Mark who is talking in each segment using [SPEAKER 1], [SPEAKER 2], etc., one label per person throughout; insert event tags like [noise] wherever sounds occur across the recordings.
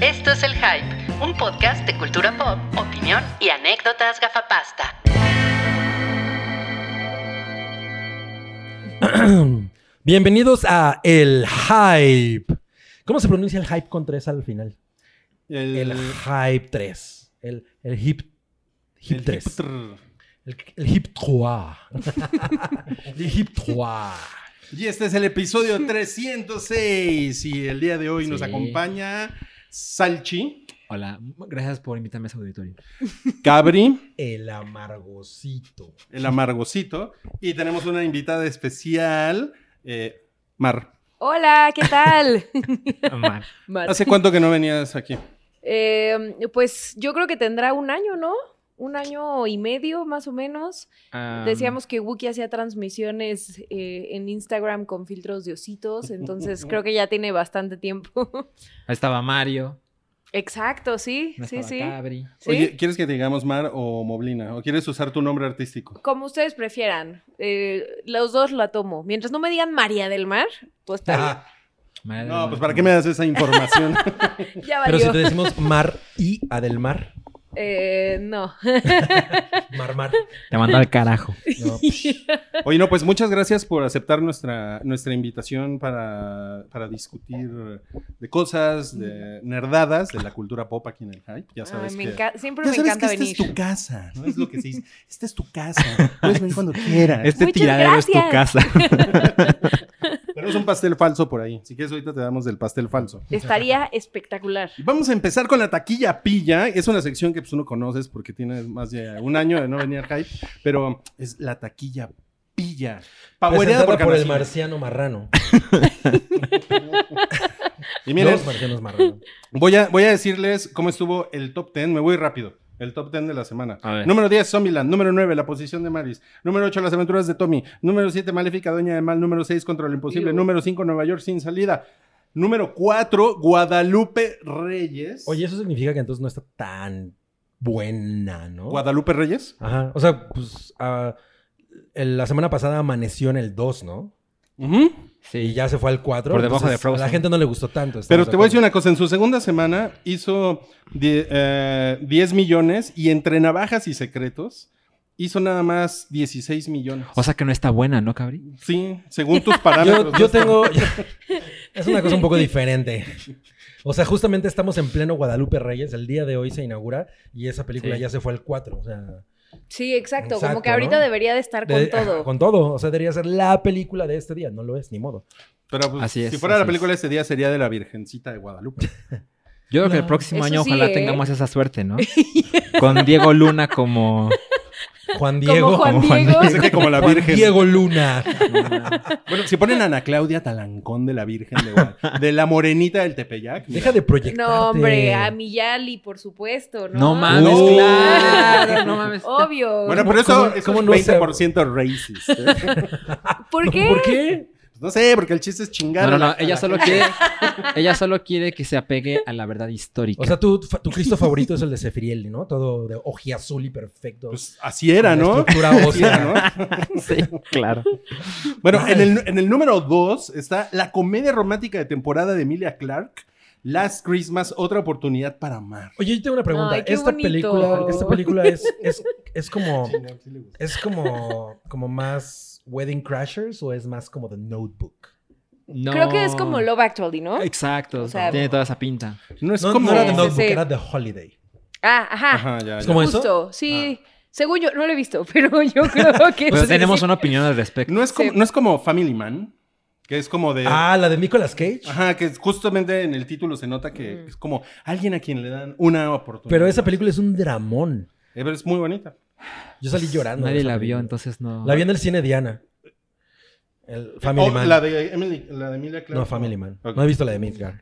[SPEAKER 1] Esto es El Hype, un podcast de cultura pop, opinión y anécdotas gafapasta.
[SPEAKER 2] Bienvenidos a El Hype. ¿Cómo se pronuncia el hype con 3 al final?
[SPEAKER 3] [laughs] El,
[SPEAKER 2] El Hype 3. El, el Hip, hip
[SPEAKER 3] el
[SPEAKER 2] 3.
[SPEAKER 3] hipster.
[SPEAKER 2] El, el Hip 3. [laughs] el Hip 3.
[SPEAKER 3] Y este es el episodio 306. Y el día de hoy nos
[SPEAKER 2] Sí.
[SPEAKER 3] acompaña Salchi,
[SPEAKER 4] Hola, gracias por invitarme a su [laughs] auditorio.
[SPEAKER 3] Cabri,
[SPEAKER 2] El amargosito.
[SPEAKER 3] el amargosito. Y tenemos una invitada especial, eh, Mar.
[SPEAKER 5] Hola,
[SPEAKER 3] [laughs]
[SPEAKER 5] ¿qué [laughs] tal?
[SPEAKER 4] Amar.
[SPEAKER 5] Mar.
[SPEAKER 3] ¿Hace cuánto que no venías aquí?
[SPEAKER 5] Eh, pues yo creo que tendrá un año, ¿no? Un año y medio, más o menos.
[SPEAKER 4] Am,
[SPEAKER 5] Decíamos que Wookie hacía transmisiones eh, en Instagram con filtros
[SPEAKER 3] [laughs]
[SPEAKER 5] de ositos, entonces creo que ya tiene bastante tiempo. [laughs]
[SPEAKER 4] ahí Estaba Mario.
[SPEAKER 5] Exacto, sí,
[SPEAKER 4] no
[SPEAKER 5] sí,
[SPEAKER 4] estaba
[SPEAKER 5] sí.
[SPEAKER 4] Cabri.
[SPEAKER 5] ¿Sí?
[SPEAKER 3] Oye, ¿quieres que te digamos Mar o Moblina? ¿O quieres usar tu nombre artístico?
[SPEAKER 5] Como ustedes prefieran, eh, los dos la tomo. Mientras no me digan María del Mar, pues está
[SPEAKER 3] Ah,
[SPEAKER 2] Ah,
[SPEAKER 5] bien.
[SPEAKER 4] María del
[SPEAKER 3] No,
[SPEAKER 4] Mar.
[SPEAKER 3] pues ¿para qué me das esa información?
[SPEAKER 5] ya
[SPEAKER 2] Pero si
[SPEAKER 5] valió.
[SPEAKER 2] te decimos Mar y Adelmar.
[SPEAKER 5] Eh, no.
[SPEAKER 2] Mar,
[SPEAKER 3] [laughs]
[SPEAKER 2] Mar.
[SPEAKER 4] Te mandó al carajo.
[SPEAKER 2] No,
[SPEAKER 3] pues
[SPEAKER 2] psh.
[SPEAKER 3] Oye, no, pues muchas gracias por aceptar nuestra, nuestra invitación para, para discutir de cosas, de nerdadas, de la cultura pop aquí en el Hype.
[SPEAKER 5] [laughs]
[SPEAKER 3] Ya sabes
[SPEAKER 5] Ay, me
[SPEAKER 3] que...
[SPEAKER 5] enca- Siempre
[SPEAKER 3] ya
[SPEAKER 5] me
[SPEAKER 3] sabes
[SPEAKER 5] encanta
[SPEAKER 3] que
[SPEAKER 5] venir.
[SPEAKER 3] esta es tu casa, ¿no? Es lo que se
[SPEAKER 5] [laughs]
[SPEAKER 3] dice. Esta es tu casa. Puedes venir cuando quieras.
[SPEAKER 4] Este
[SPEAKER 5] Muchas
[SPEAKER 4] tiradero es tu casa.
[SPEAKER 5] gracias. [laughs]
[SPEAKER 3] Tenemos un pastel falso por ahí. Si quieres, ahorita te damos del pastel falso. [laughs]
[SPEAKER 5] Estaría espectacular.
[SPEAKER 3] Y Vamos a empezar con la taquilla pilla. Es una sección que pues, tú no conoces porque tiene más de un año de no venir al hype, pero es la taquilla pilla. Paguereada
[SPEAKER 2] Presentada
[SPEAKER 3] por,
[SPEAKER 2] por, el
[SPEAKER 3] Canacino.
[SPEAKER 2] marciano marrano.
[SPEAKER 3] Y miren,
[SPEAKER 2] Los marcianos marranos.
[SPEAKER 3] Voy a, voy a decirles cómo estuvo el top 10. Me voy rápido. El top 10 de la semana.
[SPEAKER 4] A ver.
[SPEAKER 3] Número 10, Zombieland. Número 9, La posición de Maris. Número 8, Las aventuras de Tommy. Número 7, Maléfica, Doña del Mal. Número 6, Contra lo Imposible.
[SPEAKER 5] Iu.
[SPEAKER 3] Número 5, Nueva York sin salida. Número 4, Guadalupe Reyes.
[SPEAKER 2] Oye, eso significa que entonces no está tan buena, ¿no?
[SPEAKER 3] Guadalupe Reyes.
[SPEAKER 2] Ajá. O sea, pues ah, el- la semana pasada amaneció en el 2, ¿no?
[SPEAKER 3] Ujú.
[SPEAKER 2] Y
[SPEAKER 4] Sí,
[SPEAKER 2] ya se fue al 4.
[SPEAKER 4] Por debajo
[SPEAKER 2] entonces
[SPEAKER 4] de Frozen.
[SPEAKER 2] A la gente no le gustó tanto. estamos
[SPEAKER 3] Pero
[SPEAKER 2] de
[SPEAKER 3] te voy a decir
[SPEAKER 2] acuerdo.
[SPEAKER 3] una cosa. En su segunda semana hizo die- eh, 10 millones y entre navajas y secretos hizo nada más 16 millones.
[SPEAKER 4] O sea que no está buena, ¿no, Cabri?
[SPEAKER 3] sí, según tus parámetros.
[SPEAKER 2] Yo,
[SPEAKER 3] no
[SPEAKER 2] yo
[SPEAKER 3] está-
[SPEAKER 2] tengo... [laughs] es una cosa un poco diferente. O sea, justamente estamos en pleno Guadalupe Reyes. El día de hoy se inaugura y esa película
[SPEAKER 4] Sí.
[SPEAKER 2] ya se fue al 4. O sea...
[SPEAKER 5] Sí, exacto.
[SPEAKER 2] Exacto,
[SPEAKER 5] Como que ahorita
[SPEAKER 2] ¿no?
[SPEAKER 5] debería de estar
[SPEAKER 2] De-
[SPEAKER 5] con todo.
[SPEAKER 3] [laughs]
[SPEAKER 2] ajá, [laughs] con todo. O sea, debería ser la película de este día. No lo es, ni modo.
[SPEAKER 3] Pero pues,
[SPEAKER 4] Así es,
[SPEAKER 3] si fuera la
[SPEAKER 4] así
[SPEAKER 3] película de este día sería de la Virgencita de Guadalupe.
[SPEAKER 4] Yo creo que
[SPEAKER 2] No.
[SPEAKER 4] el próximo
[SPEAKER 5] Eso
[SPEAKER 4] año
[SPEAKER 5] sí,
[SPEAKER 4] ojalá
[SPEAKER 5] ¿eh?
[SPEAKER 4] tengamos esa suerte,
[SPEAKER 5] [laughs]
[SPEAKER 4] ¿no? Con Diego Luna como...
[SPEAKER 2] Juan Diego.
[SPEAKER 5] como Juan
[SPEAKER 4] como Juan
[SPEAKER 5] Diego.
[SPEAKER 3] Pensé que como la
[SPEAKER 2] Juan
[SPEAKER 3] Virgen.
[SPEAKER 2] Diego Luna.
[SPEAKER 3] Bueno, si ponen a Ana Claudia Talancón de la Virgen de Guadalupe, de la morenita del Tepeyac. mira.
[SPEAKER 2] Deja de proyectarte.
[SPEAKER 5] [laughs] No, hombre, a Miyali, por supuesto, ¿no?
[SPEAKER 4] No
[SPEAKER 5] Oh.
[SPEAKER 4] mames,
[SPEAKER 5] Uh.
[SPEAKER 3] No.
[SPEAKER 4] claro, no mames.
[SPEAKER 5] [laughs] Obvio.
[SPEAKER 3] Uh. Bueno,
[SPEAKER 2] ¿Cómo-
[SPEAKER 3] pero eso,
[SPEAKER 2] cómo-
[SPEAKER 3] eso
[SPEAKER 2] cómo
[SPEAKER 3] es
[SPEAKER 2] no se-
[SPEAKER 3] 20% racist. ¿eh?
[SPEAKER 5] ¿Por qué?
[SPEAKER 2] ¿Por qué?
[SPEAKER 3] Pues no sé, porque el chiste es chingar.
[SPEAKER 4] No,
[SPEAKER 3] a
[SPEAKER 4] no,
[SPEAKER 3] la-
[SPEAKER 4] no,
[SPEAKER 3] a
[SPEAKER 4] ella
[SPEAKER 3] la
[SPEAKER 4] solo
[SPEAKER 3] gente.
[SPEAKER 4] quiere, ella solo quiere que se apegue a la verdad histórica.
[SPEAKER 2] O sea, tu, tu Cristo favorito es el de Sefiriel, ¿no? Todo de ojiazul y perfecto.
[SPEAKER 3] Pues así era,
[SPEAKER 2] Con la
[SPEAKER 3] ¿no?
[SPEAKER 2] Estructura
[SPEAKER 3] Así era,
[SPEAKER 2] ósea.
[SPEAKER 3] ¿no?
[SPEAKER 4] sí, claro.
[SPEAKER 3] Bueno, en el, en el número 2 está la comedia romántica de temporada de Emilia Clark, Last Christmas, otra oportunidad para amar.
[SPEAKER 2] Oye, yo tengo una pregunta.
[SPEAKER 5] Ay, qué
[SPEAKER 2] esta,
[SPEAKER 5] bonito.
[SPEAKER 2] película, esta película es, es, es como... ¿Es como, como más Wedding Crashers o es más como The Notebook?
[SPEAKER 4] No.
[SPEAKER 5] Creo que es como Love Actually, ¿no?
[SPEAKER 4] Exacto,
[SPEAKER 5] O sea,
[SPEAKER 4] tiene toda esa
[SPEAKER 5] [laughs]
[SPEAKER 4] pinta.
[SPEAKER 3] No es
[SPEAKER 2] No,
[SPEAKER 3] como...
[SPEAKER 2] no era
[SPEAKER 5] Sí,
[SPEAKER 2] The
[SPEAKER 5] sí,
[SPEAKER 2] Notebook,
[SPEAKER 5] sí.
[SPEAKER 2] era The Holiday.
[SPEAKER 5] Ah, ajá.
[SPEAKER 3] Ajá, ya,
[SPEAKER 2] Es
[SPEAKER 3] ya.
[SPEAKER 2] como eso.
[SPEAKER 5] Justo,
[SPEAKER 3] Ah.
[SPEAKER 5] sí. Según yo, no lo he visto, [laughs] pero yo creo que
[SPEAKER 4] Pero
[SPEAKER 5] sí,
[SPEAKER 4] tenemos
[SPEAKER 5] sí.
[SPEAKER 4] una opinión al respecto.
[SPEAKER 3] No es como,
[SPEAKER 5] Sí.
[SPEAKER 3] no es como Family Man, que es como de.
[SPEAKER 2] Ah, la de Nicolas Cage.
[SPEAKER 3] Eh. Ajá, que es- justamente en el título se nota que es como alguien a quien le dan una oportunidad.
[SPEAKER 2] Pero esa película es un dramón.
[SPEAKER 3] Eh, pero es muy bonita.
[SPEAKER 2] Yo salí llorando. de
[SPEAKER 4] Nadie
[SPEAKER 2] esa
[SPEAKER 4] la vio,
[SPEAKER 2] película.
[SPEAKER 4] entonces no.
[SPEAKER 2] La vi en el cine Diana. El Family
[SPEAKER 3] O
[SPEAKER 2] Man.
[SPEAKER 3] Oh, La de, Emily, la de Emilia Clarke.
[SPEAKER 2] No, Family Man.
[SPEAKER 3] Ok.
[SPEAKER 2] No he visto la de Midgar.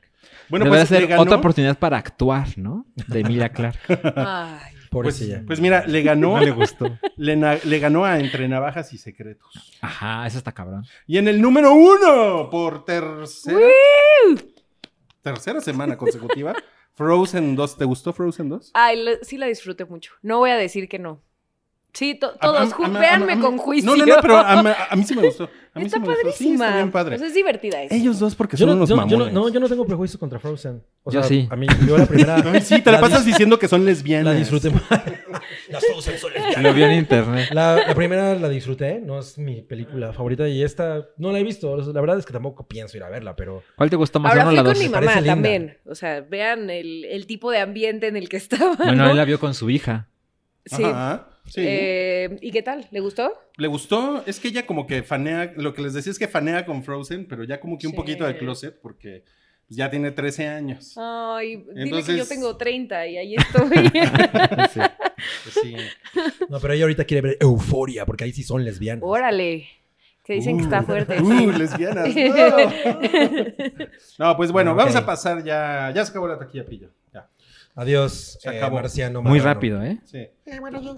[SPEAKER 3] Bueno,
[SPEAKER 4] Debe
[SPEAKER 3] pues
[SPEAKER 4] ser
[SPEAKER 3] le ganó,
[SPEAKER 4] otra oportunidad para actuar, ¿no? De Emilia Clark.
[SPEAKER 5] Ay,
[SPEAKER 3] pues,
[SPEAKER 2] Pobrecilla.
[SPEAKER 3] pues mira,
[SPEAKER 2] [laughs]
[SPEAKER 3] le ganó, le,
[SPEAKER 4] gustó.
[SPEAKER 3] na- le ganó a Entre Navajas y Secretos.
[SPEAKER 4] Ajá, eso está cabrón.
[SPEAKER 3] Y en el número uno, por tercera, tercera semana consecutiva, [laughs] Frozen 2. ¿Te gustó Frozen 2?
[SPEAKER 5] Ay, lo- sí la disfruté mucho. No voy a decir que no. Sí, to-
[SPEAKER 3] A-
[SPEAKER 5] todos,
[SPEAKER 3] a-
[SPEAKER 5] ju-
[SPEAKER 3] a- a-
[SPEAKER 5] véanme
[SPEAKER 3] a-
[SPEAKER 5] con juicio.
[SPEAKER 3] No, no, no, pero a, a- a mí sí me gustó. A mí
[SPEAKER 5] Está
[SPEAKER 3] sí me gustó. Sí,
[SPEAKER 5] padrísima.
[SPEAKER 3] está bien padre.
[SPEAKER 5] O sea, es divertida esa.
[SPEAKER 3] Ellos dos porque
[SPEAKER 2] Yo
[SPEAKER 3] son
[SPEAKER 2] no,
[SPEAKER 3] unos
[SPEAKER 2] yo- yo no-
[SPEAKER 3] mamones.
[SPEAKER 2] no, yo no tengo prejuicios contra Frozen. O
[SPEAKER 4] Yo
[SPEAKER 2] sea,
[SPEAKER 4] sí.
[SPEAKER 2] A mí, yo la
[SPEAKER 3] [laughs]
[SPEAKER 2] primera
[SPEAKER 3] Ay, sí, te la
[SPEAKER 2] La
[SPEAKER 3] pasas eh.
[SPEAKER 2] dis-
[SPEAKER 3] diciendo que son lesbianas.
[SPEAKER 2] la disfruté.
[SPEAKER 4] Lo vi en internet.
[SPEAKER 2] La, la primera la disfruté, no es mi película favorita y esta no la he visto. La verdad es que tampoco pienso ir a verla, pero
[SPEAKER 4] ¿Cuál te gustó más?
[SPEAKER 5] Ahora
[SPEAKER 4] ¿Uno o
[SPEAKER 5] fui
[SPEAKER 4] la
[SPEAKER 5] con
[SPEAKER 4] dos?
[SPEAKER 5] mi
[SPEAKER 2] parece
[SPEAKER 5] mamá
[SPEAKER 2] linda.
[SPEAKER 5] también. O sea, vean el, el tipo de ambiente en el que estaba.
[SPEAKER 4] Bueno,
[SPEAKER 5] ¿no?
[SPEAKER 4] él la vio con su hija.
[SPEAKER 5] [laughs] Sí.
[SPEAKER 3] Ajá, sí.
[SPEAKER 5] Eh, ¿Y qué tal? ¿Le gustó?
[SPEAKER 3] Le gustó, es que ella como que fanea, lo que les decía es que fanea con Frozen, pero ya como que un
[SPEAKER 5] Sí.
[SPEAKER 3] poquito de closet porque pues, ya tiene 13 años.
[SPEAKER 5] Ah. Ay, dile que yo
[SPEAKER 3] Entonces-
[SPEAKER 5] tengo 30 y ahí
[SPEAKER 2] [laughs]
[SPEAKER 5] estoy.
[SPEAKER 4] Sí.
[SPEAKER 3] Pues sí.
[SPEAKER 2] no, pero ella ahorita quiere ver Euforia porque ahí sí son lesbianas.
[SPEAKER 5] Órale. Que dicen que está
[SPEAKER 3] Uh,
[SPEAKER 5] fuerte. [laughs]
[SPEAKER 3] Uh, lesbianas. No, No, pues bueno,
[SPEAKER 2] Ok.
[SPEAKER 3] vamos a pasar ya. Ya se acabó la taquilla, pillo. Ya.
[SPEAKER 2] Adiós,
[SPEAKER 3] Se
[SPEAKER 2] eh,
[SPEAKER 3] acabó.
[SPEAKER 2] marciano.
[SPEAKER 4] Muy
[SPEAKER 2] marrano.
[SPEAKER 4] rápido, ¿eh?
[SPEAKER 3] Sí.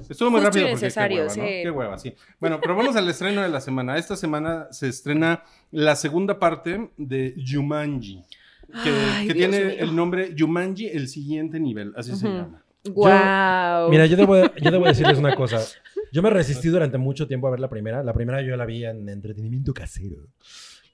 [SPEAKER 3] Estuvo muy
[SPEAKER 5] Justo y
[SPEAKER 3] rápido. porque
[SPEAKER 5] necesario,
[SPEAKER 3] qué hueva, ¿no?
[SPEAKER 5] sí.
[SPEAKER 3] Qué hueva, sí. Bueno, pero vamos al estreno de la semana. Esta semana se estrena la segunda parte de Jumanji. Que,
[SPEAKER 5] Ay,
[SPEAKER 3] que
[SPEAKER 5] Dios
[SPEAKER 3] tiene
[SPEAKER 5] mío.
[SPEAKER 3] el nombre Jumanji, el siguiente nivel. Así se
[SPEAKER 5] Ujú.
[SPEAKER 3] llama.
[SPEAKER 5] Guau.
[SPEAKER 2] Mira, yo debo, yo debo decirles una cosa. Yo me resistí durante mucho tiempo a ver la primera. La primera yo la vi en entretenimiento casero.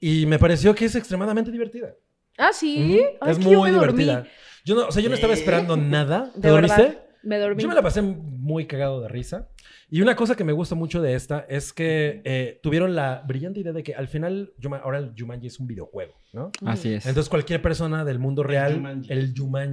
[SPEAKER 2] Y me pareció que es extremadamente divertida.
[SPEAKER 5] ah, sí.
[SPEAKER 2] Ujú.
[SPEAKER 5] Ay,
[SPEAKER 2] es
[SPEAKER 5] que
[SPEAKER 2] muy
[SPEAKER 5] yo me
[SPEAKER 2] divertida.
[SPEAKER 5] dormí.
[SPEAKER 2] Yo no, o sea, yo no estaba esperando
[SPEAKER 5] [laughs]
[SPEAKER 2] nada. ¿Te
[SPEAKER 5] De
[SPEAKER 2] dormiste?
[SPEAKER 5] verdad. Me dormí.
[SPEAKER 2] Yo me la pasé muy cagado de risa. Y una cosa que me gusta mucho de esta es que eh, tuvieron la brillante idea de que al final, Yuma- ahora el Jumanji es un videojuego, ¿no?
[SPEAKER 4] Así es.
[SPEAKER 2] Entonces cualquier persona del mundo real, el
[SPEAKER 3] Jumanji.
[SPEAKER 2] Jumanji.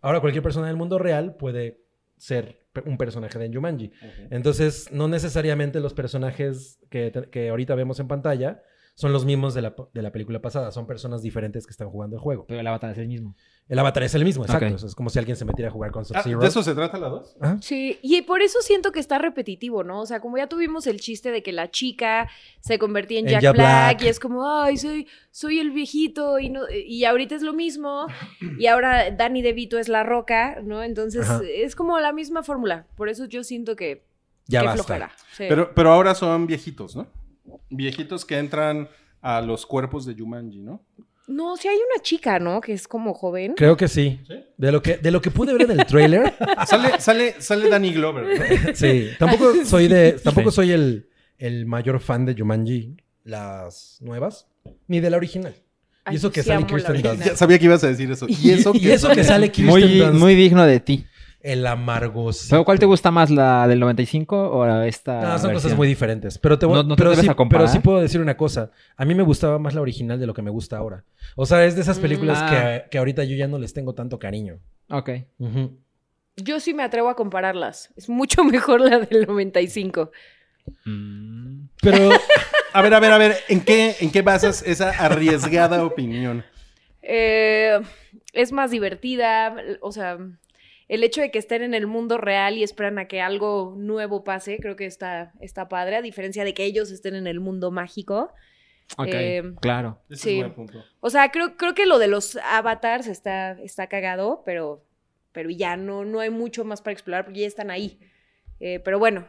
[SPEAKER 2] ahora cualquier persona del mundo real puede ser pe- un personaje de Jumanji. Entonces, no necesariamente los personajes que, te- que ahorita vemos en pantalla son los mismos de la, de la película pasada, son personas diferentes que están jugando el juego.
[SPEAKER 4] Pero la batalla es el mismo.
[SPEAKER 2] El avatar es el mismo, exacto.
[SPEAKER 4] Ok.
[SPEAKER 2] O sea, es como si alguien se metiera a jugar con
[SPEAKER 3] Ah,
[SPEAKER 2] Sub-Zero.
[SPEAKER 3] ¿De eso se trata la dos?
[SPEAKER 2] Ah,
[SPEAKER 5] Sí, y por eso siento que está repetitivo, ¿no? O sea, como ya tuvimos el chiste de que la chica se convertía en
[SPEAKER 2] En
[SPEAKER 5] Jack,
[SPEAKER 2] Jack
[SPEAKER 5] Black,
[SPEAKER 2] Black.
[SPEAKER 5] y es como, ay, soy, soy el viejito y, no, y ahorita es lo mismo y ahora Danny DeVito es la roca, ¿no? Entonces
[SPEAKER 2] Ajá.
[SPEAKER 5] es como la misma fórmula, por eso yo siento que,
[SPEAKER 2] ya
[SPEAKER 5] que
[SPEAKER 2] basta.
[SPEAKER 5] flojera. Sí.
[SPEAKER 3] Pero, pero ahora son viejitos, ¿no? Viejitos que entran a los cuerpos de Jumanji, ¿no?
[SPEAKER 5] No, si hay una chica, ¿no? Que es como joven.
[SPEAKER 2] Creo que sí.
[SPEAKER 3] ¿Sí?
[SPEAKER 2] De lo que, de lo que pude ver en el
[SPEAKER 4] [laughs]
[SPEAKER 2] trailer,
[SPEAKER 3] Sale, [laughs] sale, sale Danny Glover. ¿no?
[SPEAKER 5] [laughs]
[SPEAKER 2] sí. Tampoco soy de. Tampoco
[SPEAKER 4] Sí.
[SPEAKER 2] soy el, el mayor fan de Jumanji, las nuevas, ni de la original.
[SPEAKER 5] Ay,
[SPEAKER 2] y eso que
[SPEAKER 5] sí
[SPEAKER 2] sale
[SPEAKER 5] amo la
[SPEAKER 2] Kristen
[SPEAKER 5] original.
[SPEAKER 2] Dunst.
[SPEAKER 3] Ya sabía que ibas a decir eso. Y eso que,
[SPEAKER 2] Y eso
[SPEAKER 3] [laughs]
[SPEAKER 2] que sale Kirsten
[SPEAKER 4] Muy,
[SPEAKER 2] Dunst,
[SPEAKER 4] muy digno de ti.
[SPEAKER 2] el amargoso.
[SPEAKER 4] ¿Pero cuál te gusta más, la del 95 o la- esta?
[SPEAKER 2] No, son cosas
[SPEAKER 4] versión?
[SPEAKER 2] muy diferentes. Pero, te, voy-
[SPEAKER 4] ¿No- no te
[SPEAKER 2] pero,
[SPEAKER 4] atreves
[SPEAKER 2] sí,
[SPEAKER 4] a comparar?
[SPEAKER 2] pero sí puedo decir una cosa. A mí me gustaba más la original de lo que me gusta ahora. O sea, es de esas películas
[SPEAKER 4] Mm. Ah.
[SPEAKER 2] que, que ahorita yo ya no les tengo tanto cariño.
[SPEAKER 4] Ok.
[SPEAKER 2] Ujú.
[SPEAKER 5] Yo sí me atrevo a compararlas. Es mucho [laughs] mejor la del 95.
[SPEAKER 4] Mm.
[SPEAKER 2] Pero
[SPEAKER 3] A ver, a ver, a ver, ¿en qué, ¿en qué basas esa arriesgada opinión?
[SPEAKER 5] Eh, es más divertida, o sea, el hecho de que estén en el mundo real y esperan a que algo nuevo pase, creo que está, está padre, a diferencia de que ellos estén en el mundo mágico.
[SPEAKER 4] Ok,
[SPEAKER 5] Eh,
[SPEAKER 4] claro.
[SPEAKER 3] Ese
[SPEAKER 5] Sí.
[SPEAKER 3] es buen punto.
[SPEAKER 5] O sea, creo, creo que lo de los avatars está, está cagado, pero, pero ya no, no hay mucho más para explorar porque ya están ahí. Eh, pero bueno,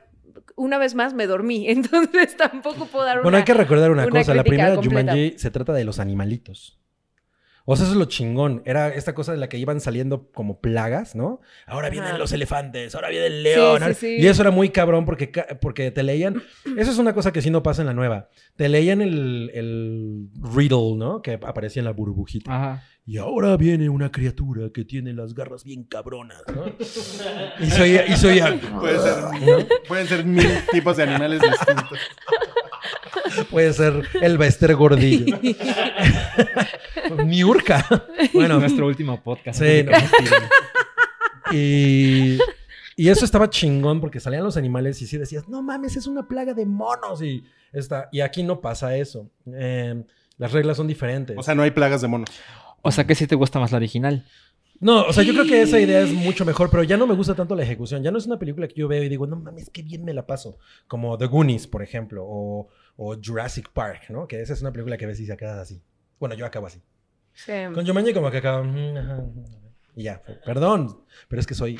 [SPEAKER 5] una vez más me dormí, [laughs] entonces tampoco puedo dar una...
[SPEAKER 2] Bueno, hay que recordar una,
[SPEAKER 5] una
[SPEAKER 2] cosa. La
[SPEAKER 5] crítica
[SPEAKER 2] primera
[SPEAKER 5] completa.
[SPEAKER 2] Jumanji se trata de los animalitos. O sea, eso es lo chingón. Era esta cosa de la que iban saliendo como plagas, ¿no? Ahora
[SPEAKER 5] Ajá.
[SPEAKER 2] vienen los elefantes, ahora viene el león.
[SPEAKER 5] Sí,
[SPEAKER 2] ahora-
[SPEAKER 5] sí, sí.
[SPEAKER 2] Y eso era muy cabrón porque, ca- porque te leían. [clears throat] Eso es una cosa que sí no pasa en la nueva. Te leían el, el riddle, ¿no? Que aparecía en la burbujita.
[SPEAKER 5] Ah.
[SPEAKER 4] Ajá.
[SPEAKER 2] Y ahora viene una criatura que tiene las garras bien cabronas, ¿no? y soy. Y soy [laughs]
[SPEAKER 3] Puede ser- pueden ser mil tipos de animales distintos.
[SPEAKER 2] Puede ser el Bester Gordillo. Miurka. Bueno,
[SPEAKER 4] [laughs] Nuestro último podcast.
[SPEAKER 2] sí, no. y, y eso estaba chingón porque salían los animales y sí decías, no mames, es una plaga de monos. Y, está, y aquí no pasa eso. Eh, las reglas son diferentes.
[SPEAKER 3] O sea, no hay plagas de monos.
[SPEAKER 4] O sea que sí te gusta más la original.
[SPEAKER 2] no, o sea, yo creo que esa idea es mucho mejor, pero ya no me gusta tanto la ejecución. Ya no es una película que yo veo y digo, no mames, qué bien me la paso. Como The Goonies, por ejemplo, o, o Jurassic Park, ¿no? Que esa es una película que ves y se acaba así. Bueno, yo acabo así.
[SPEAKER 5] Sí.
[SPEAKER 2] Con Jumanji como que acaba... mm, ajá, mm, Y ya, perdón, pero es que soy...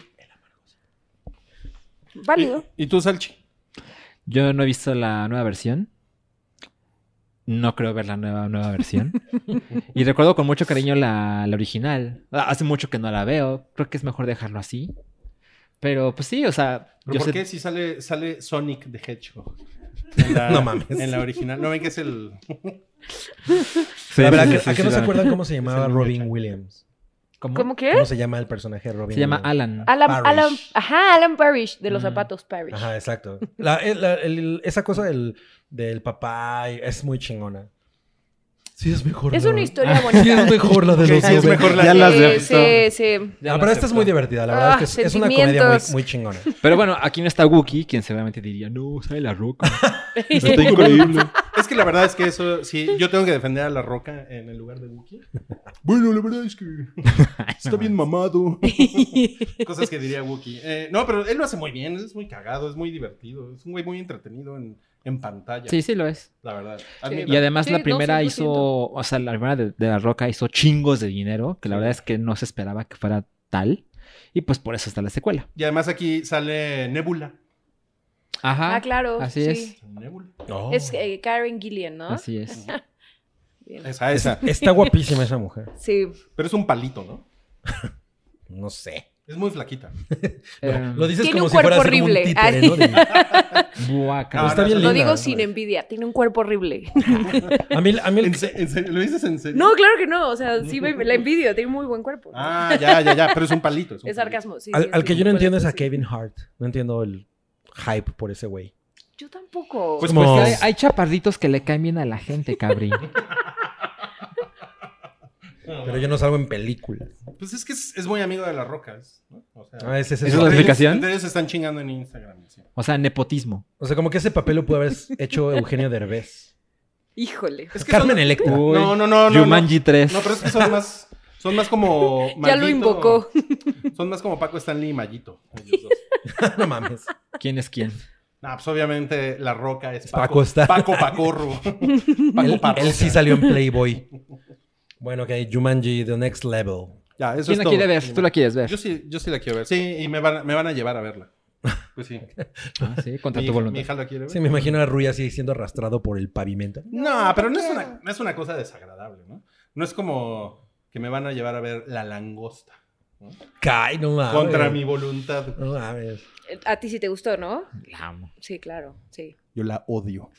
[SPEAKER 5] Válido.
[SPEAKER 3] ¿Y tú, Salchi?
[SPEAKER 4] Yo no he visto la nueva versión. No creo ver la nueva, nueva versión. y recuerdo con mucho cariño la, la original. Ah, Hace mucho que no la veo. Creo que es mejor dejarlo así. Pero pues sí, o sea,
[SPEAKER 3] ¿Pero
[SPEAKER 4] yo
[SPEAKER 3] ¿Por
[SPEAKER 4] sé-
[SPEAKER 3] qué si sale, sale Sonic de Hedgehog? En [laughs] la-
[SPEAKER 2] No mames.
[SPEAKER 3] En la original. No ven que es el.
[SPEAKER 4] Sí,
[SPEAKER 2] La verdad,
[SPEAKER 4] sí,
[SPEAKER 2] ¿a
[SPEAKER 4] sí,
[SPEAKER 2] que
[SPEAKER 4] sí,
[SPEAKER 2] no se
[SPEAKER 4] la-
[SPEAKER 2] acuerdan cómo [laughs] se llamaba
[SPEAKER 3] el
[SPEAKER 2] Robin
[SPEAKER 3] muchacho.
[SPEAKER 2] Williams?
[SPEAKER 4] ¿Cómo?
[SPEAKER 5] ¿Cómo Ah. qué?
[SPEAKER 2] ¿Cómo se llama el personaje de Robin
[SPEAKER 4] Se
[SPEAKER 3] Ah.
[SPEAKER 4] llama
[SPEAKER 2] Williams?
[SPEAKER 4] Alan.
[SPEAKER 5] Alan,
[SPEAKER 2] Parrish.
[SPEAKER 5] Alan, ajá, Alan Parrish, de los
[SPEAKER 4] Mm.
[SPEAKER 5] zapatos Parrish.
[SPEAKER 2] Ajá, exacto. La- el- la- el- esa cosa del, del papá es muy chingona. Sí, es mejor.
[SPEAKER 5] Es
[SPEAKER 2] la-
[SPEAKER 5] una historia
[SPEAKER 3] [laughs]
[SPEAKER 4] Ah,
[SPEAKER 5] bonita. Eh,
[SPEAKER 2] Sí, es mejor la de los
[SPEAKER 3] Ok, sí, es
[SPEAKER 2] noventas.
[SPEAKER 3] mejor la-
[SPEAKER 4] Ya las
[SPEAKER 5] sí,
[SPEAKER 4] de-
[SPEAKER 5] sí, sí.
[SPEAKER 4] Ya
[SPEAKER 2] Ah,
[SPEAKER 4] lo
[SPEAKER 2] pero esta es
[SPEAKER 4] acepto.
[SPEAKER 2] muy divertida, la verdad
[SPEAKER 5] Ah,
[SPEAKER 2] es que es, es una comedia muy,
[SPEAKER 5] sentimientos.
[SPEAKER 2] muy chingona.
[SPEAKER 4] Pero bueno, aquí no está Wookiee, quien seguramente diría, no, sale la
[SPEAKER 5] [laughs]
[SPEAKER 4] roca. Está
[SPEAKER 5] Sí.
[SPEAKER 4] increíble.
[SPEAKER 3] Es que la verdad es que eso. Sí, yo tengo que defender a la roca en el lugar de Wookiee. [laughs] Bueno, la verdad es [laughs] que. Está bien mamado. [laughs] Cosas que diría Wookiee. Eh, no, pero él lo hace muy bien. Él es muy cagado, es muy divertido. Es un güey muy entretenido en, en pantalla.
[SPEAKER 4] Sí, sí lo es.
[SPEAKER 3] La verdad.
[SPEAKER 4] Y
[SPEAKER 3] Admito.
[SPEAKER 4] además
[SPEAKER 5] Sí,
[SPEAKER 4] la
[SPEAKER 5] no,
[SPEAKER 4] primera
[SPEAKER 5] 100%.
[SPEAKER 4] hizo, o sea, la primera de, de La Roca hizo chingos de dinero, que la verdad es que no se esperaba que fuera tal. Y pues por eso está la secuela.
[SPEAKER 3] Y además aquí sale Nebula.
[SPEAKER 4] Ajá.
[SPEAKER 5] Ah, claro.
[SPEAKER 4] Así
[SPEAKER 5] sí.
[SPEAKER 4] es.
[SPEAKER 3] Nebula.
[SPEAKER 2] No.
[SPEAKER 5] Es eh, Karen Gillian, ¿no?
[SPEAKER 4] Así
[SPEAKER 5] [laughs]
[SPEAKER 4] es.
[SPEAKER 5] Bien.
[SPEAKER 3] Esa, esa.
[SPEAKER 2] Está guapísima esa mujer.
[SPEAKER 5] Sí.
[SPEAKER 3] Pero es un palito, ¿no?
[SPEAKER 2] No sé.
[SPEAKER 3] Es muy
[SPEAKER 5] [laughs]
[SPEAKER 3] flaquita.
[SPEAKER 4] Eh,
[SPEAKER 2] Lo dices
[SPEAKER 5] Tiene
[SPEAKER 2] como
[SPEAKER 5] un
[SPEAKER 2] si fuera
[SPEAKER 5] cuerpo
[SPEAKER 2] así como un
[SPEAKER 5] horrible.
[SPEAKER 2] títere, ¿no? De-
[SPEAKER 4] guácala.
[SPEAKER 3] No,
[SPEAKER 2] está
[SPEAKER 3] no,
[SPEAKER 2] bien
[SPEAKER 3] no,
[SPEAKER 5] Lo
[SPEAKER 2] linda,
[SPEAKER 5] digo
[SPEAKER 2] güey.
[SPEAKER 5] sin envidia. Tiene un cuerpo horrible. [laughs]
[SPEAKER 2] A mí, a mí el-
[SPEAKER 3] ¿En se- en serio? ¿Lo dices en serio?
[SPEAKER 5] No, claro que no. O sea, sí me, la envidio. Tiene muy buen cuerpo. ¿no?
[SPEAKER 3] Ah, ya, ya, ya. Pero es un palito. Es, un
[SPEAKER 5] es
[SPEAKER 3] palito.
[SPEAKER 5] sarcasmo. sí,
[SPEAKER 2] al,
[SPEAKER 5] sí,
[SPEAKER 2] al
[SPEAKER 5] sí,
[SPEAKER 2] que yo no
[SPEAKER 5] sí,
[SPEAKER 2] entiendo es a
[SPEAKER 5] sí.
[SPEAKER 2] Kevin Hart. No entiendo el hype por ese güey.
[SPEAKER 5] Yo tampoco.
[SPEAKER 3] Pues,
[SPEAKER 2] Como-
[SPEAKER 4] Hay, hay chaparritos que le caen bien a la gente, cabrín.
[SPEAKER 2] Pero yo no salgo en películas.
[SPEAKER 3] Pues es que es, es muy amigo de las rocas. ¿no? O sea,
[SPEAKER 2] Ah, ese- ese-
[SPEAKER 4] ¿Esa es la
[SPEAKER 3] entre ellos-
[SPEAKER 4] explicación?
[SPEAKER 3] entre ellos se están chingando en Instagram. sí.
[SPEAKER 4] O sea, nepotismo.
[SPEAKER 2] O sea, como que ese papel lo pudo haber hecho Eugenio Derbez.
[SPEAKER 5] Híjole.
[SPEAKER 3] [laughs] Es que
[SPEAKER 2] Carmen
[SPEAKER 3] son- Uh,
[SPEAKER 2] Electra.
[SPEAKER 4] Uy.
[SPEAKER 3] No, no, no. no,
[SPEAKER 4] Jumanji
[SPEAKER 3] no.
[SPEAKER 4] 3.
[SPEAKER 3] No, pero es que son más. Son más como.
[SPEAKER 5] [laughs] Ya lo
[SPEAKER 3] Maldito-
[SPEAKER 5] invocó. [laughs]
[SPEAKER 3] Son más como Paco Stanley y Mallito. ellos dos.
[SPEAKER 2] [laughs] no mames.
[SPEAKER 4] ¿Quién es quién?
[SPEAKER 3] Nah, pues obviamente La Roca es
[SPEAKER 2] Paco
[SPEAKER 3] Paco.
[SPEAKER 2] Stanley.
[SPEAKER 3] Paco Pacorro.
[SPEAKER 2] Él,
[SPEAKER 3] Paco Parroca.
[SPEAKER 2] él sí salió en Playboy. Bueno, ok. Jumanji, The Next Level.
[SPEAKER 3] Ya, eso
[SPEAKER 4] ¿Quién
[SPEAKER 3] es
[SPEAKER 4] la
[SPEAKER 3] todo.
[SPEAKER 4] quiere ver? Tú la quieres ver.
[SPEAKER 3] Yo sí, yo sí la quiero ver. Sí, y me van, a- me van a llevar a verla. Pues sí.
[SPEAKER 4] Ah, sí, contra
[SPEAKER 3] Mi
[SPEAKER 4] tu
[SPEAKER 3] hija- mi
[SPEAKER 4] voluntad.
[SPEAKER 3] hija la quiere ver.
[SPEAKER 2] Sí, me imagino a Rui así siendo arrastrado por el pavimento.
[SPEAKER 3] No, pero no es, una, no es una cosa desagradable, ¿no? No es como que me van a llevar a ver la langosta.
[SPEAKER 2] Cae, no mames.
[SPEAKER 3] contra mi voluntad.
[SPEAKER 2] No mames.
[SPEAKER 5] A ti sí te gustó, ¿no?
[SPEAKER 4] La amo.
[SPEAKER 5] Sí, claro. Sí.
[SPEAKER 3] Yo la odio.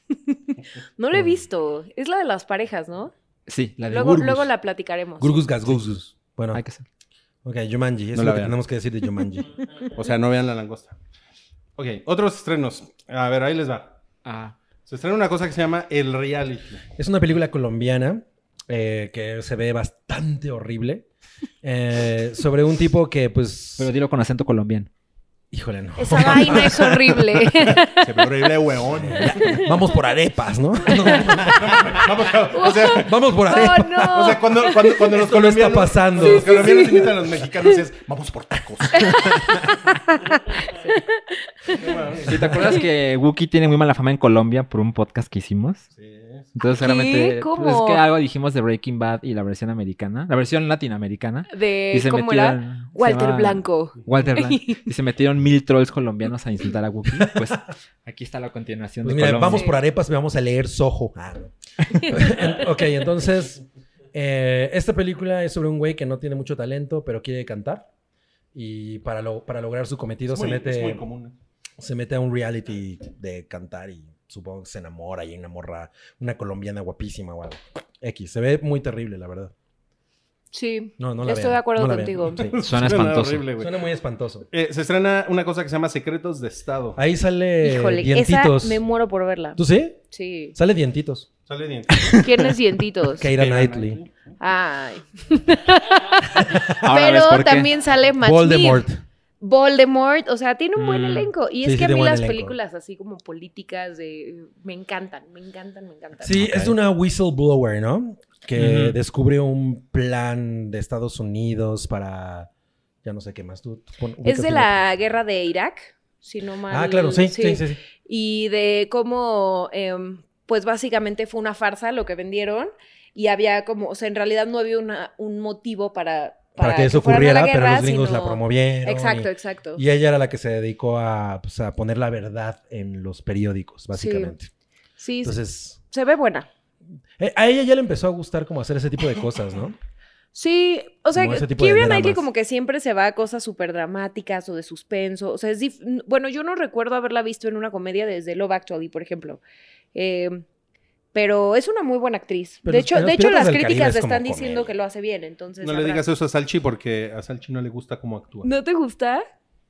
[SPEAKER 5] No lo he visto. Es la de las parejas, ¿no?
[SPEAKER 4] Sí, la de
[SPEAKER 5] Luego,
[SPEAKER 4] Gurgus.
[SPEAKER 5] luego la platicaremos.
[SPEAKER 2] Gurgus Gasgusus. Bueno,
[SPEAKER 4] Hay que hacer.
[SPEAKER 2] ok, Jumanji. Eso
[SPEAKER 3] No
[SPEAKER 2] es
[SPEAKER 3] la
[SPEAKER 2] lo que
[SPEAKER 3] vean.
[SPEAKER 2] tenemos que decir de Jumanji.
[SPEAKER 3] O sea, no vean la langosta. Ok, otros estrenos. A ver, ahí les va.
[SPEAKER 4] Ah,
[SPEAKER 3] Se estrena una cosa que se llama El Reality.
[SPEAKER 2] Es una película colombiana eh, que se ve bastante horrible. eh, sobre un tipo que, pues.
[SPEAKER 4] pero dilo con acento colombiano.
[SPEAKER 2] Híjole, no.
[SPEAKER 5] Esa vaina es horrible. [laughs]
[SPEAKER 3] Se ve horrible, hueón.
[SPEAKER 2] Ya, [laughs] Vamos por arepas, ¿no? [laughs] No,
[SPEAKER 3] Vamos a- pues, o sea,
[SPEAKER 2] Vamos por
[SPEAKER 5] oh,
[SPEAKER 2] arepas.
[SPEAKER 5] no.
[SPEAKER 3] o sea, cuando, cuando, cuando los
[SPEAKER 2] Esto no está
[SPEAKER 3] colombianos,
[SPEAKER 2] pasando.
[SPEAKER 3] cuando los
[SPEAKER 2] Sí, sí,
[SPEAKER 3] colombianos invitan a los mexicanos es, vamos por
[SPEAKER 5] [laughs]
[SPEAKER 3] tacos.
[SPEAKER 4] ¿Y te [laughs] acuerdas que Wookiee tiene muy mala fama en Colombia por un podcast que hicimos?
[SPEAKER 3] Sí.
[SPEAKER 4] Entonces, seguramente. pues,
[SPEAKER 5] ¿Cómo?
[SPEAKER 4] es que algo dijimos de Breaking Bad y la versión americana, la versión latinoamericana.
[SPEAKER 5] de,
[SPEAKER 4] y se
[SPEAKER 5] Eh, ¿Cómo
[SPEAKER 4] metieron.
[SPEAKER 5] era?
[SPEAKER 4] se
[SPEAKER 5] Walter
[SPEAKER 4] llamaba
[SPEAKER 5] Blanco.
[SPEAKER 4] Walter Blanco. Y se metieron mil trolls colombianos a insultar a Wookiee. Pues aquí está la continuación
[SPEAKER 2] Pues
[SPEAKER 4] de
[SPEAKER 2] mira,
[SPEAKER 4] Colombia.
[SPEAKER 2] vamos por arepas y vamos a leer Soho. Ah, [laughs] no. ok, entonces, eh, esta película es sobre un güey que no tiene mucho talento, pero quiere cantar. Y para, lo, para lograr su cometido
[SPEAKER 3] Es
[SPEAKER 2] se,
[SPEAKER 3] muy- es muy
[SPEAKER 2] mete,
[SPEAKER 3] común.
[SPEAKER 2] se mete a un reality de cantar y supongo que se enamora y enamora una colombiana guapísima o algo. X, se ve muy terrible, la verdad.
[SPEAKER 5] Sí.
[SPEAKER 2] No, no la
[SPEAKER 5] Estoy
[SPEAKER 2] vean,
[SPEAKER 5] de acuerdo
[SPEAKER 2] no la vean.
[SPEAKER 5] contigo.
[SPEAKER 2] Sí.
[SPEAKER 4] Suena espantoso.
[SPEAKER 3] horrible,
[SPEAKER 5] [laughs]
[SPEAKER 3] güey.
[SPEAKER 2] Suena muy espantoso.
[SPEAKER 3] Eh, se estrena una cosa que se llama Secretos de Estado.
[SPEAKER 2] Ahí sale
[SPEAKER 5] Híjole,
[SPEAKER 2] Eh, Dientitos.
[SPEAKER 5] esa me muero por verla.
[SPEAKER 2] ¿Tú sí?
[SPEAKER 5] Sí.
[SPEAKER 2] Sale Dientitos.
[SPEAKER 3] Sale diente.
[SPEAKER 5] ¿Quién
[SPEAKER 2] [laughs]
[SPEAKER 5] es Dientitos?
[SPEAKER 2] Keira Knightley.
[SPEAKER 5] Ay.
[SPEAKER 4] [laughs] Ahora ves por
[SPEAKER 5] Pero
[SPEAKER 4] qué.
[SPEAKER 5] también sale Matt
[SPEAKER 2] Voldemort.
[SPEAKER 5] Smith. Voldemort, o sea, tiene un buen
[SPEAKER 4] Mm.
[SPEAKER 5] elenco.
[SPEAKER 2] Sí,
[SPEAKER 5] Y es
[SPEAKER 2] sí,
[SPEAKER 5] que a
[SPEAKER 2] tiene
[SPEAKER 5] mí
[SPEAKER 2] buen
[SPEAKER 5] las
[SPEAKER 2] elenco.
[SPEAKER 5] películas así como políticas de... Me encantan, me encantan, me encantan.
[SPEAKER 2] Sí,
[SPEAKER 4] Ok.
[SPEAKER 2] es una whistleblower, ¿no? Que
[SPEAKER 4] Ujú.
[SPEAKER 2] descubre un plan de Estados Unidos para. Ya no sé qué más. Tú, tú pon-
[SPEAKER 5] Es
[SPEAKER 2] ubícate
[SPEAKER 5] de
[SPEAKER 2] en
[SPEAKER 5] la guerra de Irak, si no
[SPEAKER 2] otro.
[SPEAKER 5] mal.
[SPEAKER 2] Ah, claro, sí, sí, sí. sí.
[SPEAKER 5] Y de cómo, em, pues básicamente fue una farsa lo que vendieron y había como, o sea, en realidad no había una- un motivo para...
[SPEAKER 2] Para, que eso
[SPEAKER 5] fueran a
[SPEAKER 2] ocurriera,
[SPEAKER 5] la
[SPEAKER 2] pero
[SPEAKER 5] guerra,
[SPEAKER 2] los gringos la
[SPEAKER 5] sino-
[SPEAKER 2] promovieron. y-
[SPEAKER 5] Exacto, exacto.
[SPEAKER 2] Y, ella era la que se dedicó a, pues, a poner la verdad en los periódicos, básicamente.
[SPEAKER 5] Sí,
[SPEAKER 2] Entonces.
[SPEAKER 5] se ve buena. [laughs]
[SPEAKER 2] eh, A ella ya le empezó a gustar como hacer ese tipo de cosas, ¿no?
[SPEAKER 5] Sí, o sea,
[SPEAKER 2] Como ese tipo de
[SPEAKER 5] Keira
[SPEAKER 2] dramas.
[SPEAKER 5] Knightley como que siempre se va a cosas súper dramáticas o de suspenso. O sea, es dif- n- bueno, yo no recuerdo haberla visto en una comedia desde Love Actually, por ejemplo. Eh, pero es una muy buena actriz.
[SPEAKER 2] Pero
[SPEAKER 5] de
[SPEAKER 2] los-
[SPEAKER 5] hecho,
[SPEAKER 2] pero
[SPEAKER 5] de
[SPEAKER 2] los
[SPEAKER 5] hecho
[SPEAKER 2] Piratas
[SPEAKER 5] las
[SPEAKER 2] del Caribe
[SPEAKER 5] críticas
[SPEAKER 2] es
[SPEAKER 5] le
[SPEAKER 2] como
[SPEAKER 5] están diciendo
[SPEAKER 2] comedia.
[SPEAKER 5] que lo hace bien, entonces...
[SPEAKER 3] No le
[SPEAKER 5] habrá-
[SPEAKER 3] digas eso a Salchi porque a Salchi no le gusta cómo actúa.
[SPEAKER 5] ¿No te gusta?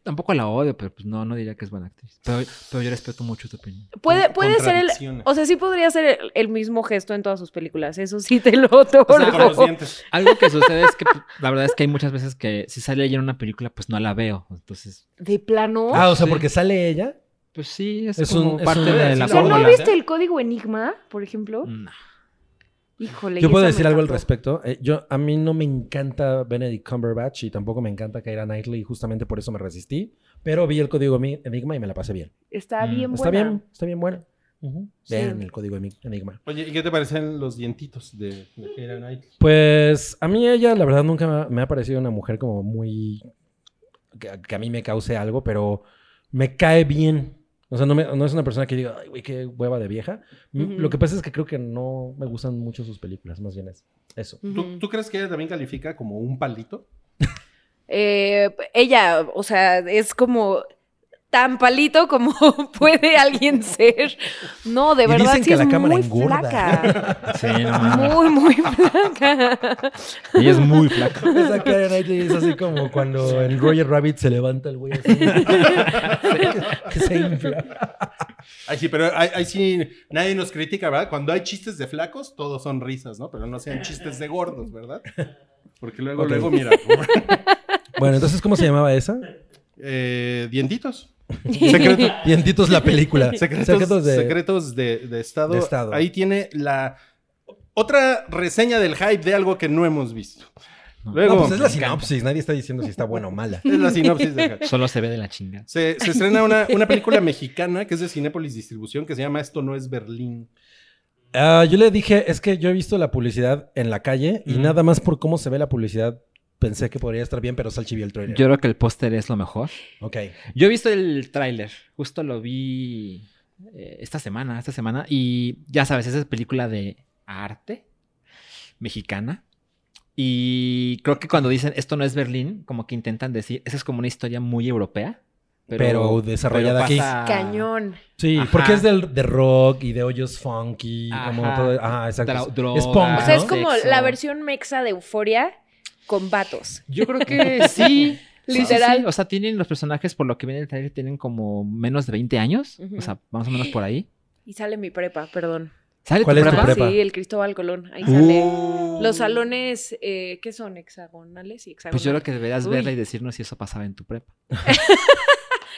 [SPEAKER 4] Tampoco la odio, pero pues no, no diría que es buena actriz. Pero, pero yo respeto mucho tu opinión.
[SPEAKER 5] Puede, puede ser el...
[SPEAKER 3] contradicciones.
[SPEAKER 5] O sea, sí podría ser el, el mismo gesto en todas sus películas. Eso sí te lo
[SPEAKER 3] Con los
[SPEAKER 5] otorgo.
[SPEAKER 3] dientes.
[SPEAKER 4] Algo que sucede es que pues, la verdad es que hay muchas veces que si sale ella en una película, pues no la veo. Entonces,
[SPEAKER 5] ¿De plano?
[SPEAKER 2] Ah, o sea,
[SPEAKER 4] Sí.
[SPEAKER 2] porque sale ella.
[SPEAKER 4] pues sí, es,
[SPEAKER 2] Es
[SPEAKER 4] como
[SPEAKER 2] un- es
[SPEAKER 4] parte
[SPEAKER 2] un-
[SPEAKER 4] de la
[SPEAKER 5] O sea, ¿no
[SPEAKER 4] fórmula.
[SPEAKER 5] viste
[SPEAKER 2] ¿eh?
[SPEAKER 5] el código Enigma, por ejemplo?
[SPEAKER 4] No.
[SPEAKER 5] Híjole.
[SPEAKER 2] Mm. Yo
[SPEAKER 5] y
[SPEAKER 2] puedo
[SPEAKER 5] esa me
[SPEAKER 2] decir algo al
[SPEAKER 5] encantó.
[SPEAKER 2] respecto. Eh, yo, a mí no me encanta Benedict Cumberbatch y tampoco me encanta Keira Knightley y justamente por eso me resistí. Pero vi el código Mi- Enigma y me la pasé bien.
[SPEAKER 5] Está
[SPEAKER 4] Mm,
[SPEAKER 5] bien
[SPEAKER 2] Está
[SPEAKER 5] buena.
[SPEAKER 2] bien, está bien buena. Ujú.
[SPEAKER 5] Sí.
[SPEAKER 2] Vean el código Emi- Enigma.
[SPEAKER 3] Oye, ¿y qué te parecen los dientitos de, de Keira Knightley?
[SPEAKER 2] Pues a mí ella, la verdad, nunca me ha- me ha parecido una mujer como muy... Que, que a mí me cause algo, pero me cae bien. O sea, no, me- no es una persona que diga, ay, güey, qué hueva de vieja. M-
[SPEAKER 5] Ujú.
[SPEAKER 2] Lo que pasa es que creo que no me gustan mucho sus películas, más bien es eso.
[SPEAKER 5] Ujú.
[SPEAKER 3] ¿Tú, tú crees que ella también califica como un palito?
[SPEAKER 5] Eh, ella, o sea, es como tan palito como [laughs]
[SPEAKER 2] [laughs]
[SPEAKER 5] puede alguien ser. No, de
[SPEAKER 2] Y
[SPEAKER 5] verdad,
[SPEAKER 2] dicen
[SPEAKER 5] sí
[SPEAKER 2] que
[SPEAKER 5] es
[SPEAKER 2] la cámara
[SPEAKER 5] muy
[SPEAKER 2] engorda. [laughs]
[SPEAKER 5] flaca.
[SPEAKER 4] Sí, no mames.
[SPEAKER 5] Muy, muy flaca.
[SPEAKER 4] Ella es muy flaca.
[SPEAKER 2] [laughs] Esa Keira Knightley es así como cuando en Roger Rabbit se levanta el güey así. [laughs] que se infla.
[SPEAKER 3] Ay, sí, pero ahí ahí sí nadie nos critica, ¿verdad? Cuando hay chistes de flacos, todos son risas, ¿no? Pero no sean chistes de gordos, ¿verdad? Porque luego,
[SPEAKER 2] Ok.
[SPEAKER 3] luego, mira,
[SPEAKER 2] Bueno, entonces, ¿cómo se llamaba esa?
[SPEAKER 3] eh, dientitos. Secreto,
[SPEAKER 2] Dientitos la película. [laughs]
[SPEAKER 3] Secretos,
[SPEAKER 2] Secretos de...
[SPEAKER 3] secretos de, de estado.
[SPEAKER 2] de Estado.
[SPEAKER 3] Ahí tiene la otra reseña del hype de algo que no hemos visto.
[SPEAKER 4] No.
[SPEAKER 3] Luego
[SPEAKER 2] No, pues es la sinopsis. Nadie está diciendo si está buena o mala.
[SPEAKER 3] es la sinopsis del hype.
[SPEAKER 4] Solo se ve de la chinga.
[SPEAKER 3] Se, se estrena una, una película mexicana que es de Cinépolis Distribución que se llama Esto no es Berlín.
[SPEAKER 2] Ah, yo le dije, es que yo he visto la publicidad en la calle y
[SPEAKER 3] Mm.
[SPEAKER 2] nada más por cómo se ve la publicidad pensé que podría estar bien, pero Salchi vio el trailer.
[SPEAKER 4] Yo creo que el póster es lo mejor.
[SPEAKER 2] Ok.
[SPEAKER 4] Yo he visto el tráiler, justo lo vi eh, esta semana, esta semana, y ya sabes, esa es película de arte mexicana. Y creo que cuando dicen esto no es Berlín, como que intentan decir, esa es como una historia muy europea, pero,
[SPEAKER 2] Pero desarrollada aquí.
[SPEAKER 4] pasa-
[SPEAKER 5] Cañón.
[SPEAKER 2] Sí,
[SPEAKER 4] Ajá.
[SPEAKER 2] porque es del, de rock y de hoyos funky. Como
[SPEAKER 4] Ajá.
[SPEAKER 2] todo, ajá, exacto.
[SPEAKER 4] Dra-
[SPEAKER 2] es
[SPEAKER 4] drogas.
[SPEAKER 2] punk,
[SPEAKER 5] O sea, es
[SPEAKER 2] ¿no?
[SPEAKER 5] como
[SPEAKER 4] Ah, Sexo.
[SPEAKER 5] la versión mexa de Euforia con vatos.
[SPEAKER 4] Yo creo que
[SPEAKER 5] [laughs]
[SPEAKER 4] sí. Sí, sí,
[SPEAKER 5] Literal.
[SPEAKER 4] sí. O sea, tienen los personajes, por lo que viene el tráiler, tienen como menos de 20 años.
[SPEAKER 5] Ujú.
[SPEAKER 4] O sea, más o menos por ahí.
[SPEAKER 5] Y sale mi prepa, perdón.
[SPEAKER 4] ¿Sale
[SPEAKER 2] ¿Cuál
[SPEAKER 4] tu
[SPEAKER 2] es tu
[SPEAKER 4] prepa?
[SPEAKER 2] prepa?
[SPEAKER 5] Sí, el Cristóbal Colón. Ahí sale.
[SPEAKER 3] Uh.
[SPEAKER 5] Los salones, eh, ¿qué son? ¿Hexagonales y hexagonales?
[SPEAKER 4] Pues yo creo que deberías
[SPEAKER 5] Uy.
[SPEAKER 4] verla y decirnos si eso pasaba en tu prepa.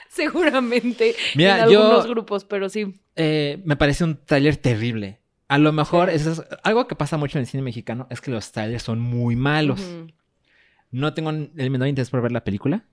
[SPEAKER 5] Seguramente. en
[SPEAKER 4] Mira,
[SPEAKER 5] algunos
[SPEAKER 4] yo
[SPEAKER 5] grupos, pero sí.
[SPEAKER 4] eh, me parece un tráiler terrible. A lo mejor eso es algo que pasa mucho en el cine mexicano es que los trailers son muy malos.
[SPEAKER 5] Ujú.
[SPEAKER 4] No tengo el menor interés por ver la película,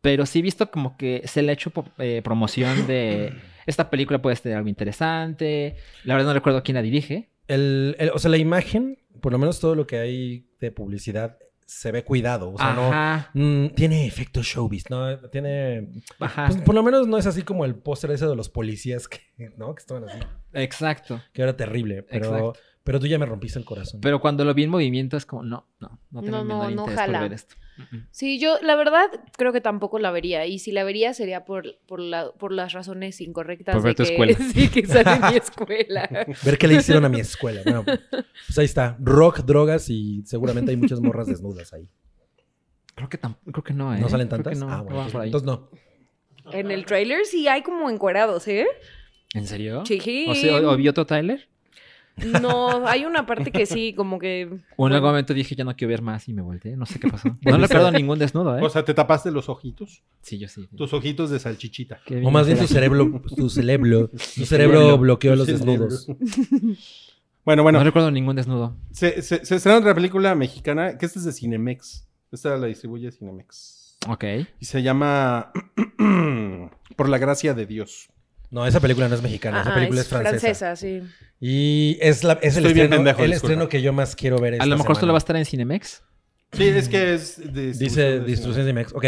[SPEAKER 4] pero sí he visto como que se le ha hecho po- eh, promoción
[SPEAKER 5] [clears throat]
[SPEAKER 4] de esta película puede ser algo interesante. La verdad no recuerdo quién la dirige.
[SPEAKER 2] El- el- o sea, la imagen, por lo menos todo lo que hay de publicidad, se ve cuidado. O sea, no.
[SPEAKER 4] ajá,
[SPEAKER 2] Mm, tiene efectos showbiz, ¿no? Tiene.
[SPEAKER 4] ajá.
[SPEAKER 2] Pues, por lo menos no es así como el póster ese de los policías que, [laughs] ¿no? Que estaban así.
[SPEAKER 4] Exacto.
[SPEAKER 2] Que era terrible. Pero,
[SPEAKER 4] Exacto.
[SPEAKER 2] pero tú ya me rompiste el corazón.
[SPEAKER 4] Pero cuando lo vi en movimiento es como no, no, no tengo
[SPEAKER 5] No,
[SPEAKER 4] el
[SPEAKER 5] no,
[SPEAKER 4] menor
[SPEAKER 5] no
[SPEAKER 4] interés
[SPEAKER 5] jala.
[SPEAKER 4] por ver esto.
[SPEAKER 5] Sí, yo la verdad creo que tampoco la vería. Y si la vería sería por, por, la, por las razones incorrectas
[SPEAKER 4] Por ver
[SPEAKER 5] de
[SPEAKER 4] tu
[SPEAKER 5] que,
[SPEAKER 4] escuela.
[SPEAKER 5] [laughs] Sí, que sale en
[SPEAKER 4] [laughs]
[SPEAKER 5] mi escuela.
[SPEAKER 2] Ver qué le hicieron a mi escuela. Bueno, pues ahí está. Rock, drogas y seguramente hay muchas morras desnudas ahí.
[SPEAKER 4] Creo que tam- creo que no, ¿eh?
[SPEAKER 2] ¿No salen
[SPEAKER 4] Creo que
[SPEAKER 2] tantas?
[SPEAKER 4] no,
[SPEAKER 2] ah,
[SPEAKER 4] no
[SPEAKER 2] bueno.
[SPEAKER 4] va
[SPEAKER 2] Entonces,
[SPEAKER 4] por ahí.
[SPEAKER 2] entonces no.
[SPEAKER 5] En el trailer sí hay como encuerados, ¿eh?
[SPEAKER 4] ¿En serio?
[SPEAKER 5] Chijín.
[SPEAKER 4] O, sea, ¿o- o vi otro tráiler?
[SPEAKER 5] No, hay una parte que sí,
[SPEAKER 2] [laughs]
[SPEAKER 5] como que.
[SPEAKER 4] O en algún momento dije, ya no quiero ver más y me volteé. No sé qué pasó. No recuerdo ningún desnudo,
[SPEAKER 2] Pues,
[SPEAKER 4] ¿eh?
[SPEAKER 3] O sea, te tapaste los ojitos,
[SPEAKER 4] sí, yo sí.
[SPEAKER 3] tus ojitos de salchichita.
[SPEAKER 4] Qué
[SPEAKER 2] O más bien
[SPEAKER 4] fea.
[SPEAKER 2] tu cerebro, tu
[SPEAKER 4] [laughs]
[SPEAKER 2] cerebro, tu
[SPEAKER 4] cerebro.
[SPEAKER 2] cerebro bloqueó los
[SPEAKER 3] Sí,
[SPEAKER 2] desnudos.
[SPEAKER 3] [laughs] Bueno, bueno,
[SPEAKER 4] No recuerdo ningún desnudo.
[SPEAKER 3] se, se, se estrena otra película mexicana que esta es de Cinemex. Esta la distribuye Cinemex.
[SPEAKER 4] Ok.
[SPEAKER 3] Y se llama [clears throat] Por la gracia de Dios.
[SPEAKER 2] No, esa película no es mexicana, esa
[SPEAKER 5] Ah,
[SPEAKER 2] película es, francesa.
[SPEAKER 5] sí.
[SPEAKER 2] Y es, la, es el,
[SPEAKER 3] Estoy bien
[SPEAKER 2] estreno,
[SPEAKER 3] pendejo,
[SPEAKER 2] el
[SPEAKER 3] disculpa.
[SPEAKER 2] estreno que yo más quiero ver.
[SPEAKER 4] A lo
[SPEAKER 2] esta
[SPEAKER 4] mejor solo
[SPEAKER 2] semana.
[SPEAKER 4] va a estar en Cinemex.
[SPEAKER 3] Sí, es que es de
[SPEAKER 2] Dice
[SPEAKER 3] de
[SPEAKER 2] Distribución de Mex. Ok.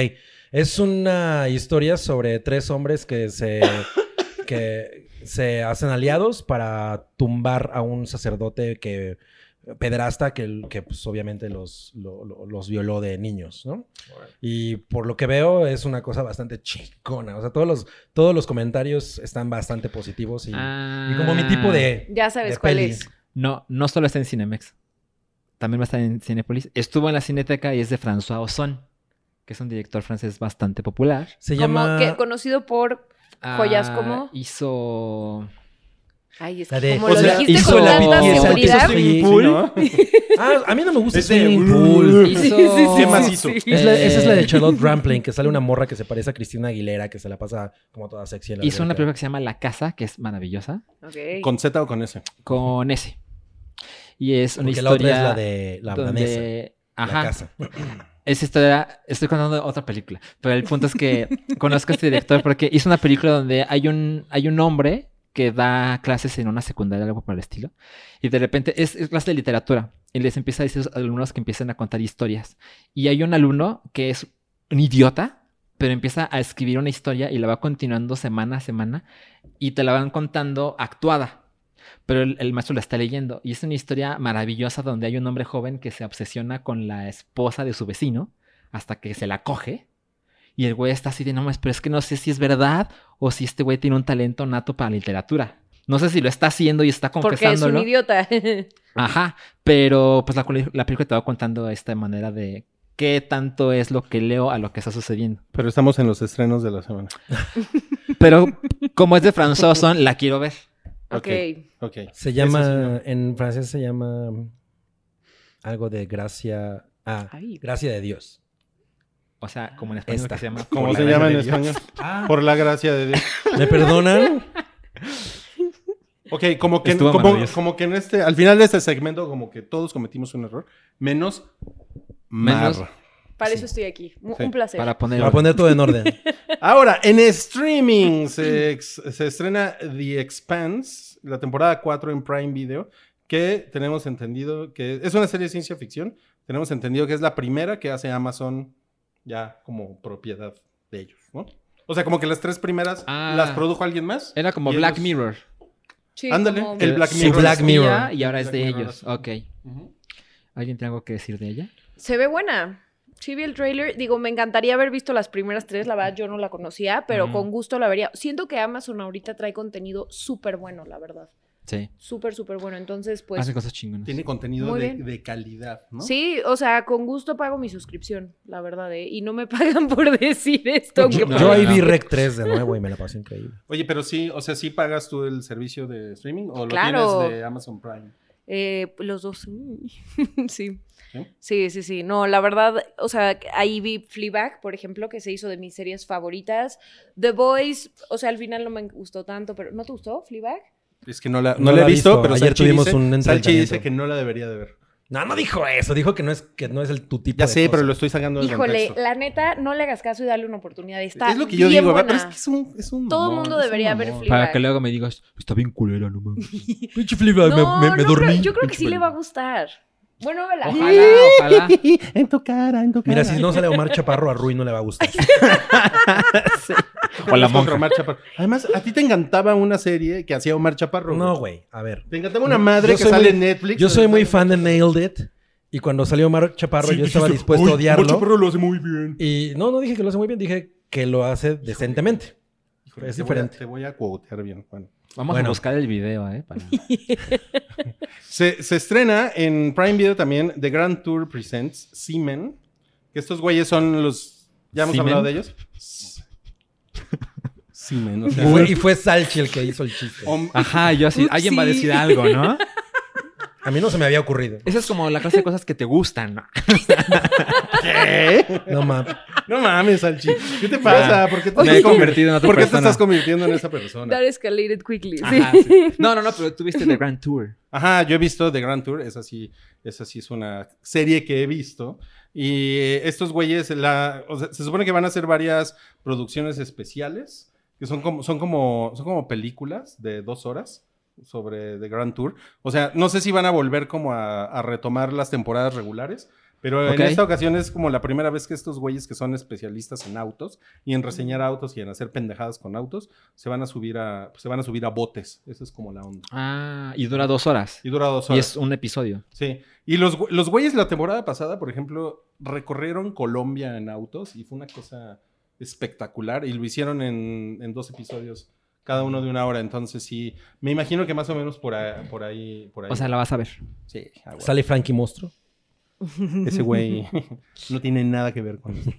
[SPEAKER 2] Es una historia sobre tres hombres que
[SPEAKER 3] [laughs]
[SPEAKER 2] se, que se hacen aliados para tumbar a un sacerdote que pedrasta que, el- que pues, obviamente los, lo- lo- los violó de niños, ¿no? Y por lo que veo es una cosa bastante chingona. O sea, todos los, todos los comentarios están bastante positivos y, y como mi tipo de...
[SPEAKER 5] Ya sabes
[SPEAKER 2] de
[SPEAKER 5] cuál
[SPEAKER 2] peli.
[SPEAKER 5] es.
[SPEAKER 4] Ah. No, no solo está en Cinemex. También va a estar en Cinepolis. Estuvo en la Cineteca y es de François Ozon, que es un director francés bastante popular.
[SPEAKER 3] Ah,
[SPEAKER 2] Se
[SPEAKER 5] Como
[SPEAKER 2] llama...
[SPEAKER 5] que conocido por.
[SPEAKER 4] Ah,
[SPEAKER 5] Joyas como-
[SPEAKER 4] Hizo.
[SPEAKER 5] Ay, es
[SPEAKER 2] La
[SPEAKER 5] que
[SPEAKER 2] de-
[SPEAKER 5] como
[SPEAKER 3] o
[SPEAKER 5] lo
[SPEAKER 3] sea,
[SPEAKER 5] dijiste
[SPEAKER 2] hizo
[SPEAKER 5] con
[SPEAKER 2] la
[SPEAKER 5] tanta
[SPEAKER 2] pieza,
[SPEAKER 5] seguridad.
[SPEAKER 2] hizo Sí, sí,
[SPEAKER 3] Pool.
[SPEAKER 2] Ah, a mí no me gusta
[SPEAKER 3] Es
[SPEAKER 2] ese
[SPEAKER 3] de-
[SPEAKER 2] pool.
[SPEAKER 3] Sí,
[SPEAKER 4] hizo-
[SPEAKER 3] ¿Qué
[SPEAKER 5] [laughs]
[SPEAKER 3] más hizo?
[SPEAKER 2] Es la- esa es la de
[SPEAKER 4] Eh,
[SPEAKER 2] Charlotte Rampling, que sale
[SPEAKER 4] [laughs]
[SPEAKER 2] una morra que se parece a Cristina Aguilera, que se la pasa como toda sexy. En la
[SPEAKER 4] Hizo una
[SPEAKER 2] alberca.
[SPEAKER 4] película que se llama La Casa, que es maravillosa,
[SPEAKER 5] Ok.
[SPEAKER 3] ¿Con Z o con S?
[SPEAKER 4] con ese. Y es una
[SPEAKER 2] Porque la
[SPEAKER 4] historia.
[SPEAKER 2] otra es la de la danesa,
[SPEAKER 4] donde...
[SPEAKER 2] la
[SPEAKER 4] Ajá.
[SPEAKER 2] casa.
[SPEAKER 4] Esa historia, estoy contando otra película, pero el punto es que conozco a este director porque hizo una película donde hay un, hay un hombre que da clases en una secundaria, algo por el estilo, y de repente es, es clase de literatura, y les empieza a decir a los alumnos que empiezan a contar historias, y hay un alumno que es un idiota, pero empieza a escribir una historia y la va continuando semana a semana, y te la van contando actuada. Pero el, el maestro la está leyendo. Y es una historia maravillosa donde hay un hombre joven que se obsesiona con la esposa de su vecino hasta que se la coge. Y el güey está así de, no mames, pero es que no sé si es verdad o si este güey tiene un talento nato para la literatura. No sé si lo está haciendo y está
[SPEAKER 5] Porque es
[SPEAKER 4] confesándolo.
[SPEAKER 5] un idiota. [laughs]
[SPEAKER 4] Ajá, pero pues la, coli- la película te va contando esta manera de qué tanto es lo que leo a lo que está sucediendo.
[SPEAKER 3] Pero estamos en los estrenos de la semana.
[SPEAKER 4] Pero como es de François Ozon, la quiero ver.
[SPEAKER 5] ok.
[SPEAKER 3] Ok.
[SPEAKER 2] Se
[SPEAKER 3] Eso sí,
[SPEAKER 2] llama, en francés se llama mm, algo de gracia, ah,
[SPEAKER 5] Ay.
[SPEAKER 2] gracia de Dios.
[SPEAKER 4] O sea, como en español
[SPEAKER 2] Esta.
[SPEAKER 4] que se llama.
[SPEAKER 3] ¿Cómo
[SPEAKER 4] Por
[SPEAKER 3] se
[SPEAKER 4] la
[SPEAKER 3] llama en
[SPEAKER 4] gracia de Dios.
[SPEAKER 3] español? Por la gracia de Dios.
[SPEAKER 2] ¿Me perdonan?
[SPEAKER 3] Ok, como que,
[SPEAKER 4] Estuvo
[SPEAKER 3] como,
[SPEAKER 4] maravilloso.
[SPEAKER 3] como que en este, al final de este segmento, como que todos cometimos un error, menos Mar.
[SPEAKER 4] Menos-
[SPEAKER 5] Para
[SPEAKER 2] Sí.
[SPEAKER 5] eso estoy aquí. Un,
[SPEAKER 3] Sí,
[SPEAKER 5] un placer.
[SPEAKER 4] Para poner.
[SPEAKER 2] Para poner todo en
[SPEAKER 4] [laughs]
[SPEAKER 2] orden.
[SPEAKER 3] Ahora, en streaming se, ex- se estrena The Expanse, la temporada 4 en Prime Video, que tenemos entendido que es una serie de ciencia ficción. Tenemos entendido que es la primera que hace Amazon ya como propiedad de ellos, ¿no? O sea, como que las tres primeras
[SPEAKER 4] Ah.
[SPEAKER 3] las produjo alguien más.
[SPEAKER 4] Era como
[SPEAKER 3] Y
[SPEAKER 4] Black
[SPEAKER 3] ellos-
[SPEAKER 4] Mirror.
[SPEAKER 5] Sí,
[SPEAKER 3] ándale,
[SPEAKER 5] como-
[SPEAKER 3] el Black
[SPEAKER 2] Su
[SPEAKER 3] Mirror.
[SPEAKER 2] Black Mirror.
[SPEAKER 4] Mira, Y ahora es
[SPEAKER 3] Black
[SPEAKER 4] de
[SPEAKER 3] Mirror.
[SPEAKER 4] ellos. Ok.
[SPEAKER 3] Ujú.
[SPEAKER 4] ¿Alguien tiene algo que decir de ella?
[SPEAKER 5] Se ve buena. Sí vi el trailer. Digo, me encantaría haber visto las primeras tres. La verdad, yo no la conocía, pero
[SPEAKER 4] Ujú.
[SPEAKER 5] con gusto la vería. Siento que Amazon ahorita trae contenido súper bueno, la verdad.
[SPEAKER 4] Sí.
[SPEAKER 5] Súper, súper bueno. Entonces, pues...
[SPEAKER 4] Hace cosas chingonas.
[SPEAKER 3] Tiene contenido
[SPEAKER 5] Muy
[SPEAKER 3] de,
[SPEAKER 5] bien.
[SPEAKER 3] de calidad, ¿no?
[SPEAKER 5] Sí, o sea, con gusto pago mi suscripción, la verdad, ¿eh? Y no me [laughs] pagan por decir esto.
[SPEAKER 2] Yo,
[SPEAKER 5] aunque-
[SPEAKER 2] yo ahí vi
[SPEAKER 4] No.
[SPEAKER 2] Rec 3 de nuevo y me la pasé increíble.
[SPEAKER 3] Oye, pero sí, o sea, ¿sí pagas tú el servicio de streaming o lo
[SPEAKER 5] Claro.
[SPEAKER 3] tienes de Amazon Prime?
[SPEAKER 5] Eh, los dos, sí. [laughs] sí.
[SPEAKER 3] ¿Sí?
[SPEAKER 5] Sí, sí, sí. No, la verdad, o sea, ahí vi Fleabag, por ejemplo, que se hizo de mis series favoritas. The Boys, o sea, al final no me gustó tanto, pero ¿no te gustó Fleabag?
[SPEAKER 3] Es que no la, no
[SPEAKER 2] No
[SPEAKER 3] la
[SPEAKER 2] la
[SPEAKER 3] he
[SPEAKER 2] he
[SPEAKER 3] visto,
[SPEAKER 2] visto.
[SPEAKER 3] pero
[SPEAKER 2] Ayer
[SPEAKER 3] Salchi
[SPEAKER 2] tuvimos
[SPEAKER 3] dice-
[SPEAKER 2] un
[SPEAKER 3] Salchi dice
[SPEAKER 2] entrenamiento.
[SPEAKER 3] que no la debería de ver.
[SPEAKER 2] No, no dijo eso. Dijo que no es, que no es el, tu tipo
[SPEAKER 3] Ya
[SPEAKER 2] de
[SPEAKER 3] sé, pero
[SPEAKER 2] cosa.
[SPEAKER 3] lo estoy sacando de
[SPEAKER 5] Híjole,
[SPEAKER 3] contexto.
[SPEAKER 5] la neta, no le hagas caso y dale una oportunidad. Está
[SPEAKER 3] es lo que yo
[SPEAKER 5] bien
[SPEAKER 3] digo, va,
[SPEAKER 5] buena.
[SPEAKER 3] pero es que es un, es un
[SPEAKER 5] Todo el
[SPEAKER 3] mamón,
[SPEAKER 5] mundo
[SPEAKER 3] es un
[SPEAKER 5] debería ver
[SPEAKER 3] mamón.
[SPEAKER 5] Fleabag.
[SPEAKER 4] Para que luego me digas, "Pues, está bien culera, no mames.
[SPEAKER 2] Pinche flipa,
[SPEAKER 5] No,
[SPEAKER 2] me, me- me
[SPEAKER 5] no
[SPEAKER 2] dormí.
[SPEAKER 5] creo- yo creo que
[SPEAKER 2] Pinche
[SPEAKER 5] sí le
[SPEAKER 2] flipa.
[SPEAKER 5] va a gustar. Bueno, vela.
[SPEAKER 4] Ojalá, ojalá.
[SPEAKER 3] En tu cara, en tu cara.
[SPEAKER 2] Mira, si no sale Omar Chaparro, a Rui no le va a
[SPEAKER 4] [laughs]
[SPEAKER 2] gustar.
[SPEAKER 4] O la monja.
[SPEAKER 3] Omar Chaparro. Además, a ti te encantaba una serie que hacía Omar Chaparro.
[SPEAKER 2] No, güey. A ver.
[SPEAKER 3] Te encantaba una madre
[SPEAKER 2] Yo
[SPEAKER 3] que
[SPEAKER 2] soy
[SPEAKER 3] sale
[SPEAKER 2] muy-
[SPEAKER 3] en Netflix.
[SPEAKER 2] Yo soy muy
[SPEAKER 3] Sale-
[SPEAKER 2] fan de Nailed It. Y cuando salió Omar Chaparro,
[SPEAKER 3] Sí,
[SPEAKER 2] yo estaba
[SPEAKER 3] dijiste,
[SPEAKER 2] dispuesto
[SPEAKER 3] "Uy,
[SPEAKER 2] a
[SPEAKER 3] Omar
[SPEAKER 2] odiarlo.
[SPEAKER 3] Chaparro lo hace muy bien.
[SPEAKER 2] Y no, no dije que lo hace muy bien. Dije que lo hace decentemente.
[SPEAKER 3] Híjole,
[SPEAKER 2] Es
[SPEAKER 3] te voy a-
[SPEAKER 2] diferente.
[SPEAKER 3] Te voy a cuotear bien, Juan.
[SPEAKER 4] Vamos
[SPEAKER 2] Bueno.
[SPEAKER 4] a buscar el video, ¿eh? [laughs] para-
[SPEAKER 3] Se, se estrena en Prime Video también The Grand Tour Presents Seamen. Que estos güeyes son los. ¿Ya hemos
[SPEAKER 4] ¿Seamen?
[SPEAKER 3] hablado de
[SPEAKER 2] [laughs]
[SPEAKER 3] ellos? Seamen, o
[SPEAKER 2] Y
[SPEAKER 3] sea.
[SPEAKER 2] fue, y fue Salchi el que hizo el chiste.
[SPEAKER 3] hom-
[SPEAKER 4] Ajá, yo así. Alguien va a decir algo, ¿no?
[SPEAKER 2] A mí no se me había ocurrido.
[SPEAKER 4] [laughs] Esa es como la clase de cosas que te gustan. ¿no?
[SPEAKER 3] ¿Qué?
[SPEAKER 2] No mames.
[SPEAKER 3] No mames, Salchi. ¿Qué te pasa? ¿Por qué te,
[SPEAKER 4] Me he convertido en otra
[SPEAKER 3] ¿Por qué te
[SPEAKER 4] persona.
[SPEAKER 3] estás convirtiendo en esa persona?
[SPEAKER 5] That escalated quickly. sí.
[SPEAKER 4] Ajá, [laughs] sí. No, no, no, pero tú viste The Grand Tour.
[SPEAKER 3] Ajá, yo he visto The Grand Tour. Esa sí, esa sí es una serie que he visto. Y eh, estos güeyes, la, o sea, se supone que van a hacer varias producciones especiales, que son como, son como, son como películas de dos horas sobre The Grand Tour. O sea, no sé si van a volver como a, a retomar las temporadas regulares, Pero
[SPEAKER 4] Ok.
[SPEAKER 3] en esta ocasión es como la primera vez que estos güeyes que son especialistas en autos y en reseñar autos y en hacer pendejadas con autos se van a subir a se van a subir a botes. Esa es como la onda.
[SPEAKER 4] Ah, y dura dos horas.
[SPEAKER 3] Y dura dos
[SPEAKER 4] Y
[SPEAKER 3] horas.
[SPEAKER 4] es un episodio.
[SPEAKER 3] Sí. Y los, gü- los güeyes la temporada pasada, por ejemplo, recorrieron Colombia en autos y fue una cosa espectacular. Y lo hicieron en, en dos episodios, cada uno de una hora. Entonces sí, me imagino que más o menos por, a- por ahí, por ahí.
[SPEAKER 4] O sea, la vas a ver.
[SPEAKER 3] sí, ah, güey.
[SPEAKER 2] Sale Frankie Monstruo.
[SPEAKER 4] [laughs]
[SPEAKER 3] ese güey no tiene nada que ver con eso.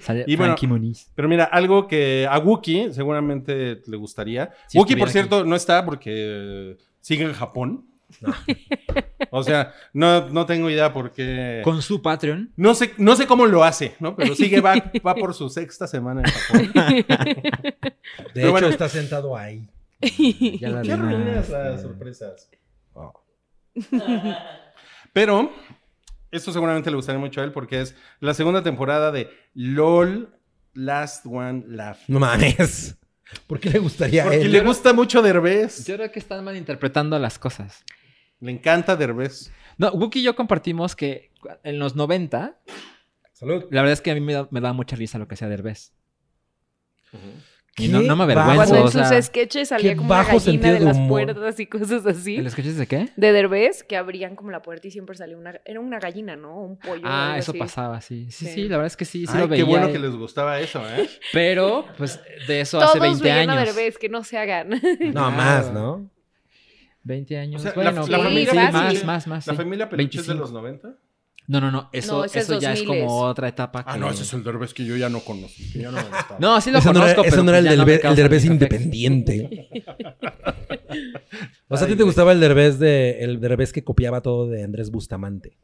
[SPEAKER 4] Sale
[SPEAKER 3] Y bueno,
[SPEAKER 4] Frankie Muniz.
[SPEAKER 3] Pero mira, algo que a Wookie seguramente le gustaría.
[SPEAKER 4] Si
[SPEAKER 3] Wookie, por
[SPEAKER 4] estuviera aquí.
[SPEAKER 3] cierto, no está porque sigue en Japón. o sea, no, no tengo idea por qué.
[SPEAKER 4] Con su Patreon.
[SPEAKER 3] No sé, no sé cómo lo hace, ¿no? Pero sigue,
[SPEAKER 4] [laughs]
[SPEAKER 3] va, va por su sexta semana en Japón.
[SPEAKER 2] De
[SPEAKER 3] Pero
[SPEAKER 2] hecho,
[SPEAKER 3] bueno.
[SPEAKER 2] está sentado ahí.
[SPEAKER 3] [laughs]
[SPEAKER 4] Ya la
[SPEAKER 3] ¿Qué
[SPEAKER 4] arruinaste.
[SPEAKER 3] arruinas las sorpresas? Pero, esto seguramente le gustaría mucho a él porque es la segunda temporada de LOL Last One Laugh.
[SPEAKER 2] No mames. ¿Por qué le gustaría a
[SPEAKER 3] Porque
[SPEAKER 2] él?
[SPEAKER 3] le gusta mucho Derbez.
[SPEAKER 4] Yo creo que están malinterpretando las cosas.
[SPEAKER 3] Le encanta Derbez.
[SPEAKER 4] No, Wookie y yo compartimos que en los 90,
[SPEAKER 2] Salud.
[SPEAKER 4] la verdad es que a mí me da, me da mucha risa lo que hacía Derbez. Y
[SPEAKER 2] ¿Qué
[SPEAKER 4] no, no me
[SPEAKER 2] Cuando
[SPEAKER 4] avergüenzo.
[SPEAKER 5] Cuando
[SPEAKER 2] en
[SPEAKER 5] en
[SPEAKER 4] o sea,
[SPEAKER 5] sus sketches salía
[SPEAKER 2] qué
[SPEAKER 5] como una
[SPEAKER 2] bajo
[SPEAKER 5] gallina
[SPEAKER 2] sentido
[SPEAKER 5] de,
[SPEAKER 2] de
[SPEAKER 5] las
[SPEAKER 2] humor.
[SPEAKER 5] puertas y cosas así.
[SPEAKER 4] ¿El sketch es de qué?
[SPEAKER 5] De Derbez, que abrían como la puerta y siempre salía una... Era una gallina, ¿no? Un pollo.
[SPEAKER 4] Ah,
[SPEAKER 5] algo
[SPEAKER 4] eso
[SPEAKER 5] así.
[SPEAKER 4] pasaba, sí. Sí, sí,
[SPEAKER 5] Sí.
[SPEAKER 4] la verdad es que sí, sí
[SPEAKER 3] Ay,
[SPEAKER 4] lo veía.
[SPEAKER 3] qué bueno que les gustaba eso, ¿eh?
[SPEAKER 4] Pero, pues, de eso
[SPEAKER 5] Todos
[SPEAKER 4] hace 20
[SPEAKER 5] veían
[SPEAKER 4] años.
[SPEAKER 5] a Derbez, que no se hagan. [laughs]
[SPEAKER 4] Ah,
[SPEAKER 2] No, más, ¿no?
[SPEAKER 4] 20 años.
[SPEAKER 3] O sea,
[SPEAKER 4] bueno,
[SPEAKER 5] la
[SPEAKER 4] sí,
[SPEAKER 5] familia
[SPEAKER 4] sí,
[SPEAKER 5] Peluche-
[SPEAKER 4] más, más, más.
[SPEAKER 3] ¿La
[SPEAKER 4] sí.
[SPEAKER 3] familia Peluche es de
[SPEAKER 4] 25.
[SPEAKER 3] los 90?
[SPEAKER 4] No, no, no. Eso,
[SPEAKER 5] No, ese es
[SPEAKER 4] eso ya es
[SPEAKER 5] 2000s.
[SPEAKER 4] como otra etapa.
[SPEAKER 3] Ah,
[SPEAKER 4] que-
[SPEAKER 3] no, ese es el Derbez que yo ya no conocí, que ya no me gustaba.
[SPEAKER 4] No, sí lo
[SPEAKER 2] Eso no era, eso
[SPEAKER 4] conozco, pero pues
[SPEAKER 2] no era el,
[SPEAKER 4] ya no me
[SPEAKER 2] Derbe- el
[SPEAKER 4] causa
[SPEAKER 2] Derbez
[SPEAKER 4] ningún efecto. [laughs]
[SPEAKER 2] independiente. o sea, ¿a ti
[SPEAKER 3] Ay,
[SPEAKER 2] te
[SPEAKER 3] güey.
[SPEAKER 2] gustaba el Derbez, de, el Derbez que copiaba todo de Andrés Bustamante?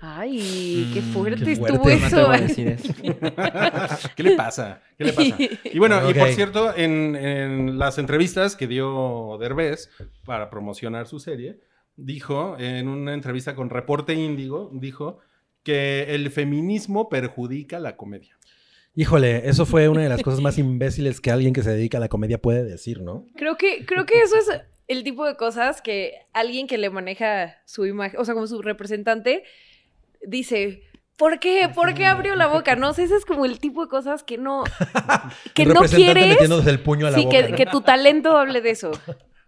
[SPEAKER 5] Ay, qué
[SPEAKER 4] Mm,
[SPEAKER 5] fuerte,
[SPEAKER 2] qué
[SPEAKER 5] estuvo
[SPEAKER 2] fuerte.
[SPEAKER 4] No me atrevo a
[SPEAKER 5] eso.
[SPEAKER 4] decir eso.
[SPEAKER 3] [laughs] ¿Qué le pasa? ¿Qué le pasa? Y bueno, y por
[SPEAKER 2] Ok.
[SPEAKER 3] cierto, en, en las entrevistas que dio Derbez para promocionar su serie, dijo, en una entrevista con Reporte Índigo, dijo que el feminismo perjudica la comedia.
[SPEAKER 2] Híjole, eso fue una de las cosas más imbéciles que alguien que se dedica a la comedia puede decir, ¿no?
[SPEAKER 5] [laughs] Creo que, creo que eso es el tipo de cosas que alguien que le maneja su imagen, o sea, como su representante, dice. ¿Por qué? ¿Por qué abrió la boca? No sé, ese es como el tipo de cosas que no, que
[SPEAKER 2] El
[SPEAKER 5] no
[SPEAKER 2] representante
[SPEAKER 5] quieres.
[SPEAKER 2] metiéndose el puño a la
[SPEAKER 5] Sí,
[SPEAKER 2] boca.
[SPEAKER 5] que, que tu talento hable de eso.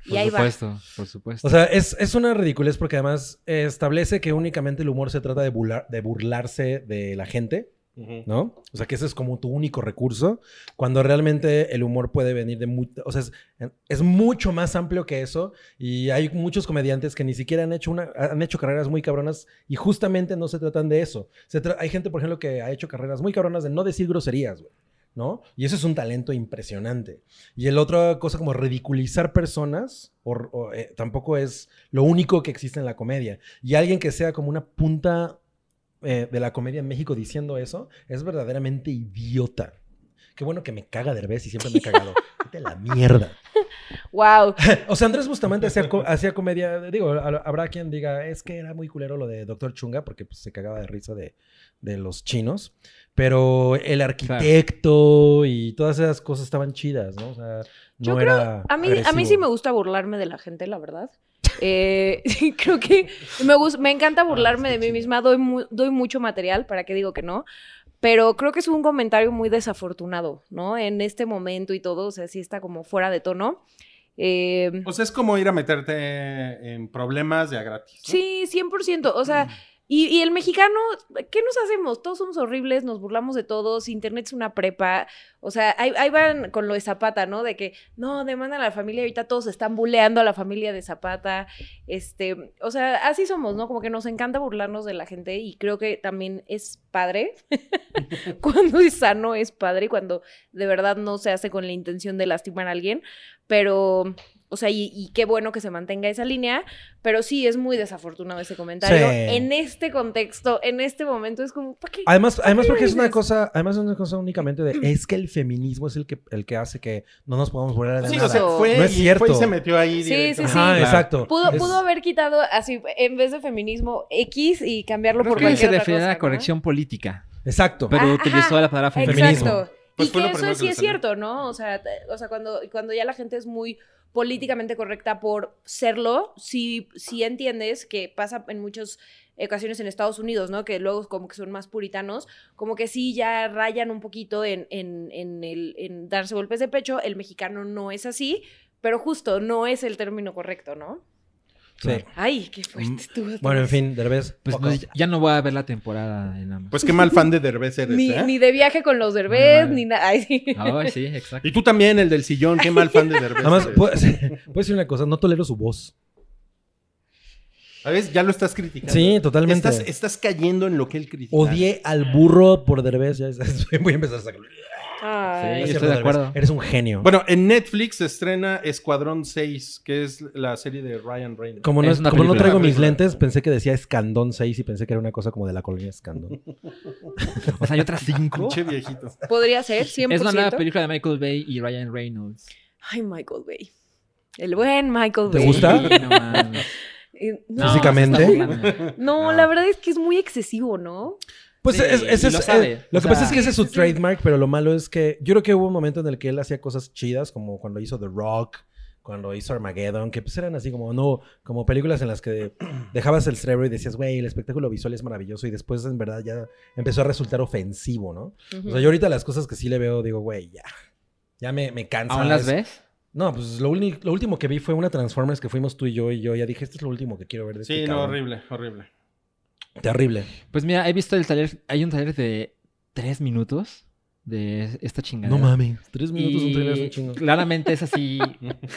[SPEAKER 5] Y
[SPEAKER 4] Por
[SPEAKER 5] ahí va.
[SPEAKER 4] supuesto, por supuesto.
[SPEAKER 2] O sea, es, es una ridiculez porque además eh, establece que únicamente el humor se trata de, burlar- de burlarse de la gente, ¿no? O sea, que ese es como tu único recurso, cuando realmente el humor puede venir de... mu- o sea, es, es mucho más amplio que eso y hay muchos comediantes que ni siquiera han hecho, una, han hecho carreras muy cabronas y justamente no se tratan de eso. Se tra- hay gente, por ejemplo, que ha hecho carreras muy cabronas de no decir groserías, güey. ¿No? Y eso es un talento impresionante. Y el otra cosa como ridiculizar personas o, o, eh, tampoco es lo único que existe en la comedia. Y alguien que sea como una punta eh, de la comedia en México diciendo eso es verdaderamente idiota. Qué bueno que me caga Derbez y siempre
[SPEAKER 5] [laughs]
[SPEAKER 2] me ha cagado. Vete a la mierda.
[SPEAKER 5] Wow.
[SPEAKER 2] O sea, Andrés Bustamante hacía,
[SPEAKER 5] [laughs]
[SPEAKER 2] co- hacía comedia. Digo, a- habrá quien diga, es que era muy culero lo de Doctor Chunga, porque pues, se cagaba de risa de, de los chinos. Pero el arquitecto y todas esas cosas estaban chidas, ¿no? O sea, no
[SPEAKER 5] Yo creo-
[SPEAKER 2] era.
[SPEAKER 5] A mí, a mí sí me gusta burlarme de la gente, la verdad. Eh, [laughs] creo que me, gus- me
[SPEAKER 2] Ah,
[SPEAKER 5] encanta burlarme de mí misma. Doy, mu- doy mucho material para que digo que no. Pero creo que es un comentario muy desafortunado, ¿no? En este momento y todo, o sea, sí está como fuera de tono. Eh,
[SPEAKER 3] O sea, es como ir a meterte en problemas de a gratis. ¿no?
[SPEAKER 5] sí, 100%. O sea, y, y el mexicano, ¿qué nos hacemos? Todos somos horribles, nos burlamos de todos, Internet es una prepa. O sea, ahí, ahí van con lo de Zapata, ¿no? De que, no, demandan a la familia, ahorita todos están buleando a la familia de Zapata. Este, o sea, así somos, ¿no? Como que nos encanta burlarnos de la gente y creo que también es padre. [laughs] cuando es sano es padre, cuando de verdad no se hace con la intención de lastimar a alguien. Pero, o sea, y, y qué bueno que se mantenga esa línea. Pero sí, es muy desafortunado ese comentario.
[SPEAKER 2] Sí.
[SPEAKER 5] En este contexto, en este momento, es como, ¿para qué?
[SPEAKER 2] Además, además
[SPEAKER 5] lo
[SPEAKER 2] porque es una
[SPEAKER 5] dices?
[SPEAKER 2] cosa, además es una cosa únicamente
[SPEAKER 5] [clears throat]
[SPEAKER 2] de es que el feminismo es el que el que hace que no nos podamos burlar de
[SPEAKER 3] Sí,
[SPEAKER 2] nada.
[SPEAKER 3] o sea, fue,
[SPEAKER 2] No es
[SPEAKER 3] y,
[SPEAKER 2] cierto.
[SPEAKER 3] fue y se metió ahí.
[SPEAKER 5] Sí,
[SPEAKER 3] directo.
[SPEAKER 5] sí, sí.
[SPEAKER 2] Ajá, exacto.
[SPEAKER 5] Pudo,
[SPEAKER 2] Es-
[SPEAKER 5] pudo haber quitado así, en vez de feminismo, X y cambiarlo
[SPEAKER 3] Creo
[SPEAKER 5] por
[SPEAKER 3] que
[SPEAKER 4] Creo que se
[SPEAKER 5] cualquier otra
[SPEAKER 4] refiere a
[SPEAKER 5] cosa,
[SPEAKER 4] la
[SPEAKER 5] ¿no?
[SPEAKER 4] corrección política,
[SPEAKER 2] Exacto.
[SPEAKER 4] pero
[SPEAKER 5] Ajá,
[SPEAKER 4] utilizó la palabra
[SPEAKER 5] Exacto.
[SPEAKER 4] feminismo.
[SPEAKER 3] Pues
[SPEAKER 5] y
[SPEAKER 3] fue
[SPEAKER 5] que
[SPEAKER 3] lo
[SPEAKER 5] eso
[SPEAKER 3] primero que
[SPEAKER 5] sí
[SPEAKER 3] le
[SPEAKER 5] es
[SPEAKER 3] salió.
[SPEAKER 5] cierto, ¿no? O sea, t- o sea cuando, cuando ya la gente es muy políticamente correcta por serlo, sí, sí entiendes que pasa en muchos ocasiones en Estados Unidos, ¿no? Que luego como que son más puritanos, como que sí ya rayan un poquito en, en, en el, en darse golpes de pecho. El mexicano no es así, pero justo no es el término correcto, ¿no?
[SPEAKER 2] Sí.
[SPEAKER 5] Ay, qué fuerte
[SPEAKER 4] Mm,
[SPEAKER 5] estuvo otra
[SPEAKER 2] Bueno, en
[SPEAKER 5] vez.
[SPEAKER 2] fin, Derbez.
[SPEAKER 4] Pues
[SPEAKER 2] fuck
[SPEAKER 4] no,
[SPEAKER 2] off.
[SPEAKER 4] ya no voy a ver la temporada en ambas.
[SPEAKER 3] Pues qué mal fan de Derbez eres,
[SPEAKER 5] Ni,
[SPEAKER 3] ¿eh?
[SPEAKER 5] ni de viaje con los
[SPEAKER 4] Vale,
[SPEAKER 5] derbés,
[SPEAKER 4] vale.
[SPEAKER 5] ni nada. Ay, sí.
[SPEAKER 4] Ay, Ah, sí, exacto.
[SPEAKER 3] Y tú también, el del sillón, qué mal
[SPEAKER 5] [laughs]
[SPEAKER 3] fan de Derbez.
[SPEAKER 2] Nada más,
[SPEAKER 3] eres.
[SPEAKER 2] puedo [laughs] puedo decir una cosa, no tolero su voz.
[SPEAKER 3] ¿Sabes? Ya lo estás criticando.
[SPEAKER 2] Sí, totalmente.
[SPEAKER 3] Estás, estás cayendo en lo que él critica.
[SPEAKER 2] Odié al burro por Derbez. Ya, es- [laughs] voy a empezar a sacarlo.
[SPEAKER 5] Ay.
[SPEAKER 4] Ah, Sí,
[SPEAKER 2] Es
[SPEAKER 4] estoy
[SPEAKER 2] cierto,
[SPEAKER 4] de
[SPEAKER 2] Derbez,
[SPEAKER 4] acuerdo.
[SPEAKER 2] Eres un genio.
[SPEAKER 3] Bueno, en Netflix se estrena Escuadrón 6, que es la serie de Ryan Reynolds.
[SPEAKER 2] Como no,
[SPEAKER 4] Es una
[SPEAKER 2] como no
[SPEAKER 4] película.
[SPEAKER 2] traigo mis
[SPEAKER 3] Película.
[SPEAKER 2] lentes, pensé que decía Escandón 6 y pensé que era una cosa como de la colonia Escandón.
[SPEAKER 4] O sea, hay otras
[SPEAKER 5] [laughs]
[SPEAKER 4] cinco.
[SPEAKER 3] Pinche [laughs] viejito.
[SPEAKER 5] Podría ser,
[SPEAKER 4] [laughs]
[SPEAKER 5] 100%.
[SPEAKER 4] Es una nueva película de Michael Bay y Ryan Reynolds.
[SPEAKER 5] Ay, Michael Bay. El buen Michael
[SPEAKER 2] ¿Te
[SPEAKER 5] Bay.
[SPEAKER 2] gusta?
[SPEAKER 4] Sí, no mames.
[SPEAKER 5] [laughs] Eh,
[SPEAKER 4] No,
[SPEAKER 5] No,
[SPEAKER 4] se está
[SPEAKER 2] Físicamente.
[SPEAKER 5] [laughs]
[SPEAKER 4] burlando.
[SPEAKER 5] no,
[SPEAKER 4] No.
[SPEAKER 5] la verdad es que es muy excesivo, ¿no?
[SPEAKER 2] Pues
[SPEAKER 4] Sí,
[SPEAKER 2] es, es-
[SPEAKER 4] y
[SPEAKER 2] es-
[SPEAKER 4] lo
[SPEAKER 2] eh,
[SPEAKER 4] sabe.
[SPEAKER 2] lo
[SPEAKER 4] O
[SPEAKER 2] que
[SPEAKER 4] sea,
[SPEAKER 2] pasa es que ese es su
[SPEAKER 5] sí, sí.
[SPEAKER 2] trademark, pero lo malo es que yo creo que hubo un momento en el que él hacía cosas chidas, como cuando hizo The Rock, cuando hizo Armageddon, que pues eran así como no, como películas en las que [clears throat] dejabas el cerebro y decías, güey, el espectáculo visual es maravilloso y después en verdad ya empezó a resultar ofensivo, ¿no? O sea, yo ahorita las cosas que sí le veo, digo, güey, ya. Ya me, me cansa.
[SPEAKER 4] ¿Aún las
[SPEAKER 2] es-
[SPEAKER 4] ves?
[SPEAKER 2] No, pues lo, uni- lo último que vi fue una Transformers que fuimos tú y yo y yo ya dije, este es lo último que quiero ver de este
[SPEAKER 3] Sí, no,
[SPEAKER 2] cabrón".
[SPEAKER 3] horrible, horrible.
[SPEAKER 2] Terrible.
[SPEAKER 4] Pues mira, he visto el taller. Hay un taller de tres minutos de esta chingadera.
[SPEAKER 2] No mames. Tres minutos un
[SPEAKER 4] Y
[SPEAKER 2] trailer es un chingo.
[SPEAKER 4] Claramente
[SPEAKER 2] [laughs]
[SPEAKER 4] es así.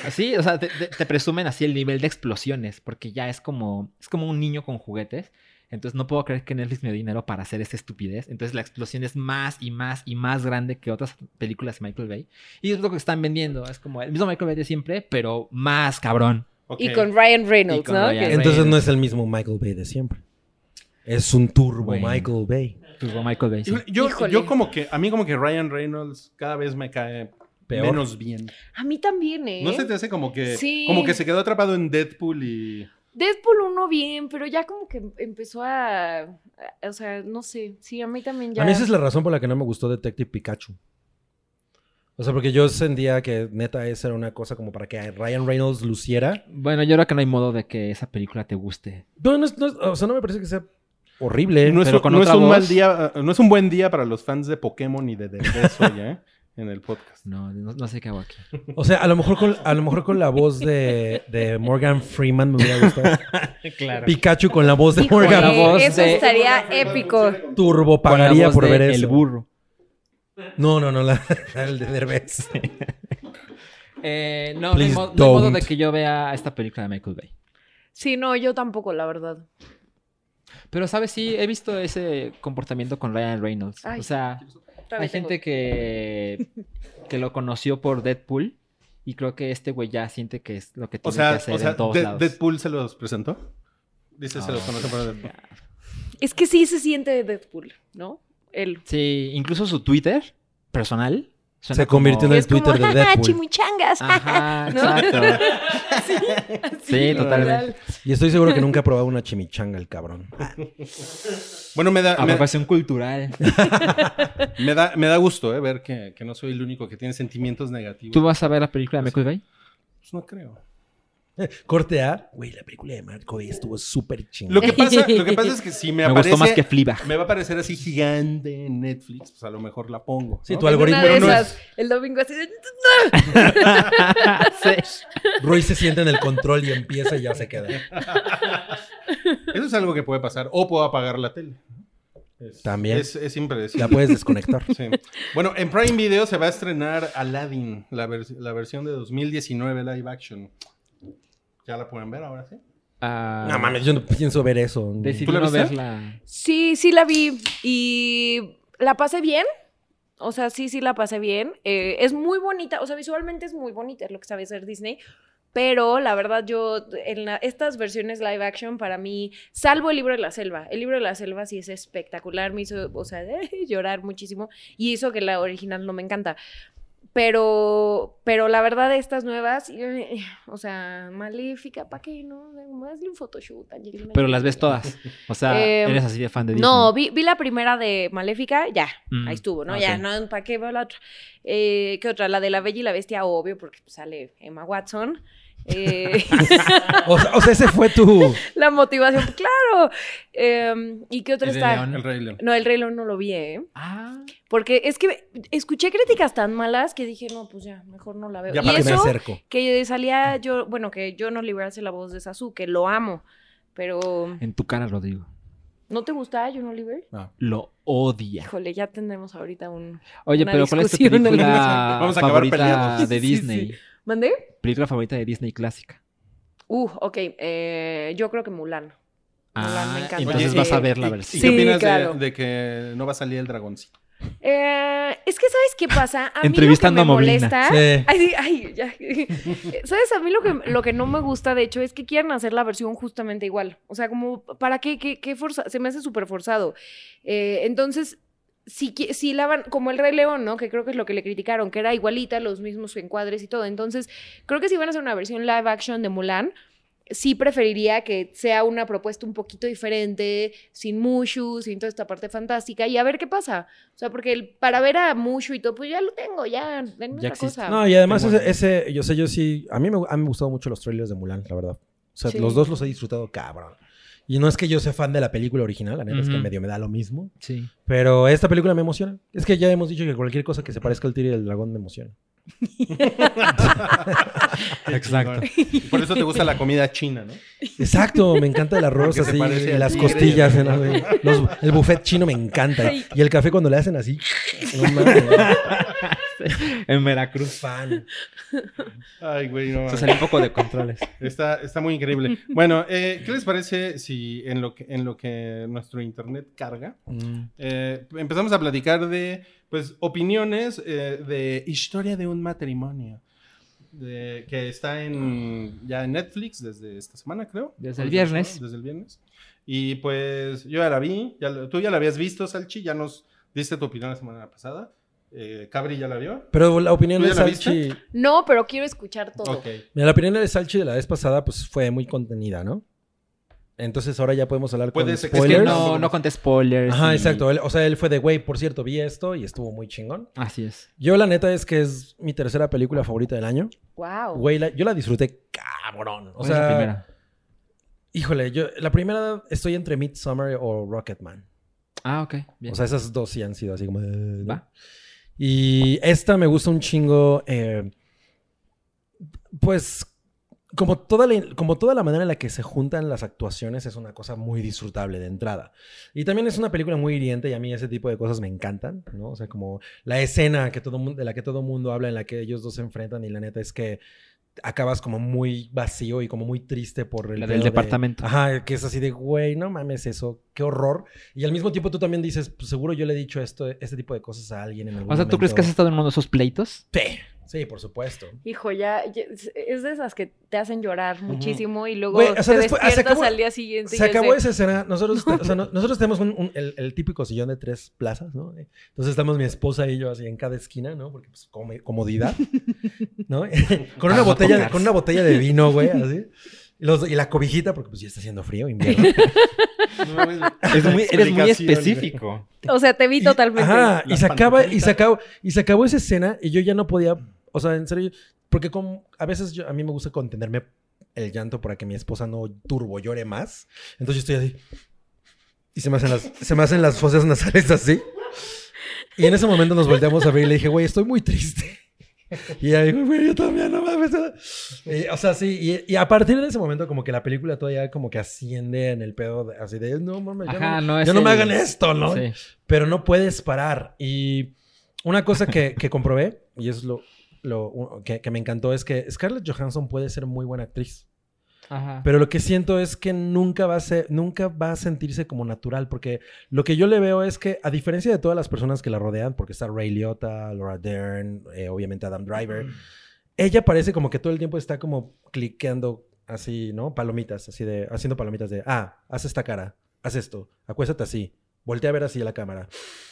[SPEAKER 4] así, o sea, te, te- te presumen así el nivel de explosiones, porque ya es como, es como un niño con juguetes. Entonces no puedo creer que Netflix me dio dinero para hacer esta estupidez. Entonces la explosión es más y más y más grande que otras películas de Michael Bay. Y es lo que están vendiendo. Es como el mismo Michael Bay de siempre, pero más cabrón.
[SPEAKER 3] Ok.
[SPEAKER 5] Y con Ryan Reynolds,
[SPEAKER 4] Y con
[SPEAKER 5] ¿no?
[SPEAKER 4] Ryan
[SPEAKER 5] Que-
[SPEAKER 4] Reynolds.
[SPEAKER 2] Entonces no es el mismo Michael Bay de siempre. Es un turbo
[SPEAKER 4] Bueno.
[SPEAKER 2] Michael Bay.
[SPEAKER 4] Tuvo pues, Michael Bay. sí.
[SPEAKER 3] Híjole, Yo,
[SPEAKER 5] Híjole.
[SPEAKER 3] yo como que, a mí como que Ryan Reynolds cada vez me cae
[SPEAKER 2] Peor.
[SPEAKER 3] menos bien.
[SPEAKER 5] A mí también, ¿eh?
[SPEAKER 3] ¿No se te hace como que,
[SPEAKER 5] Sí.
[SPEAKER 3] como que se quedó atrapado en Deadpool y...
[SPEAKER 5] Deadpool uno bien, pero ya como que em- empezó a, a- O sea, no sé. Sí, a mí también ya.
[SPEAKER 2] A mí esa es la razón por la que no me gustó Detective Pikachu. O sea, porque yo sentía que neta esa era una cosa como para que Ryan Reynolds luciera.
[SPEAKER 4] Bueno, yo creo que no hay modo de que esa película te guste.
[SPEAKER 2] No, no es- no es- o sea, no me parece que sea horrible.
[SPEAKER 3] No es,
[SPEAKER 4] pero
[SPEAKER 3] un-
[SPEAKER 4] con
[SPEAKER 3] no es
[SPEAKER 4] otra
[SPEAKER 3] un
[SPEAKER 4] voz.
[SPEAKER 3] mal día, eh, no es un buen día para los fans de Pokémon y de Derbez hoy, ¿eh? En el podcast.
[SPEAKER 4] No, no, no sé qué hago aquí.
[SPEAKER 2] O sea, a lo mejor con, a lo mejor con la voz de, de Morgan Freeman me hubiera gustado.
[SPEAKER 4] [laughs] Claro.
[SPEAKER 2] Pikachu con la voz de
[SPEAKER 5] Híjole,
[SPEAKER 2] Morgan ¿eh?
[SPEAKER 4] la voz
[SPEAKER 5] eso
[SPEAKER 4] de-
[SPEAKER 5] estaría épico.
[SPEAKER 2] Turbo pagaría por ver
[SPEAKER 4] El
[SPEAKER 2] eso.
[SPEAKER 4] burro.
[SPEAKER 2] no, no, no, la, el de Derbez.
[SPEAKER 4] [laughs] Eh, no, no hay,
[SPEAKER 2] Please
[SPEAKER 4] mo- no hay modo
[SPEAKER 2] don't.
[SPEAKER 4] de que yo vea esta película de Michael Bay.
[SPEAKER 5] Sí, no, yo tampoco, la verdad.
[SPEAKER 4] Pero, ¿sabes? Sí, he visto ese comportamiento con Ryan Reynolds.
[SPEAKER 5] Ay,
[SPEAKER 4] o sea,
[SPEAKER 5] Todavía
[SPEAKER 4] hay
[SPEAKER 5] tengo-
[SPEAKER 4] gente que, que lo conoció por Deadpool y creo que este güey ya siente que es lo que
[SPEAKER 3] O
[SPEAKER 4] tiene que
[SPEAKER 3] sea,
[SPEAKER 4] hacer
[SPEAKER 3] o sea
[SPEAKER 4] en todos
[SPEAKER 3] De-
[SPEAKER 4] lados. Ah,
[SPEAKER 3] Deadpool se los presentó. Dice, se
[SPEAKER 4] No,
[SPEAKER 3] los conoce por Deadpool.
[SPEAKER 5] Es que sí se siente de Deadpool, ¿no? Él.
[SPEAKER 4] Sí, incluso su Twitter personal suena
[SPEAKER 2] Se convirtió en
[SPEAKER 4] como-
[SPEAKER 2] el Twitter de Deadpool.
[SPEAKER 5] chimichangas. [laughs]
[SPEAKER 4] Ajá,
[SPEAKER 5] ¿No?
[SPEAKER 4] exacto. Sí, totalmente.
[SPEAKER 5] literal.
[SPEAKER 2] Y estoy seguro que nunca ha probado una chimichanga el cabrón.
[SPEAKER 3] Bueno, me da, me-
[SPEAKER 4] Apropiación cultural. pues.
[SPEAKER 3] Me da, me da gusto eh, ver que, que no soy el único que tiene sentimientos negativos.
[SPEAKER 4] ¿Tú vas a ver la película de Michael Bay?
[SPEAKER 3] Pues no creo.
[SPEAKER 2] Corte A. Güey, la película de Marco Bay estuvo súper
[SPEAKER 3] Lo
[SPEAKER 2] chingada.
[SPEAKER 3] que pasa, lo que pasa es que si me,
[SPEAKER 4] [laughs] Me,
[SPEAKER 3] aparece,
[SPEAKER 4] gustó más que Fleabag.
[SPEAKER 3] [laughs] me va a parecer así gigante en Netflix, pues a lo mejor la pongo. ¿no?
[SPEAKER 2] Sí, tu
[SPEAKER 5] En
[SPEAKER 2] algoritmo
[SPEAKER 5] una de
[SPEAKER 2] no
[SPEAKER 5] esas,
[SPEAKER 2] es.
[SPEAKER 5] El domingo así de...
[SPEAKER 3] Ah,
[SPEAKER 4] Sí.
[SPEAKER 2] Roy se siente en el control y empieza y ya se queda.
[SPEAKER 3] Eso es algo que puede pasar. O puedo apagar la tele. Es-
[SPEAKER 2] También.
[SPEAKER 3] Es, es impredecible.
[SPEAKER 2] La puedes desconectar.
[SPEAKER 3] [laughs] Sí. Bueno, en Prime Video se va a estrenar Aladdin, la, vers- la versión de 2019 live action. Ya la pueden ver ahora, ¿sí?
[SPEAKER 4] Ah,
[SPEAKER 2] No mames, yo no pienso ver eso.
[SPEAKER 4] Decidí
[SPEAKER 3] ¿Tú la
[SPEAKER 4] no
[SPEAKER 3] viste?
[SPEAKER 4] verla.
[SPEAKER 5] Sí, sí la vi y la pasé bien. O sea, sí, sí la pasé bien. Eh, es muy bonita, o sea, visualmente es muy bonita, es lo que sabe hacer Disney. Pero la verdad, yo, en la- estas versiones live action, para mí, salvo el libro de la selva. El libro de la selva sí es espectacular, me hizo, o sea, [laughs] llorar muchísimo. Y hizo que la original no me encanta. Pero, pero la verdad, estas nuevas, o sea, maléfica, ¿para qué? No, hazle un photoshoot. Angelina
[SPEAKER 4] Pero las
[SPEAKER 5] Jolie.
[SPEAKER 4] ves todas. O sea,
[SPEAKER 5] Eh,
[SPEAKER 4] eres así de fan de Disney.
[SPEAKER 5] No, vi, vi la primera de Maléfica, ya,
[SPEAKER 4] Mm,
[SPEAKER 5] ahí estuvo, ¿no?
[SPEAKER 4] ok.
[SPEAKER 5] Ya, no, ¿para qué veo la otra? Eh, ¿Qué otra? La de La Bella y la Bestia, obvio, porque pues, sale Emma Watson.
[SPEAKER 4] [laughs]
[SPEAKER 5] Eh, [laughs]
[SPEAKER 2] O sea, o sea, ese fue tu.
[SPEAKER 5] la motivación, claro. Em, ¿Y qué otro
[SPEAKER 4] ¿El de
[SPEAKER 5] está?
[SPEAKER 4] León?
[SPEAKER 3] El Rey León.
[SPEAKER 5] No, el Rey León no lo vi, ¿eh?
[SPEAKER 4] Ah,
[SPEAKER 5] Porque es que escuché críticas tan malas que dije, no, pues ya, mejor no la veo.
[SPEAKER 2] Ya
[SPEAKER 5] y
[SPEAKER 2] para que me
[SPEAKER 5] eso
[SPEAKER 2] acerco.
[SPEAKER 5] que
[SPEAKER 4] Ah.
[SPEAKER 5] salía yo, bueno, que yo no liberase la voz de Sasuke, lo amo. Pero,
[SPEAKER 4] en tu cara, Rodrigo.
[SPEAKER 5] ¿no te gusta John Oliver?
[SPEAKER 4] Lo odia.
[SPEAKER 5] Híjole, ya tendremos ahorita un...
[SPEAKER 4] Oye,
[SPEAKER 5] Una
[SPEAKER 4] pero ¿cuál es tu
[SPEAKER 5] discusión
[SPEAKER 4] película
[SPEAKER 5] alguna
[SPEAKER 3] vez. Vamos a acabar
[SPEAKER 4] favorita
[SPEAKER 3] peleados.
[SPEAKER 4] de
[SPEAKER 3] Sí,
[SPEAKER 4] Disney?
[SPEAKER 5] ¿Mandé?
[SPEAKER 4] Película favorita de Disney clásica.
[SPEAKER 5] Uh, ok. eh, yo creo que Mulan. Mulan, me
[SPEAKER 4] Ah,
[SPEAKER 5] encanta.
[SPEAKER 4] entonces
[SPEAKER 3] Oye,
[SPEAKER 4] vas a
[SPEAKER 5] eh,
[SPEAKER 4] ver la
[SPEAKER 3] ¿Y- ¿Y
[SPEAKER 4] versión.
[SPEAKER 5] Sí,
[SPEAKER 3] qué opinas de-
[SPEAKER 5] claro.
[SPEAKER 3] de, que no va a salir el
[SPEAKER 5] [laughs]
[SPEAKER 3] dragoncito?
[SPEAKER 5] Eh, es que, ¿sabes qué pasa? A mí
[SPEAKER 4] Entrevistando
[SPEAKER 5] lo que me
[SPEAKER 4] a Moblina.
[SPEAKER 5] molesta...
[SPEAKER 2] Sí.
[SPEAKER 5] Ay, sí, ay, ya. [laughs] ¿Sabes? A mí lo que, lo que no me gusta, de hecho, es que quieran hacer la versión justamente igual. O sea, como, ¿para qué? ¿Qué, qué forza? Se me hace súper forzado. Eh, entonces, si, qui- si la van, como el Rey León, ¿no? Que creo que es lo que le criticaron, que era igualita, los mismos encuadres y todo. Entonces, creo que si van a hacer una versión live action de Mulan, sí preferiría que sea una propuesta un poquito diferente, sin Mushu, sin toda esta parte fantástica, y a ver qué pasa. O sea, porque el- para ver a Mushu y todo, pues ya lo tengo, ya, denme
[SPEAKER 4] Ya
[SPEAKER 5] otra
[SPEAKER 4] existe.
[SPEAKER 5] cosa.
[SPEAKER 2] No, y además
[SPEAKER 3] Tengo
[SPEAKER 2] ese, ese- yo sé, yo sí, a mí me, han gustado mucho los trailers de Mulan, la verdad. O sea,
[SPEAKER 5] Sí.
[SPEAKER 2] los dos los he disfrutado cabrón. Y no es que yo sea fan de la película original, la neta es que
[SPEAKER 4] Ujú.
[SPEAKER 2] medio me da lo mismo.
[SPEAKER 4] [laughs] Sí.
[SPEAKER 2] Pero esta película me emociona. Es que ya hemos dicho que cualquier cosa que se parezca al Tiri del Dragón me emociona.
[SPEAKER 4] [laughs] Exacto.
[SPEAKER 3] Por eso te gusta la comida china, ¿no?
[SPEAKER 2] Exacto, me encanta el arroz
[SPEAKER 3] Porque se
[SPEAKER 2] así,
[SPEAKER 3] parece
[SPEAKER 2] y
[SPEAKER 3] al
[SPEAKER 2] las
[SPEAKER 3] tigre.
[SPEAKER 2] costillas, ¿no, güey? Los- el buffet chino me encanta. Y el café cuando le hacen así. No mames,
[SPEAKER 4] En Veracruz.
[SPEAKER 2] fan.
[SPEAKER 3] Ay, güey, no.
[SPEAKER 4] Se
[SPEAKER 3] mames.
[SPEAKER 4] salió un poco de controles.
[SPEAKER 3] Está, está muy increíble. Bueno, eh, ¿qué les parece si en lo que, en lo que nuestro internet carga,
[SPEAKER 2] Mm.
[SPEAKER 3] eh, empezamos a platicar de pues, opiniones eh, de historia de un matrimonio? de- que está en, ya en Netflix desde esta semana, creo.
[SPEAKER 4] Desde el viernes.
[SPEAKER 3] Desde el viernes. Y pues yo ya la vi. ya la- tú ya la habías visto, Salchi. Ya nos diste tu opinión la semana pasada. Eh, Cabri ya la vio.
[SPEAKER 2] Pero la opinión
[SPEAKER 3] ¿Tú ya
[SPEAKER 2] de
[SPEAKER 3] la
[SPEAKER 2] Salchi.
[SPEAKER 5] No, pero quiero escuchar todo.
[SPEAKER 3] Ok.
[SPEAKER 2] Mira, la opinión de Salchi de la vez pasada, pues fue muy contenida, ¿no? Entonces ahora ya podemos hablar con
[SPEAKER 3] Puedes- es que
[SPEAKER 4] Es que
[SPEAKER 2] spoilers.
[SPEAKER 4] no, no conté spoilers.
[SPEAKER 2] Ajá,
[SPEAKER 4] y-
[SPEAKER 2] exacto. Él- o sea, él fue de, güey, por cierto, vi esto y estuvo muy chingón.
[SPEAKER 4] Así es.
[SPEAKER 2] Yo la neta es que es mi tercera película favorita del año.
[SPEAKER 5] Wow.
[SPEAKER 2] Güey, la- yo la disfruté cabrón. O
[SPEAKER 4] ¿Cuál es la
[SPEAKER 2] sea,
[SPEAKER 4] primera?
[SPEAKER 2] híjole, yo la primera estoy entre Midsummer o Rocketman.
[SPEAKER 4] Ah, ok. Bien.
[SPEAKER 2] O sea, esas dos sí han sido así como... eh, ¿no?
[SPEAKER 4] Va.
[SPEAKER 2] Y esta me gusta un chingo. eh, pues, como toda, la, como toda la manera en la que se juntan las actuaciones es una cosa muy disfrutable de entrada. Y también es una película muy hiriente y a mí ese tipo de cosas me encantan, ¿no? O sea, como la escena que todo, mun- de la que todo mundo habla, en la que ellos dos se enfrentan y la neta es que acabas como muy vacío y como muy triste por el
[SPEAKER 4] La del
[SPEAKER 2] pedo de-
[SPEAKER 4] departamento.
[SPEAKER 2] ajá que es así de güey no mames eso qué horror y al mismo tiempo tú también dices pues, seguro yo le he dicho esto este tipo de cosas a alguien en algún
[SPEAKER 4] O sea, ¿tú crees que este? has
[SPEAKER 2] momento".
[SPEAKER 4] estado en uno de esos pleitos?
[SPEAKER 2] Sí, sí, por supuesto.
[SPEAKER 5] Hijo, ya, ya- es de esas que te hacen llorar muchísimo y luego
[SPEAKER 2] Güey, o sea,
[SPEAKER 5] te
[SPEAKER 2] después- ah, se
[SPEAKER 5] despiertas
[SPEAKER 2] acabó-
[SPEAKER 5] al día siguiente. y
[SPEAKER 2] Se
[SPEAKER 5] es de-
[SPEAKER 2] acabó esa escena.
[SPEAKER 4] [laughs]
[SPEAKER 2] Nosotros, o sea, no- nosotros tenemos un- un- el, el típico sillón de tres plazas, ¿no? Entonces estamos mi esposa y yo así en cada esquina, ¿no? Porque pues como- comodidad,
[SPEAKER 4] [laughs]
[SPEAKER 2] ¿no? con, una
[SPEAKER 4] no
[SPEAKER 2] botella, de-
[SPEAKER 4] tocarse.
[SPEAKER 2] con una botella de vino, güey, así. Y, los- y la cobijita porque pues ya está haciendo frío, invierno.
[SPEAKER 3] [laughs]
[SPEAKER 4] Es muy, eres muy
[SPEAKER 3] Explicación.
[SPEAKER 4] específico.
[SPEAKER 5] O sea, te vi
[SPEAKER 2] Y-
[SPEAKER 5] totalmente.
[SPEAKER 2] Ajá, y
[SPEAKER 3] Las
[SPEAKER 2] se acaba, y
[SPEAKER 3] pantuflitas.
[SPEAKER 2] se acabó, y se acabó esa escena y yo ya no podía, o sea, en serio, porque como, a veces yo- a mí me gusta contenerme el llanto para que mi esposa no turbo llore más. Entonces yo estoy así. Y se me hacen las, se me hacen las fosas nasales así. Y en ese momento nos volteamos a ver y le dije, güey, estoy muy triste. Y ella dijo, güey, yo también, no mames. Y, o sea, sí, y, y a partir de ese momento como que la película todavía como que asciende en el pedo, de- así de, no mames, ya
[SPEAKER 4] Ajá,
[SPEAKER 2] no,
[SPEAKER 4] no es
[SPEAKER 2] ya no me
[SPEAKER 4] el-
[SPEAKER 2] hagan esto, ¿no?
[SPEAKER 4] Sí.
[SPEAKER 2] pero no puedes parar. Y una cosa que, que comprobé, y es lo, lo u- que, que me encantó, es que Scarlett Johansson puede ser muy buena actriz.
[SPEAKER 4] Ajá.
[SPEAKER 2] Pero lo que siento es que nunca va a ser, nunca va a sentirse como natural, porque lo que yo le veo es que, a diferencia de todas las personas que la rodean, porque está Ray Liotta, Laura Dern, eh, obviamente Adam Driver, ella parece como que todo el tiempo está como cliqueando así, ¿no? Palomitas, así de, haciendo palomitas de, ah, haz esta cara, haz esto, acuéstate así, voltea a ver así a la cámara,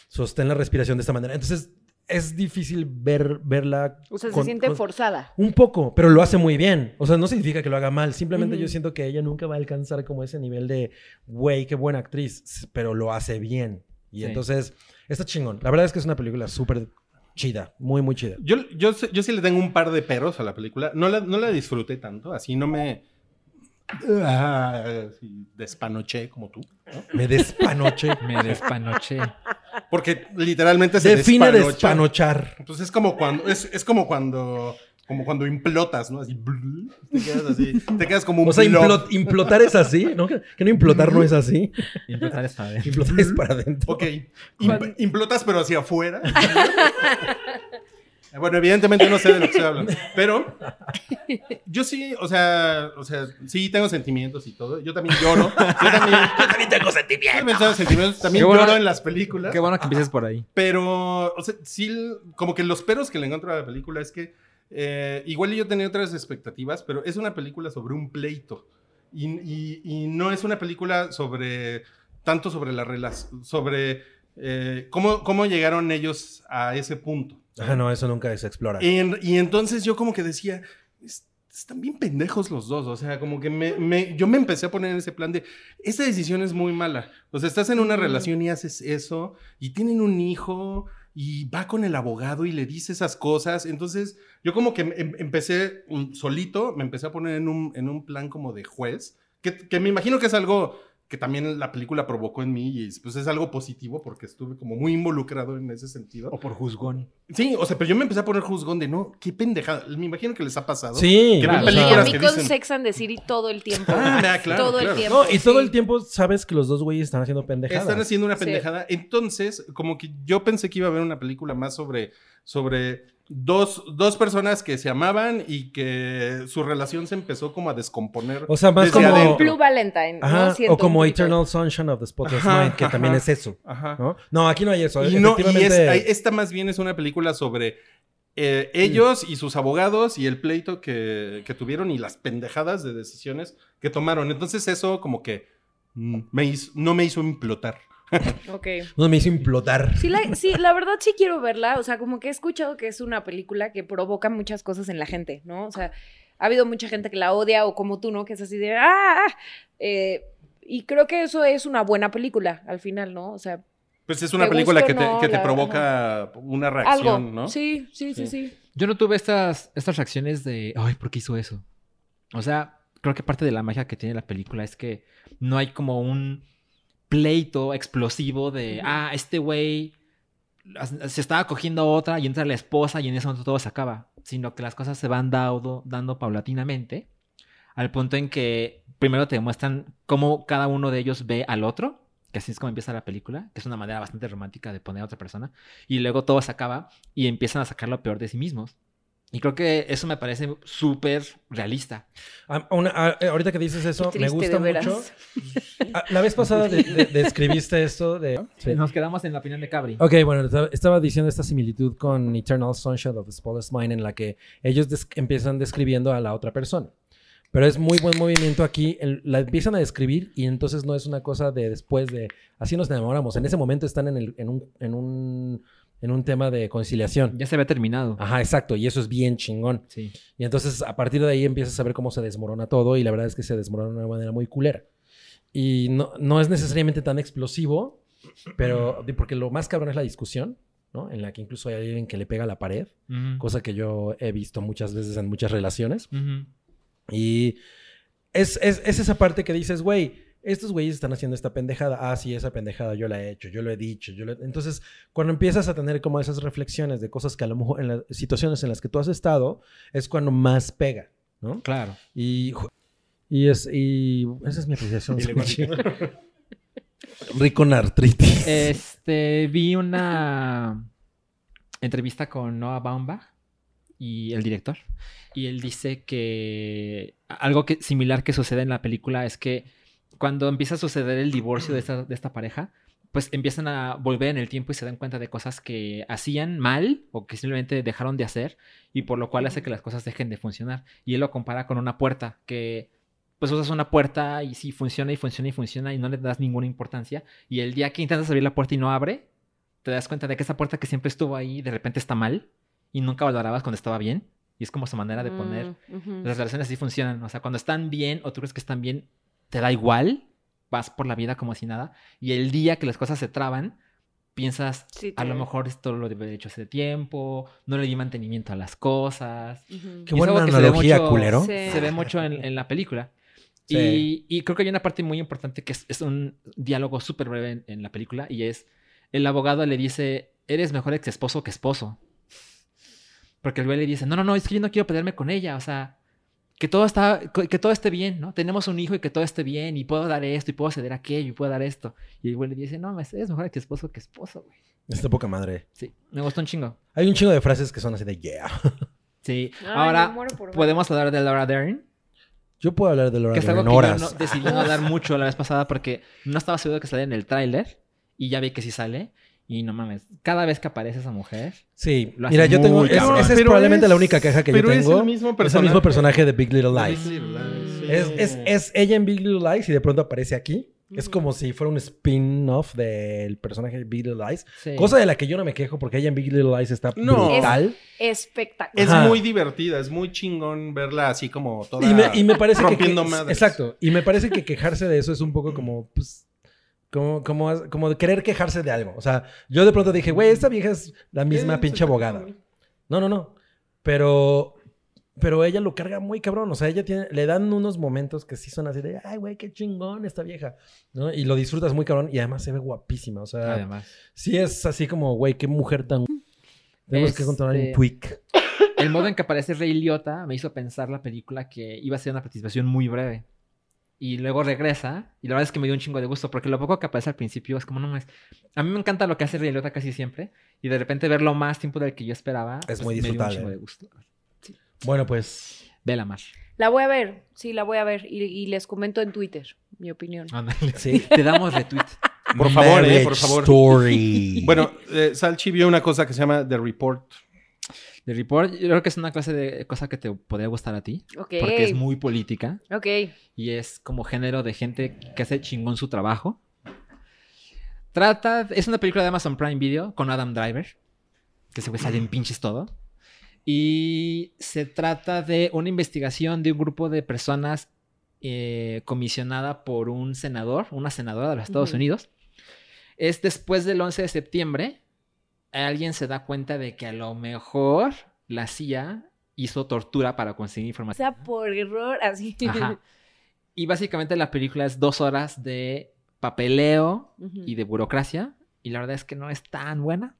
[SPEAKER 2] sostén la respiración de esta manera. Entonces, es difícil ver, verla.
[SPEAKER 5] O sea, se
[SPEAKER 2] con-
[SPEAKER 5] siente
[SPEAKER 2] con-
[SPEAKER 5] forzada.
[SPEAKER 2] un poco, pero lo hace muy bien. O sea, no significa que lo haga mal. Simplemente
[SPEAKER 5] Ujú.
[SPEAKER 2] yo siento que ella nunca va a alcanzar como ese nivel de, güey, qué buena actriz, s- pero lo hace bien. Y
[SPEAKER 4] Sí.
[SPEAKER 2] entonces, está chingón. La verdad es que es una película súper chida, muy, muy chida.
[SPEAKER 3] Yo, yo, sí- yo sí le tengo un par de peros a la película. No la, no la disfruté tanto, así no me... Ah, así despanoché como tú. ¿no?
[SPEAKER 2] Me
[SPEAKER 3] [laughs]
[SPEAKER 2] despanoche.
[SPEAKER 4] Me despanoché.
[SPEAKER 3] Porque literalmente se
[SPEAKER 2] Define
[SPEAKER 3] despanocha.
[SPEAKER 2] despanochar.
[SPEAKER 3] Pues es como cuando, es, es como cuando, como cuando implotas, ¿no? Así, blul, te quedas así, te quedas como un
[SPEAKER 2] O sea,
[SPEAKER 3] pilón.
[SPEAKER 2] implot- implotar es así, ¿no? Que que no implotar no es
[SPEAKER 3] [laughs]
[SPEAKER 2] así.
[SPEAKER 4] Y empezar a saber.
[SPEAKER 2] Implotar es para adentro.
[SPEAKER 3] Ok, Im- implotas pero hacia afuera. bueno, evidentemente no sé de lo que estoy hablando, pero yo sí, o sea, o sea, sí tengo sentimientos y todo. Yo también lloro. Yo también, yo también tengo sentimientos. También tengo sentimientos, también
[SPEAKER 4] Qué bueno-
[SPEAKER 3] lloro en las películas.
[SPEAKER 4] Qué bueno que empieces por ahí.
[SPEAKER 3] Pero, o sea, sí, como que los peros que le encuentro a la película es que eh, igual yo tenía otras expectativas, pero es una película sobre un pleito. Y, y- y no es una película sobre, tanto sobre la relación, sobre eh, cómo, cómo llegaron ellos a ese punto.
[SPEAKER 2] Ah, no, eso nunca se explora.
[SPEAKER 3] En- y entonces yo como que decía, "Es- están bien pendejos los dos, o sea, como que me, me- yo me empecé a poner en ese plan de, esta decisión es muy mala, o sea, estás en una
[SPEAKER 5] Mm.
[SPEAKER 3] relación y haces eso, y tienen un hijo, y va con el abogado y le dice esas cosas, entonces yo como que em- em- empecé mm, solito, me empecé a poner en un, en un plan como de juez, que, que me imagino que es algo que también la película provocó en mí y pues es algo positivo porque estuve como muy involucrado en ese sentido.
[SPEAKER 4] por juzgón.
[SPEAKER 3] Sí, o sea, pero yo me empecé a poner juzgón de no, qué pendejada. Me imagino que les ha pasado.
[SPEAKER 2] Sí,
[SPEAKER 3] Gran
[SPEAKER 2] o sea,
[SPEAKER 5] Y a
[SPEAKER 3] películas
[SPEAKER 5] mí
[SPEAKER 3] que
[SPEAKER 5] con
[SPEAKER 3] dicen-
[SPEAKER 5] Sex and the City todo el tiempo.
[SPEAKER 3] Ah, nah, claro,
[SPEAKER 5] todo
[SPEAKER 3] claro.
[SPEAKER 5] el tiempo.
[SPEAKER 2] No, y todo
[SPEAKER 5] sí.
[SPEAKER 2] el tiempo sabes que los dos güeyes están haciendo pendejadas.
[SPEAKER 3] Están haciendo una
[SPEAKER 5] Sí.
[SPEAKER 3] pendejada. Entonces, como que yo pensé que iba a haber una película más sobre, sobre dos, dos personas que se amaban y que su relación se empezó como a descomponer.
[SPEAKER 2] O sea, más
[SPEAKER 3] desde
[SPEAKER 5] Como
[SPEAKER 2] adentro.
[SPEAKER 5] Blue Valentine.
[SPEAKER 2] Ajá,
[SPEAKER 5] [laughs] ¿no? Siento
[SPEAKER 2] o como
[SPEAKER 5] un poquito.
[SPEAKER 2] Eternal Sunshine of the Spotless
[SPEAKER 3] Ajá,
[SPEAKER 2] Mind, que también
[SPEAKER 3] ajá.
[SPEAKER 2] es eso,
[SPEAKER 3] Ajá.
[SPEAKER 2] ¿no? No, aquí no hay eso.
[SPEAKER 3] Y, no, y es-
[SPEAKER 2] Efectivamente,
[SPEAKER 3] esta más bien es una película sobre eh, ellos y sus abogados y el pleito que, que tuvieron y las pendejadas de decisiones que tomaron. Entonces eso como que mm, me hizo- no me hizo implotar.
[SPEAKER 5] Ok.
[SPEAKER 2] no me hizo implotar.
[SPEAKER 5] Sí la, sí, la verdad sí quiero verla. O sea, como que he escuchado que es una película que provoca muchas cosas en la gente, ¿no? O sea, ha habido mucha gente que la odia o como tú, ¿no? Que es así de, ¡ah! ah". Eh, y creo que eso es una buena película al final, ¿no? O sea,
[SPEAKER 3] Pues es una
[SPEAKER 5] Te
[SPEAKER 3] película
[SPEAKER 5] guste
[SPEAKER 3] que
[SPEAKER 5] o
[SPEAKER 3] te,
[SPEAKER 5] no,
[SPEAKER 3] que te
[SPEAKER 5] la-
[SPEAKER 3] provoca una reacción,
[SPEAKER 5] algo.
[SPEAKER 3] ¿no?
[SPEAKER 5] Sí, sí, sí, sí.
[SPEAKER 4] Yo no tuve estas, estas reacciones de, ay, ¿por qué hizo eso? O sea, creo que parte de la magia que tiene la película es que no hay como un pleito explosivo de,
[SPEAKER 5] Ujú.
[SPEAKER 4] ah, este güey as- se estaba cogiendo a otra y entra la esposa y en ese momento todo se acaba, sino que las cosas se van dado- dando paulatinamente al punto en que primero te demuestran cómo cada uno de ellos ve al otro, que así es como empieza la película, que es una manera bastante romántica de poner a otra persona, y luego todo se acaba y empiezan a sacar lo peor de sí mismos. Y creo que eso me parece súper realista.
[SPEAKER 2] A- a una- a- eh, ahorita que dices eso,
[SPEAKER 5] Qué
[SPEAKER 2] me
[SPEAKER 5] triste,
[SPEAKER 2] gusta
[SPEAKER 5] de veras.
[SPEAKER 2] mucho. Ah, la vez pasada de- de- describiste esto de... sí.
[SPEAKER 4] Nos quedamos en la opinión de Cabri.
[SPEAKER 2] Ok, bueno, esta- estaba diciendo esta similitud con Eternal Sunshine of the Spotless Mind en la que ellos des- empiezan describiendo a la otra persona. Pero es muy buen movimiento aquí, el- la empiezan a describir y entonces no es una cosa de después de, así nos enamoramos, en ese momento están en, el- en un, en, un, en un tema de conciliación.
[SPEAKER 4] Ya se había terminado.
[SPEAKER 2] Ajá, exacto, y eso es bien chingón.
[SPEAKER 4] Sí.
[SPEAKER 2] Y entonces a partir de ahí empiezas a ver cómo se desmorona todo y la verdad es que se desmorona de una manera muy culera. Y no, no es necesariamente tan explosivo, pero porque lo más cabrón es la discusión, ¿no? En la que incluso hay alguien que le pega a la pared,
[SPEAKER 4] Ujú.
[SPEAKER 2] cosa que yo he visto muchas veces en muchas relaciones.
[SPEAKER 4] Ujú.
[SPEAKER 2] Y es, es, es esa parte que dices, güey, estos güeyes están haciendo esta pendejada. Ah, sí, esa pendejada yo la he hecho, yo lo he dicho. Yo lo he-". Entonces, cuando empiezas a tener como esas reflexiones de cosas que a lo mejor en las situaciones en las que tú has estado, es cuando más pega, ¿no?
[SPEAKER 4] Claro.
[SPEAKER 2] Y, ju- y, es, y esa es mi apreciación. Sanchi. [laughs] Rico en artritis.
[SPEAKER 4] Este, vi una entrevista con Noah Baumbach y el director. Y él dice que algo que, similar que sucede en la película es que cuando empieza a suceder el divorcio de esta, de esta pareja, pues empiezan a volver en el tiempo y se dan cuenta de cosas que hacían mal o que simplemente dejaron de hacer y por lo cual hace que las cosas dejen de funcionar. Y él lo compara con una puerta que pues usas una puerta y sí funciona y funciona y funciona y no le das ninguna importancia y el día que intentas abrir la puerta y no abre, te das cuenta de que esa puerta que siempre estuvo ahí de repente está mal y nunca valorabas cuando estaba bien. Y es como su manera de poner
[SPEAKER 5] Mm, ujú.
[SPEAKER 4] las relaciones así funcionan. O sea, cuando están bien o tú crees que están bien, te da igual, vas por la vida como si nada. Y el día que las cosas se traban, piensas,
[SPEAKER 5] Sí,
[SPEAKER 4] a lo
[SPEAKER 5] claro.
[SPEAKER 4] mejor esto lo debe haber hecho hace tiempo, no le di mantenimiento a las cosas.
[SPEAKER 5] Ujú.
[SPEAKER 2] Qué
[SPEAKER 4] Y es
[SPEAKER 2] buena
[SPEAKER 4] algo que se ve
[SPEAKER 2] analogía,
[SPEAKER 4] mucho-
[SPEAKER 2] culero.
[SPEAKER 5] Sí.
[SPEAKER 4] Se ve mucho en, en la película.
[SPEAKER 2] Sí.
[SPEAKER 4] Y, y creo que hay una parte muy importante que es, es un diálogo súper breve en, en la película y es, el abogado le dice, eres mejor ex esposo que esposo. Porque el güey le dice, no, no, no, es que yo no quiero pelearme con ella, o sea, que todo, está, que todo esté bien, ¿no? Tenemos un hijo y que todo esté bien y puedo dar esto y puedo ceder aquello y puedo dar esto. Y el güey le dice, no, es eres mejor ex esposo que esposo, güey.
[SPEAKER 2] Está poca madre.
[SPEAKER 4] Sí, me gustó un chingo.
[SPEAKER 2] Hay un chingo de frases que son así de yeah.
[SPEAKER 4] Sí,
[SPEAKER 5] Ay, me
[SPEAKER 4] ahora
[SPEAKER 5] muero por ver.
[SPEAKER 4] podemos hablar de Laura Dern.
[SPEAKER 2] Yo puedo hablar de Laura
[SPEAKER 4] Que es
[SPEAKER 2] Dern
[SPEAKER 4] algo
[SPEAKER 2] en
[SPEAKER 4] que yo
[SPEAKER 2] horas.
[SPEAKER 4] no, decidí no hablar mucho la vez pasada porque no estaba seguro que salía en el tráiler y ya vi que sí sale. Y no mames, cada vez que aparece esa mujer,
[SPEAKER 2] Sí,
[SPEAKER 4] Lo hace
[SPEAKER 2] mira, yo tengo.
[SPEAKER 4] muy
[SPEAKER 2] es-
[SPEAKER 4] cabrón.
[SPEAKER 2] esa es
[SPEAKER 3] Pero
[SPEAKER 2] probablemente
[SPEAKER 3] es-
[SPEAKER 2] la única queja que yo
[SPEAKER 3] pero
[SPEAKER 2] tengo.
[SPEAKER 3] es
[SPEAKER 2] Es el
[SPEAKER 3] el mismo
[SPEAKER 2] mismo
[SPEAKER 3] personaje.
[SPEAKER 2] personaje de Big Little Lies.
[SPEAKER 3] Big Little Lies, Mm. sí.
[SPEAKER 2] Es, es- es ella en Big Little Lies y de pronto aparece aquí. Es como si fuera un spin-off del personaje de Big Little Lies.
[SPEAKER 4] sí.
[SPEAKER 2] Cosa de la que yo no me quejo porque ella en Big Little Lies está
[SPEAKER 3] No.
[SPEAKER 2] brutal.
[SPEAKER 5] Espectacular.
[SPEAKER 3] Es
[SPEAKER 2] Ajá.
[SPEAKER 3] muy divertida, es muy chingón verla así como toda.
[SPEAKER 2] Y me, y me parece que,
[SPEAKER 3] rompiendo
[SPEAKER 2] que-
[SPEAKER 3] madres.
[SPEAKER 2] Exacto. Y me parece que quejarse de eso es un poco como... pues, como, como, como de querer quejarse de algo. O sea, yo de pronto dije, güey, esta vieja es la misma
[SPEAKER 3] Eh,
[SPEAKER 2] pinche
[SPEAKER 3] se-
[SPEAKER 2] abogada. No, no, no. Pero... Pero ella lo carga muy cabrón. O sea, ella tiene... Le dan unos momentos que sí son así de... Ay, güey, qué chingón esta vieja. ¿no? Y lo disfrutas muy cabrón. Y además se ve guapísima. O sea...
[SPEAKER 3] Ah,
[SPEAKER 4] Además.
[SPEAKER 2] Sí es así como, güey, qué mujer tan... Tenemos que controlar
[SPEAKER 4] Este-
[SPEAKER 2] un tweak.
[SPEAKER 4] El modo en que aparece Rey Liotta me hizo pensar la película que iba a ser una participación muy breve. Y luego regresa, y la verdad es que me dio un chingo de gusto, porque lo poco que aparece al principio es como, no mames. A mí me encanta lo que hace Rey Liotta casi siempre, y de repente verlo más tiempo del que yo esperaba. pues
[SPEAKER 2] Es muy
[SPEAKER 4] Me
[SPEAKER 2] disfrutable.
[SPEAKER 4] dio un chingo de gusto.
[SPEAKER 2] Bueno, pues...
[SPEAKER 4] Vela más.
[SPEAKER 5] La voy a ver, sí, la voy a ver. Y, y les comento en Twitter mi opinión.
[SPEAKER 4] Ándale.
[SPEAKER 3] [laughs]
[SPEAKER 2] Sí.
[SPEAKER 4] Te damos retweet.
[SPEAKER 3] Por favor, eh,
[SPEAKER 2] Marriage
[SPEAKER 3] por favor.
[SPEAKER 2] Story.
[SPEAKER 3] [laughs] Bueno, eh, Salchi vio una cosa que se llama The Report.
[SPEAKER 4] The Report, yo creo que es una clase de cosa que te podría gustar a ti.
[SPEAKER 5] Ok.
[SPEAKER 4] Porque es muy política
[SPEAKER 5] Ok.
[SPEAKER 4] y es como género de gente que hace chingón su trabajo. Trata, es una película de Amazon Prime Video con Adam Driver, que se sale en pinches todo. Y se trata de una investigación de un grupo de personas eh, comisionada por un senador, una senadora de los Estados
[SPEAKER 5] Ujú.
[SPEAKER 4] Unidos. Es después del 11 de septiembre, alguien se da cuenta de que a lo mejor la CIA hizo tortura para conseguir
[SPEAKER 5] O
[SPEAKER 4] información.
[SPEAKER 5] sea, por error, así.
[SPEAKER 4] Ajá. Y básicamente la película es dos horas de papeleo
[SPEAKER 5] [laughs] Ujú.
[SPEAKER 4] y de burocracia. Y la verdad es que no es tan buena.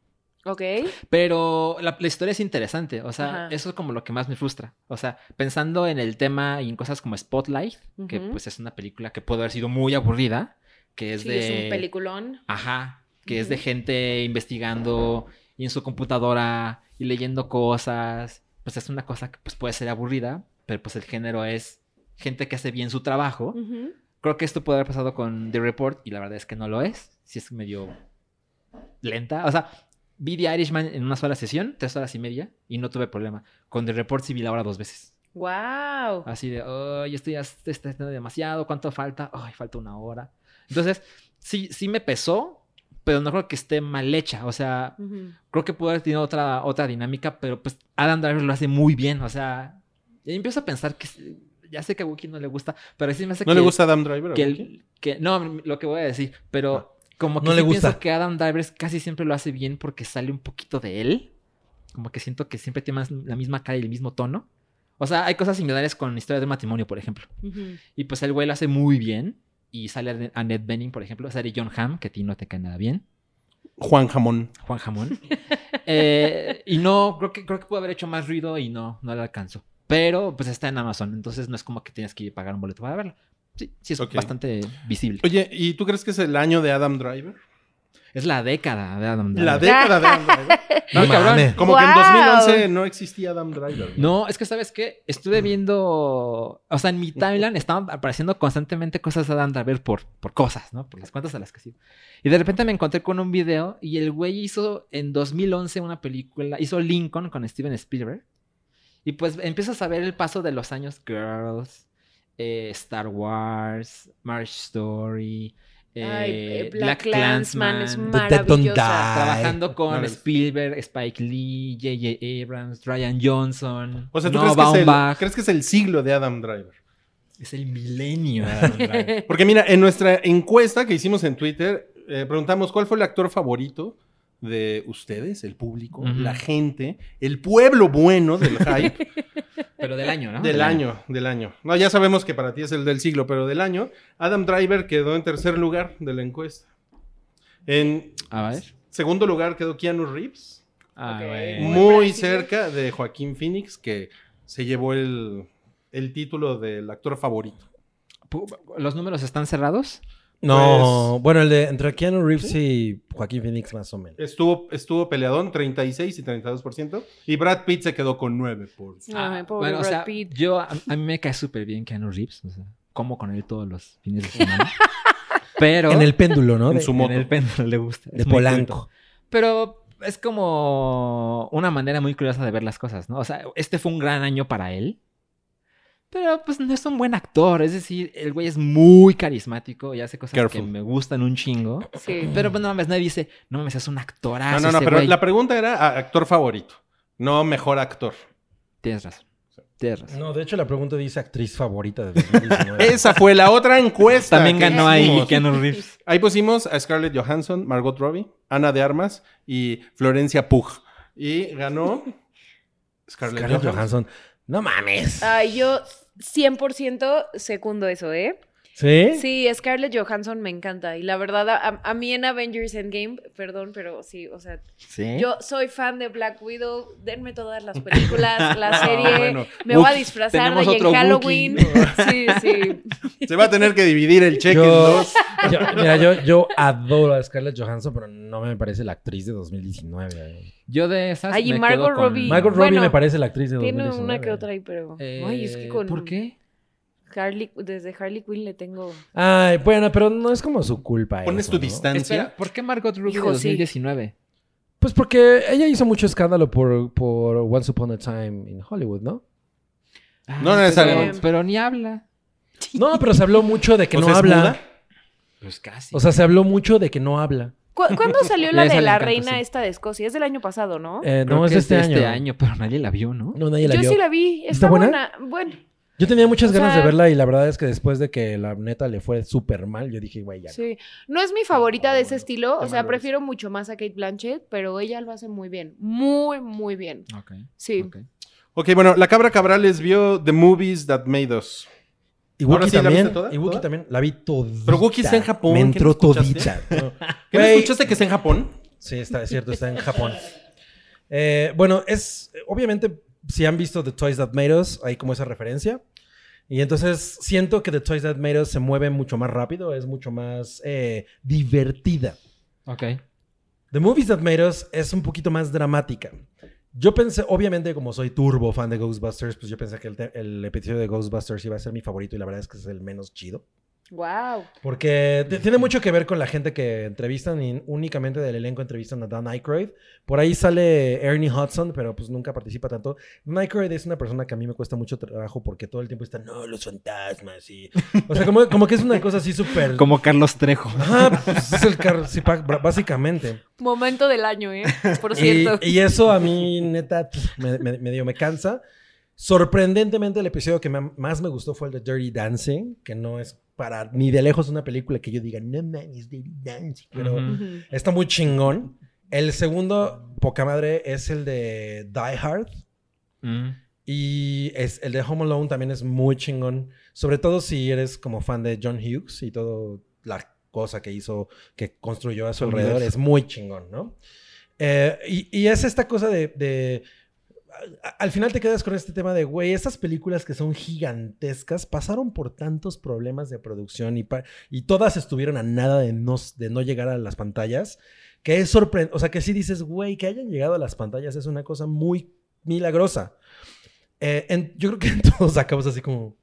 [SPEAKER 5] Ok.
[SPEAKER 4] Pero la, la historia es interesante. O sea,
[SPEAKER 5] Ajá.
[SPEAKER 4] eso es como lo que más me frustra. O sea, pensando en el tema y en cosas como Spotlight, que
[SPEAKER 5] Ujú.
[SPEAKER 4] pues es una película que puede haber sido muy aburrida. Que es
[SPEAKER 5] sí,
[SPEAKER 4] de.
[SPEAKER 5] es un peliculón.
[SPEAKER 4] Ajá, que es de
[SPEAKER 5] Ujú.
[SPEAKER 4] gente investigando y en su computadora y leyendo cosas. Pues es una cosa que pues, puede ser aburrida, pero pues el género es gente que hace bien su trabajo.
[SPEAKER 5] Ujú.
[SPEAKER 4] Creo que esto puede haber pasado con The Report y la verdad es que no lo es. Si es medio lenta. O sea, vi The Irishman en una sola sesión, tres horas y media, y no tuve problema. Con The Report sí vi la hora dos veces.
[SPEAKER 5] Wow.
[SPEAKER 4] Así de, ay, esto ya está está haciendo demasiado, ¿cuánto falta? Ay, falta una hora. Entonces, sí, sí me pesó, pero no creo que esté mal hecha. O sea,
[SPEAKER 5] Ujú.
[SPEAKER 4] creo que puede haber tenido otra, otra dinámica, pero pues Adam Driver lo hace muy bien. O sea, y empiezo a pensar que sí, ya sé que a Wookiee no le gusta, pero sí me hace
[SPEAKER 3] ¿No
[SPEAKER 4] que,
[SPEAKER 3] le gusta Adam Driver? a
[SPEAKER 4] que,
[SPEAKER 3] Wookiee?
[SPEAKER 4] el- que- no, lo que voy a decir, pero como que
[SPEAKER 2] Ah, No
[SPEAKER 4] sí
[SPEAKER 2] le gusta.
[SPEAKER 4] pienso que Adam Driver casi siempre lo hace bien porque sale un poquito de él. Como que siento que siempre tiene más- la misma cara y el mismo tono. O sea, hay cosas similares con historias de matrimonio, por ejemplo.
[SPEAKER 5] Ujú.
[SPEAKER 4] Y pues el güey lo hace muy bien. Y sale Ane- Annette Bening, por ejemplo. Sale John Hamm, que a ti no te cae nada bien.
[SPEAKER 3] Juan Jamón.
[SPEAKER 2] [laughs]
[SPEAKER 4] Juan Jamón. Eh, y no, creo que, creo que pudo haber hecho más ruido y no, no le alcanzó. Pero pues está en Amazon, entonces no es como que tienes que pagar un boleto para verla. Sí, sí es
[SPEAKER 3] Ok.
[SPEAKER 4] bastante visible.
[SPEAKER 3] Oye, ¿y tú crees que es el año de Adam Driver?
[SPEAKER 4] Es la década de Adam Driver.
[SPEAKER 3] La década de
[SPEAKER 4] [laughs]
[SPEAKER 3] Adam Driver.
[SPEAKER 4] No,
[SPEAKER 2] No
[SPEAKER 4] cabrón.
[SPEAKER 2] mames.
[SPEAKER 3] Como que en
[SPEAKER 5] Wow.
[SPEAKER 3] 2011 no existía Adam Driver. güey.
[SPEAKER 4] No, es que sabes qué, estuve viendo, o sea, en mi timeline estaban apareciendo constantemente cosas de Adam Driver por, por cosas, ¿no? Por las cuentas a las que sigo. Y de repente me encontré con un video y el güey hizo en 2011 una película, hizo Lincoln con Steven Spielberg. Y pues empiezas a ver el paso de los años Girls, eh, Star Wars, Marriage Story,
[SPEAKER 5] Ay,
[SPEAKER 4] eh,
[SPEAKER 5] eh, Black, Clansman, es
[SPEAKER 4] Klansman,
[SPEAKER 5] maravillosa.
[SPEAKER 2] Ay,
[SPEAKER 4] trabajando
[SPEAKER 3] no
[SPEAKER 4] con
[SPEAKER 3] lo he visto.
[SPEAKER 4] Spielberg, Spike Lee, J.J. Abrams, Ryan Johnson,
[SPEAKER 3] O sea, ¿tú
[SPEAKER 4] Noah
[SPEAKER 3] crees, que es el,
[SPEAKER 4] Baumbach.
[SPEAKER 3] crees que es el siglo de Adam Driver?
[SPEAKER 4] Es el milenio.
[SPEAKER 3] Porque mira, en nuestra encuesta que hicimos en Twitter, eh, preguntamos cuál fue el actor favorito de ustedes, el público,
[SPEAKER 4] Ujú.
[SPEAKER 3] la gente, el pueblo bueno del hype
[SPEAKER 4] [laughs] Pero del año, ¿no?
[SPEAKER 3] del año, del año. No, ya sabemos que para ti es el del siglo, pero del año, Adam Driver quedó en tercer lugar de la encuesta. En
[SPEAKER 4] A ver.
[SPEAKER 3] segundo lugar quedó Keanu Reeves,
[SPEAKER 4] Ah,
[SPEAKER 5] Ok.
[SPEAKER 4] güey.
[SPEAKER 5] Muy
[SPEAKER 3] muy
[SPEAKER 5] predecible.
[SPEAKER 3] cerca de Joaquín Phoenix, que se llevó el, el título del actor favorito.
[SPEAKER 4] Pu- ¿Los números están cerrados?
[SPEAKER 2] No,
[SPEAKER 3] Pues-
[SPEAKER 2] bueno, el de entre Keanu Reeves y Joaquín Phoenix más o menos.
[SPEAKER 3] Pues, Estuvo, estuvo peleadón, 36 y 32%. Y Brad Pitt se quedó con 9%.
[SPEAKER 5] Ay,
[SPEAKER 4] Ah,
[SPEAKER 5] pobre
[SPEAKER 4] bueno, o
[SPEAKER 5] Brad
[SPEAKER 4] sea,
[SPEAKER 5] Pitt.
[SPEAKER 4] yo a, a mí me cae súper bien Keanu Reeves, o sea, como con él todos los fines de semana. Pero
[SPEAKER 2] En el péndulo, ¿no?
[SPEAKER 3] En
[SPEAKER 2] De,
[SPEAKER 3] su- moto.
[SPEAKER 4] en el péndulo le gusta.
[SPEAKER 2] de
[SPEAKER 4] es muy culto.
[SPEAKER 2] Polanco.
[SPEAKER 4] Pero es como una manera muy curiosa de ver las cosas, ¿no? O sea, este fue un gran año para él. Pero pues no es un buen actor, es decir, el güey es muy carismático y hace cosas
[SPEAKER 3] Careful.
[SPEAKER 4] que me gustan un chingo. [laughs]
[SPEAKER 5] Sí.
[SPEAKER 4] Pero pues no mames, nadie dice, no mames, es un actorazo.
[SPEAKER 3] No, no, no,
[SPEAKER 4] ese
[SPEAKER 3] pero
[SPEAKER 4] Ah, güey".
[SPEAKER 3] la pregunta era a- actor favorito, no mejor actor.
[SPEAKER 4] Tienes razón. Tienes razón.
[SPEAKER 2] No, de hecho la pregunta dice actriz favorita
[SPEAKER 3] [laughs]
[SPEAKER 2] de 2019.
[SPEAKER 3] Esa fue la otra encuesta.
[SPEAKER 4] Pues, También
[SPEAKER 3] que
[SPEAKER 4] ganó ahí
[SPEAKER 3] hicimos.
[SPEAKER 4] Keanu Reeves.
[SPEAKER 3] Ahí pusimos a Scarlett Johansson, Margot Robbie, Ana de Armas y Florencia Pug. Y ganó Scarlett,
[SPEAKER 2] Scarlett
[SPEAKER 3] Johansson.
[SPEAKER 2] Johansson. No mames.
[SPEAKER 4] Ah.
[SPEAKER 5] Ay, yo 100% secundo eso, ¿eh?
[SPEAKER 2] ¿Sí?
[SPEAKER 5] Sí, Scarlett Johansson me encanta. Y la verdad, a, a mí en Avengers Endgame, perdón, pero sí, o sea,
[SPEAKER 4] Sí.
[SPEAKER 5] yo soy fan de Black Widow. Denme todas
[SPEAKER 4] [laughs]
[SPEAKER 5] las películas,
[SPEAKER 4] Ah,
[SPEAKER 5] la Ah, serie.
[SPEAKER 3] No, Ah, bueno,
[SPEAKER 5] me voy a
[SPEAKER 4] Wookie.
[SPEAKER 5] disfrazar de
[SPEAKER 4] Tenemos
[SPEAKER 5] ella
[SPEAKER 4] otro
[SPEAKER 5] en Halloween.
[SPEAKER 4] [laughs]
[SPEAKER 5] Sí, sí.
[SPEAKER 3] Se va a tener que dividir el cheque en
[SPEAKER 2] Yo,
[SPEAKER 3] dos.
[SPEAKER 2] [laughs] yo- mira, yo, yo adoro a Scarlett Johansson, pero no me parece la actriz de 2019. eh.
[SPEAKER 4] Yo de esas.
[SPEAKER 5] Ay, y
[SPEAKER 4] me
[SPEAKER 5] Margot
[SPEAKER 4] quedo con-
[SPEAKER 5] Robbie.
[SPEAKER 2] Margot Robbie
[SPEAKER 5] Bueno,
[SPEAKER 2] me parece la actriz de
[SPEAKER 5] Tiene
[SPEAKER 2] 2019.
[SPEAKER 5] una que otra ahí, pero.
[SPEAKER 4] Eh,
[SPEAKER 5] Ay, es que con.
[SPEAKER 4] ¿Por qué?
[SPEAKER 5] Harley, desde Harley Quinn le tengo.
[SPEAKER 2] Ay, bueno, pero no es como su culpa.
[SPEAKER 3] Pones
[SPEAKER 2] eso,
[SPEAKER 3] tu
[SPEAKER 2] ¿no?
[SPEAKER 3] distancia.
[SPEAKER 4] Espera, ¿por qué Margot Robbie
[SPEAKER 5] Hijo,
[SPEAKER 4] de
[SPEAKER 5] sí.
[SPEAKER 4] 2019?
[SPEAKER 2] Pues porque ella hizo mucho escándalo por, por Once Upon a Time in Hollywood, ¿no?
[SPEAKER 4] Ah,
[SPEAKER 3] No necesariamente.
[SPEAKER 4] Pero, pero ni habla.
[SPEAKER 2] No, pero se habló mucho de que
[SPEAKER 3] O
[SPEAKER 2] no
[SPEAKER 3] sea, ¿es
[SPEAKER 2] habla.
[SPEAKER 3] muda?
[SPEAKER 4] Pues casi.
[SPEAKER 2] O sea, se habló mucho de que no habla.
[SPEAKER 5] ¿Cu- ¿Cuándo
[SPEAKER 2] [laughs]
[SPEAKER 5] salió
[SPEAKER 4] Ya
[SPEAKER 5] la de
[SPEAKER 4] esa le
[SPEAKER 5] la
[SPEAKER 4] encanta,
[SPEAKER 5] reina
[SPEAKER 4] sí.
[SPEAKER 5] esta de Escocia? Es del año pasado, ¿no?
[SPEAKER 2] Eh,
[SPEAKER 4] Creo
[SPEAKER 2] no, es
[SPEAKER 4] que
[SPEAKER 2] de este, año.
[SPEAKER 4] pero nadie la vio, ¿no?
[SPEAKER 2] No, nadie la
[SPEAKER 5] Yo
[SPEAKER 2] vio.
[SPEAKER 5] sí la vi. Está,
[SPEAKER 2] ¿Está buena?
[SPEAKER 5] buena. Bueno.
[SPEAKER 2] Yo tenía muchas
[SPEAKER 5] O
[SPEAKER 2] ganas
[SPEAKER 5] sea-
[SPEAKER 2] de verla y la verdad es que después de que la neta le fue súper mal, yo dije, güey, ya.
[SPEAKER 5] Sí, no es mi favorita de ese
[SPEAKER 3] bueno,
[SPEAKER 5] estilo, o
[SPEAKER 3] ya
[SPEAKER 5] sea,
[SPEAKER 3] valores.
[SPEAKER 5] prefiero mucho más a Kate Blanchett, pero ella lo hace muy bien, muy, muy bien.
[SPEAKER 4] Ok.
[SPEAKER 5] Sí,
[SPEAKER 4] ok.
[SPEAKER 3] Ok, bueno, la cabra cabrales vio The Movies That Made Us.
[SPEAKER 2] Y
[SPEAKER 3] ¿Ahora
[SPEAKER 2] Wookiee
[SPEAKER 3] sí la viste
[SPEAKER 2] también.
[SPEAKER 3] toda?
[SPEAKER 2] Y Wookiee
[SPEAKER 3] ¿Toda?
[SPEAKER 2] también. La vi todita.
[SPEAKER 3] Pero Wookiee está en Japón,
[SPEAKER 2] Me
[SPEAKER 3] ¿qué
[SPEAKER 2] entró
[SPEAKER 3] no escuchaste?
[SPEAKER 2] todita. No.
[SPEAKER 3] [laughs] ¿Qué no
[SPEAKER 2] Güey,
[SPEAKER 3] escuchaste que está en Japón?
[SPEAKER 2] Sí, está, es cierto, está en Japón. Eh, bueno, es. Obviamente, si han visto The Toys That Made Us, hay como esa referencia. Y entonces siento que The Toys That Made Us se mueve mucho más rápido, es mucho más eh, divertida.
[SPEAKER 4] Ok.
[SPEAKER 2] The Movies That Made Us es un poquito más dramática. Yo pensé, obviamente, como soy turbo fan de Ghostbusters, pues yo pensé que el, te- el episodio de Ghostbusters iba a ser mi favorito y la verdad es que es el menos chido.
[SPEAKER 5] wow.
[SPEAKER 2] Porque t- tiene mucho que ver con la gente que entrevistan y únicamente del elenco entrevistan a Dan Aykroyd. Por ahí sale Ernie Hudson, pero pues nunca participa tanto. Dan Aykroyd es una persona que a mí me cuesta mucho trabajo porque todo el tiempo está, no, los fantasmas y... O sea, como, como que es una cosa así súper...
[SPEAKER 4] Como Carlos Trejo.
[SPEAKER 2] Ajá, pues, es el car- sí, pa- básicamente.
[SPEAKER 5] Momento del año, ¿eh? Por
[SPEAKER 2] [laughs] Y,
[SPEAKER 5] cierto.
[SPEAKER 2] y eso a mí, neta, pues, me, me- medio me cansa. Sorprendentemente, el episodio que me- más me gustó fue el de Dirty Dancing, que no es para ni de lejos una película que yo diga, no mames, Dirty Dancing, pero
[SPEAKER 4] Ujú.
[SPEAKER 5] Ujú.
[SPEAKER 2] está muy chingón. El segundo, poca madre, es el de Die Hard.
[SPEAKER 4] Mm.
[SPEAKER 2] Y es, el de Home Alone también es muy chingón. Sobre todo si eres como fan de John Hughes y todo la cosa que hizo, que construyó a su
[SPEAKER 4] Su
[SPEAKER 2] alrededor.
[SPEAKER 4] universo.
[SPEAKER 2] Es muy chingón, ¿no? Eh, y, y es esta cosa de... de- a- al final te quedas con este tema de, güey, estas películas que son gigantescas pasaron por tantos problemas de producción y, pa- y todas estuvieron a nada de no, de no llegar a las pantallas, que es sorprendente, o sea, que sí dices, güey, que hayan llegado a las pantallas es una cosa muy milagrosa. Eh, en- [laughs] yo creo que todos acabamos así como.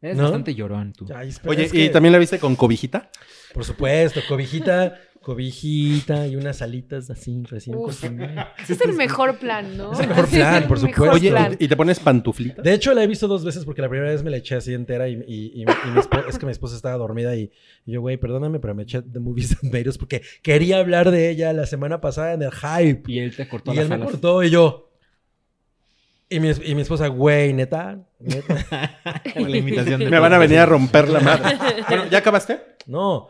[SPEAKER 4] Es
[SPEAKER 2] ¿No?
[SPEAKER 4] bastante llorón tú.
[SPEAKER 2] "Ay, espera,
[SPEAKER 3] Oye,
[SPEAKER 2] es
[SPEAKER 3] ¿y
[SPEAKER 2] que-".
[SPEAKER 3] también la viste con cobijita?
[SPEAKER 2] Por supuesto, cobijita, cobijita y unas alitas así recién
[SPEAKER 5] Uf.
[SPEAKER 2] cocinadas.
[SPEAKER 5] Ese es el mejor plan, ¿no?
[SPEAKER 2] Es el mejor
[SPEAKER 5] Ese
[SPEAKER 2] plan, por
[SPEAKER 5] mejor
[SPEAKER 2] supuesto.
[SPEAKER 3] Oye,
[SPEAKER 5] plan.
[SPEAKER 3] ¿y, y te pones pantuflita?
[SPEAKER 2] De hecho, la he visto dos veces porque la primera vez me la eché así entera y, y- y- y mi espo- es que mi esposa estaba dormida y, y yo, güey, perdóname, pero me eché The Movies [laughs] That Made Us porque quería hablar de ella la semana pasada en el hype.
[SPEAKER 4] Y él te cortó
[SPEAKER 2] Y
[SPEAKER 4] las
[SPEAKER 2] él me
[SPEAKER 4] alas.
[SPEAKER 2] cortó y yo. Y mi, es- y mi esposa, güey, neta, neta.
[SPEAKER 4] Con
[SPEAKER 3] [laughs]
[SPEAKER 4] la imitación de
[SPEAKER 3] Me van a
[SPEAKER 4] Carlos
[SPEAKER 3] venir a
[SPEAKER 4] Trejo.
[SPEAKER 3] romper la madre. Bueno, ¿ya acabaste?
[SPEAKER 2] No,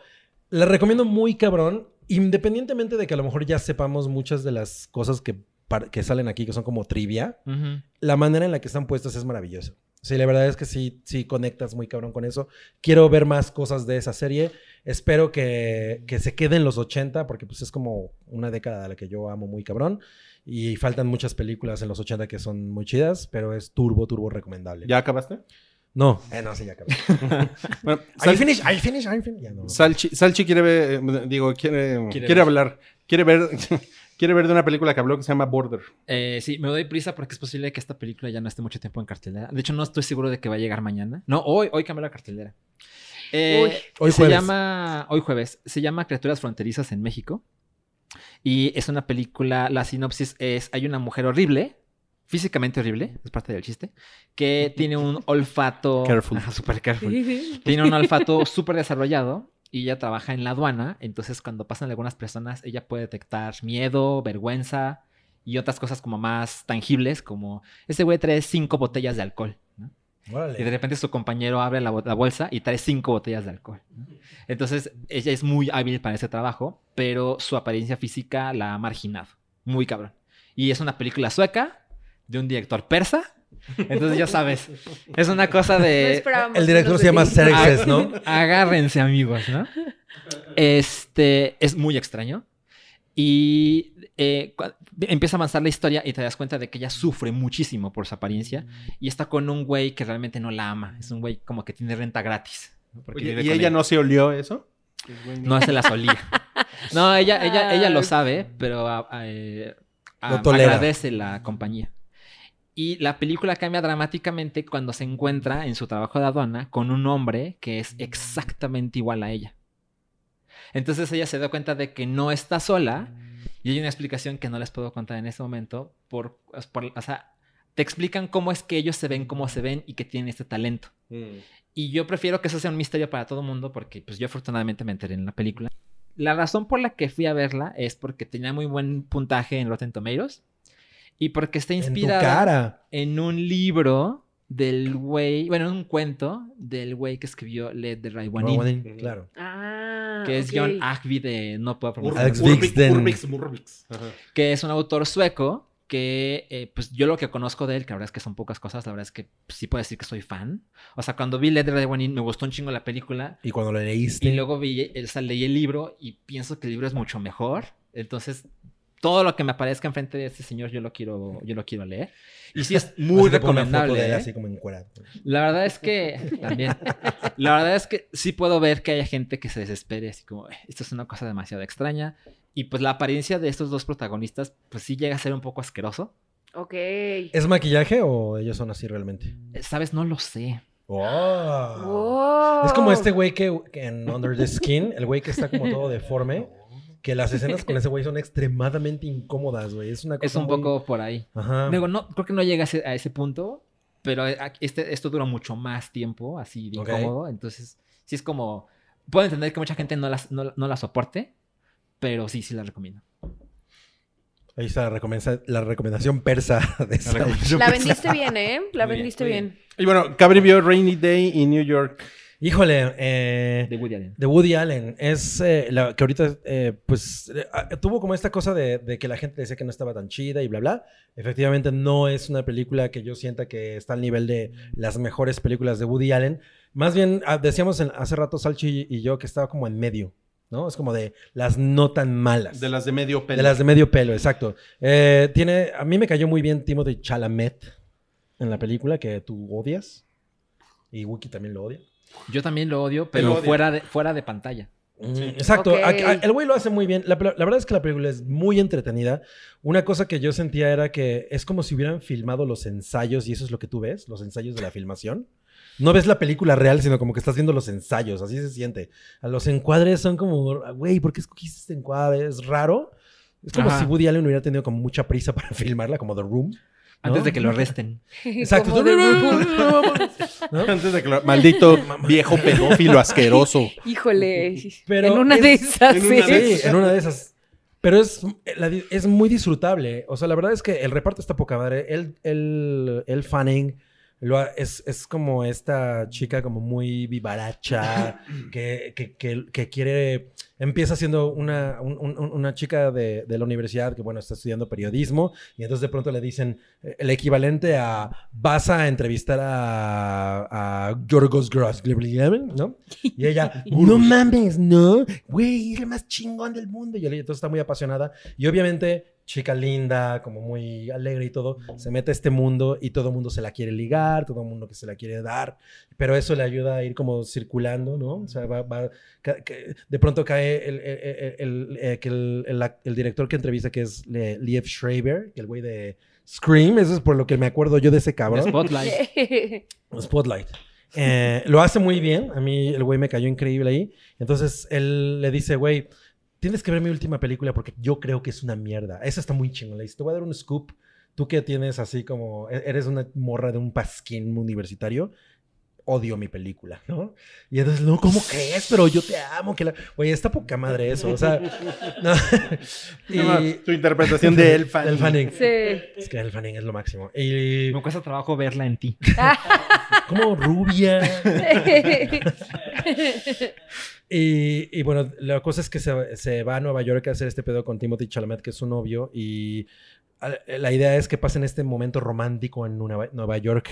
[SPEAKER 2] la recomiendo muy cabrón. independientemente de que a lo mejor ya sepamos muchas de las cosas que, par- que salen aquí, que son como trivia,
[SPEAKER 4] Ujú.
[SPEAKER 2] la manera en la que están puestas es maravillosa. Sí, la verdad es que sí, sí conectas muy cabrón con eso. Quiero ver más cosas de esa serie. Espero que, que se queden los 80, porque pues es como una década a la que yo amo muy cabrón. Y faltan muchas películas en los 80 que son muy chidas, pero es turbo, turbo recomendable.
[SPEAKER 3] ¿Ya acabaste?
[SPEAKER 2] No, eh, no, sí, ya acabé.
[SPEAKER 3] Bueno,
[SPEAKER 2] I
[SPEAKER 3] Sal-
[SPEAKER 2] finish, I finish, I finish. Ya no.
[SPEAKER 3] Salchi, Salchi quiere ver, eh, digo, quiere, quiere,
[SPEAKER 4] Quiere ver.
[SPEAKER 3] hablar, quiere ver, [laughs] quiere ver de una película que habló que se llama Border.
[SPEAKER 4] Eh, sí, me doy prisa porque es posible que esta película ya no esté mucho tiempo en cartelera. De hecho, no estoy seguro de que va a llegar mañana. No, hoy, hoy cambió la cartelera. Eh,
[SPEAKER 5] Uy.
[SPEAKER 2] Hoy
[SPEAKER 4] se
[SPEAKER 2] jueves.
[SPEAKER 4] llama hoy jueves. Se llama Criaturas fronterizas en México y es una película. La sinopsis es hay una mujer horrible, físicamente horrible, es parte del chiste, que tiene un olfato
[SPEAKER 3] Careful.
[SPEAKER 4] Oh, Ajá, super careful
[SPEAKER 5] [laughs]
[SPEAKER 4] tiene un olfato súper desarrollado y ella trabaja en la aduana. Entonces, cuando pasan algunas personas, ella puede detectar miedo, vergüenza y otras cosas como más tangibles, como este güey trae cinco botellas de alcohol. ¿no? Y de
[SPEAKER 2] Órale.
[SPEAKER 4] repente su compañero abre la, bo- la bolsa y trae cinco botellas de alcohol. ¿no? Entonces, ella es muy hábil para ese trabajo, pero su apariencia física la ha marginado. Muy cabrón. Y es una película sueca de un director persa. Entonces, ya sabes, es una cosa de...
[SPEAKER 2] eh,
[SPEAKER 5] [laughs]
[SPEAKER 2] El director se llama Xerxes, ¿no?
[SPEAKER 4] Ah, Agárrense, amigos, ¿no? Este es muy extraño. Y eh, cua- empieza a avanzar la historia y te das cuenta de que ella sufre muchísimo por su apariencia
[SPEAKER 3] Mm.
[SPEAKER 4] y está con un güey que realmente no la ama. Es un güey como que tiene renta gratis. ¿no? Porque
[SPEAKER 3] Oye,
[SPEAKER 4] vive
[SPEAKER 3] ¿Y
[SPEAKER 4] con
[SPEAKER 3] ella no se olió eso?
[SPEAKER 4] No se la solía. No, ella, ella, ella lo
[SPEAKER 5] Ay.
[SPEAKER 4] sabe, pero a- a- eh, a-
[SPEAKER 2] Lo tolera.
[SPEAKER 4] agradece la compañía. Y la película cambia dramáticamente cuando se encuentra en su trabajo de aduana con un hombre que es exactamente igual a ella. Entonces ella se da cuenta de que no está sola y hay una explicación que no les puedo contar en este momento. Por, es por- o sea, te explican cómo es que ellos se ven, cómo se ven y que tienen este talento.
[SPEAKER 3] Mm.
[SPEAKER 4] Y yo prefiero que eso sea un misterio para todo el mundo porque pues yo afortunadamente me enteré en la película. La razón por la que fui a verla es porque tenía muy buen puntaje en Rotten Tomatoes y porque está
[SPEAKER 2] En tu
[SPEAKER 4] inspirada
[SPEAKER 2] cara.
[SPEAKER 4] en, un libro del güey, bueno, en un cuento del güey que escribió Led de Raiwanin,
[SPEAKER 2] Guanin, Claro.
[SPEAKER 5] Ah,
[SPEAKER 4] que es
[SPEAKER 5] ok.
[SPEAKER 4] John Agvi de No puedo pronunciar.
[SPEAKER 2] Alex
[SPEAKER 4] el nombre,
[SPEAKER 2] Vixden.
[SPEAKER 3] Murbix. Ajá.
[SPEAKER 4] que es un autor sueco que eh, pues yo lo que conozco de él, que la verdad es que son pocas cosas, la verdad es que pues, sí puedo decir que soy fan. O sea, cuando vi Led de Raiwanin me gustó un chingo la película,
[SPEAKER 2] Y cuando lo leíste.
[SPEAKER 4] Y luego vi, o sea, leí el libro y pienso que el libro es mucho mejor. Entonces, todo lo que me aparezca enfrente de este señor, yo lo quiero, yo lo quiero leer. Y
[SPEAKER 2] [laughs]
[SPEAKER 4] sí es muy
[SPEAKER 2] así pues, te pone una foto
[SPEAKER 4] recomendable.
[SPEAKER 2] de él
[SPEAKER 4] ¿eh?
[SPEAKER 2] así como encuerado.
[SPEAKER 4] La verdad es que [laughs] también. La verdad es que sí puedo ver que haya gente que se desespere, así como, "Eh, esto es una cosa demasiado extraña. Y pues la apariencia de estos dos protagonistas, pues sí llega a ser un poco asqueroso.
[SPEAKER 5] Ok.
[SPEAKER 2] ¿Es maquillaje o ellos son así realmente?
[SPEAKER 4] Eh, Sabes, no lo sé.
[SPEAKER 2] Oh.
[SPEAKER 5] Wow.
[SPEAKER 2] Es como este güey que, que en Under the Skin, el güey que está como todo deforme, que las escenas con ese güey son extremadamente incómodas, güey. Es una cosa
[SPEAKER 4] Es un
[SPEAKER 2] muy-
[SPEAKER 4] poco por ahí.
[SPEAKER 2] Ajá.
[SPEAKER 4] Luego, no, creo que no llega a ese, a ese punto, pero eh, aquí- este, esto dura mucho más tiempo, así de
[SPEAKER 2] Ok.
[SPEAKER 4] incómodo. Entonces, sí es como. Puedo entender que mucha gente no las- no la no la soporte, pero sí, sí la recomiendo.
[SPEAKER 2] Ahí está la, recomensa- la recomendación persa de esa.
[SPEAKER 5] La vendiste bien, ¿eh? La
[SPEAKER 4] Muy bien,
[SPEAKER 5] vendiste
[SPEAKER 4] muy
[SPEAKER 5] bien.
[SPEAKER 3] Y bueno, Cabri vio Rainy Day in New York.
[SPEAKER 2] Híjole, eh,
[SPEAKER 4] De Woody Allen.
[SPEAKER 2] De Woody Allen. Es eh, la que ahorita, eh, pues, eh, ah, tuvo como esta cosa de, de que la gente decía que no estaba tan chida y bla, bla. Efectivamente, no es una película que yo sienta que está al nivel de las mejores películas de Woody Allen. Más bien, ah, decíamos en- hace rato Salchi y yo que estaba como en medio, ¿no? Es como de las no tan malas.
[SPEAKER 3] De las de medio pelo.
[SPEAKER 2] De las de medio pelo, exacto. Eh, tiene, a mí me cayó muy bien Timothy Chalamet en la película, que tú odias. Y Wookie también lo odia.
[SPEAKER 4] Yo también lo odio,
[SPEAKER 3] lo
[SPEAKER 4] pero
[SPEAKER 3] odio.
[SPEAKER 4] fuera, de, fuera de pantalla.
[SPEAKER 2] Mm, Exacto,
[SPEAKER 5] Ok.
[SPEAKER 2] A- a- el güey lo hace muy bien. La, pel- la verdad es que la película es muy entretenida. Una cosa que yo sentía era que es como si hubieran filmado los ensayos y eso es lo que tú ves, los ensayos de la filmación. No ves la película real, sino como que estás viendo los ensayos, así se siente. A los encuadres son como, güey, ¿por qué escogiste este encuadre? Es raro. Es como
[SPEAKER 4] Ajá.
[SPEAKER 2] si Woody Allen hubiera tenido como mucha prisa [laughs] para filmarla, como The Room. ¿no?
[SPEAKER 4] Antes de que lo arresten.
[SPEAKER 2] Exacto.
[SPEAKER 5] Como de grupo.
[SPEAKER 2] ¿No?
[SPEAKER 3] [laughs] Antes de que lo- Maldito
[SPEAKER 4] [laughs]
[SPEAKER 3] viejo pedófilo asqueroso.
[SPEAKER 5] Híjole.
[SPEAKER 2] Pero
[SPEAKER 5] en una
[SPEAKER 2] es-
[SPEAKER 5] de esas. ¿eh?
[SPEAKER 3] en una
[SPEAKER 5] sí. [laughs]
[SPEAKER 3] de
[SPEAKER 2] Sí, en una de esas. Pero es, la di- es muy disfrutable. O sea, la verdad es que el reparto está poca madre. El, el, el Fanning, Lo ha- es, es como esta chica como muy
[SPEAKER 3] [coughs]
[SPEAKER 2] vivaracha, que, que, que- que quiere, empieza siendo una, un- un- una chica de, de la universidad que, bueno, está estudiando periodismo y entonces de pronto le dicen eh, el equivalente a, vas a entrevistar a, a Yorgos Gross, ¿no? Y ella, no mames, ¿no? Güey, es el más chingón del mundo. Y ella entonces está muy apasionada. Y obviamente, chica linda, como muy alegre y todo, se mete a este mundo y todo el mundo se la quiere ligar, todo el mundo que se la quiere dar. Pero eso le ayuda a ir como circulando, ¿no? O sea, va, va- ca- que- de pronto cae el, el- el- el- eh, que el- el ac- el director que entrevista, que es Le- Liev Schreiber, que el güey de Scream, eso es por lo que me acuerdo yo de ese
[SPEAKER 4] De
[SPEAKER 2] cabrón.
[SPEAKER 4] Spotlight.
[SPEAKER 5] [laughs]
[SPEAKER 2] Spotlight. Eh, lo hace muy bien. A mí el güey me cayó increíble ahí. Entonces él le dice, güey, tienes que ver mi última película porque yo creo que es una mierda. Esa está muy chingona. Le dice, te voy a dar un scoop. Tú que tienes así como, e- eres una morra de un pasquín universitario. Odio mi película, ¿no? Y entonces, no, ¿cómo que es? Pero yo te amo. Que la... Oye, está poca madre eso. O sea, [laughs]
[SPEAKER 3] [laughs]
[SPEAKER 2] no.
[SPEAKER 3] Y... Tu interpretación de El Fanning.
[SPEAKER 2] Del Fanning.
[SPEAKER 5] Sí.
[SPEAKER 2] [laughs] Es que el Fanning es lo máximo. Y
[SPEAKER 4] Me cuesta trabajo verla en ti.
[SPEAKER 2] como rubia. Y, y bueno, la cosa es que se, se va a Nueva York a hacer este pedo con Timothy Chalamet, que es su novio, y a- la idea es que pasen este momento romántico en Nueva, Nueva York,